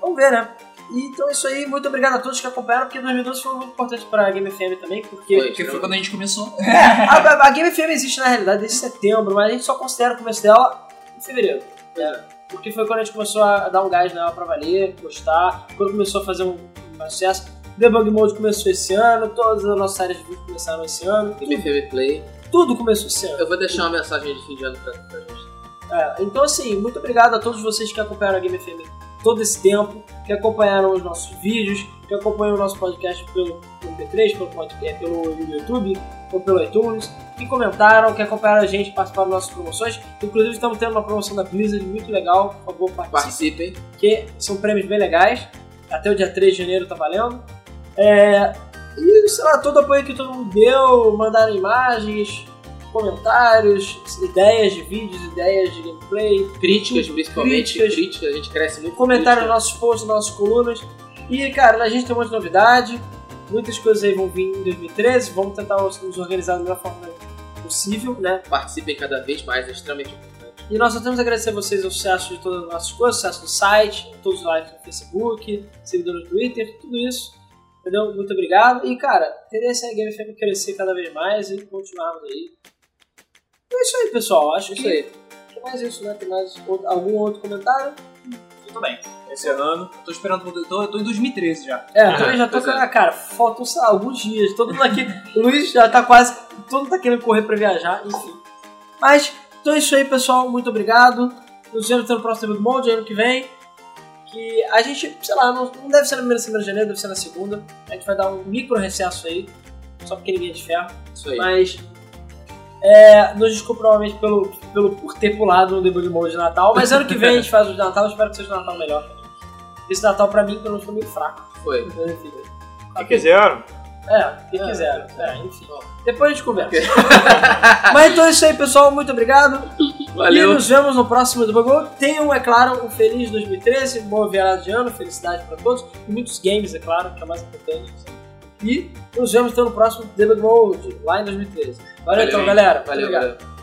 S2: vamos ver, né? Então é isso aí, muito obrigado a todos que acompanharam, porque 2012 foi muito importante pra Game FM também, porque
S3: Foi.
S1: Porque foi quando a gente começou.
S2: A, a- a Game FM existe na realidade desde setembro, mas a gente só considera o começo dela em fevereiro.
S3: é.
S2: né? Porque foi quando a gente começou a dar um gás nela pra valer, gostar, quando começou a fazer um, um sucesso. Debug Mode começou esse ano, todas as nossas áreas de vídeo começaram esse ano,
S3: Game
S2: tudo,
S3: FM Play.
S2: tudo começou esse ano.
S3: Eu vou deixar uma mensagem de fim de ano pra, pra gente.
S2: É, então, assim, muito obrigado a todos vocês que acompanharam a Game FM todo esse tempo, que acompanharam os nossos vídeos, que acompanham o nosso podcast pelo MP3, pelo, podcast, pelo YouTube ou pelo iTunes, que comentaram, que acompanharam a gente, participaram das nossas promoções. Inclusive, estamos tendo uma promoção da Blizzard muito legal, por favor, participem
S3: Participem.
S2: que são prêmios bem legais. Até o dia 3 de janeiro tá valendo. É, e sei lá, todo o apoio que todo mundo deu, mandaram imagens, comentários, ideias de vídeos, ideias de gameplay,
S3: Críticas, principalmente.
S2: Críticas.
S3: Críticas. a gente cresce muito. com
S2: comentários nos
S3: crítica.
S2: nossos posts, nas nossas colunas. E cara, a gente tem um monte de novidade, muitas coisas aí vão vir em 2013, vamos tentar nos organizar da melhor forma possível, né?
S3: Participem cada vez mais, é extremamente importante.
S2: E nós só temos a agradecer a vocês o sucesso de todas as nossas coisas, o sucesso do site, todos os likes no Facebook, seguidores no Twitter, tudo isso. Entendeu? Muito obrigado. E, cara, tendência é a Game FM crescer cada vez mais e continuarmos aí. É isso aí, pessoal. Acho
S3: Isso
S2: que
S3: aí.
S2: tem mais isso, né? Tem mais outro- algum outro comentário?
S1: Tudo bem. Encerrando. Tô esperando. Tô, tô em 2013 já.
S2: É, eu também já tô
S3: pois
S2: com.
S3: é.
S2: ah, Cara, faltam, sei lá, alguns dias. Todo mundo aqui. *laughs* o Luiz já tá quase. Todo mundo tá querendo correr pra viajar, enfim. Mas, então é isso aí, pessoal. Muito obrigado. Nos vemos no próximo do Monde, ano que vem. Que a gente, sei lá, não, não deve ser na primeira semana de janeiro, deve ser na segunda. A gente vai dar um micro recesso aí. Só porque ninguém é de ferro.
S3: Isso aí.
S2: Mas. É, nos desculpa provavelmente pelo, pelo, por ter pulado no debug mode de Natal, mas ano que vem a gente faz o de Natal, espero que seja o Natal melhor. Esse Natal pra mim, pelo menos, foi meio fraco.
S3: Foi.
S2: Mas enfim.
S4: Que quiseram.
S2: assim. É,
S3: Ah,
S2: quem quiser.
S3: tá.
S2: É, enfim. Depois a gente conversa. *laughs* Mas então é isso aí, pessoal. Muito obrigado. E
S3: Valeu.
S2: nos vemos no próximo do Bagulho. Tenham, é claro, um feliz 2013, boa virada de ano, felicidade pra todos. E muitos games, é claro, que é o mais importante. E nos vemos então no próximo Debug Mode, lá em 2013. Valeu,
S3: Valeu,
S2: então,
S3: hein?
S2: galera. Muito
S3: Valeu,
S2: obrigado.
S3: galera.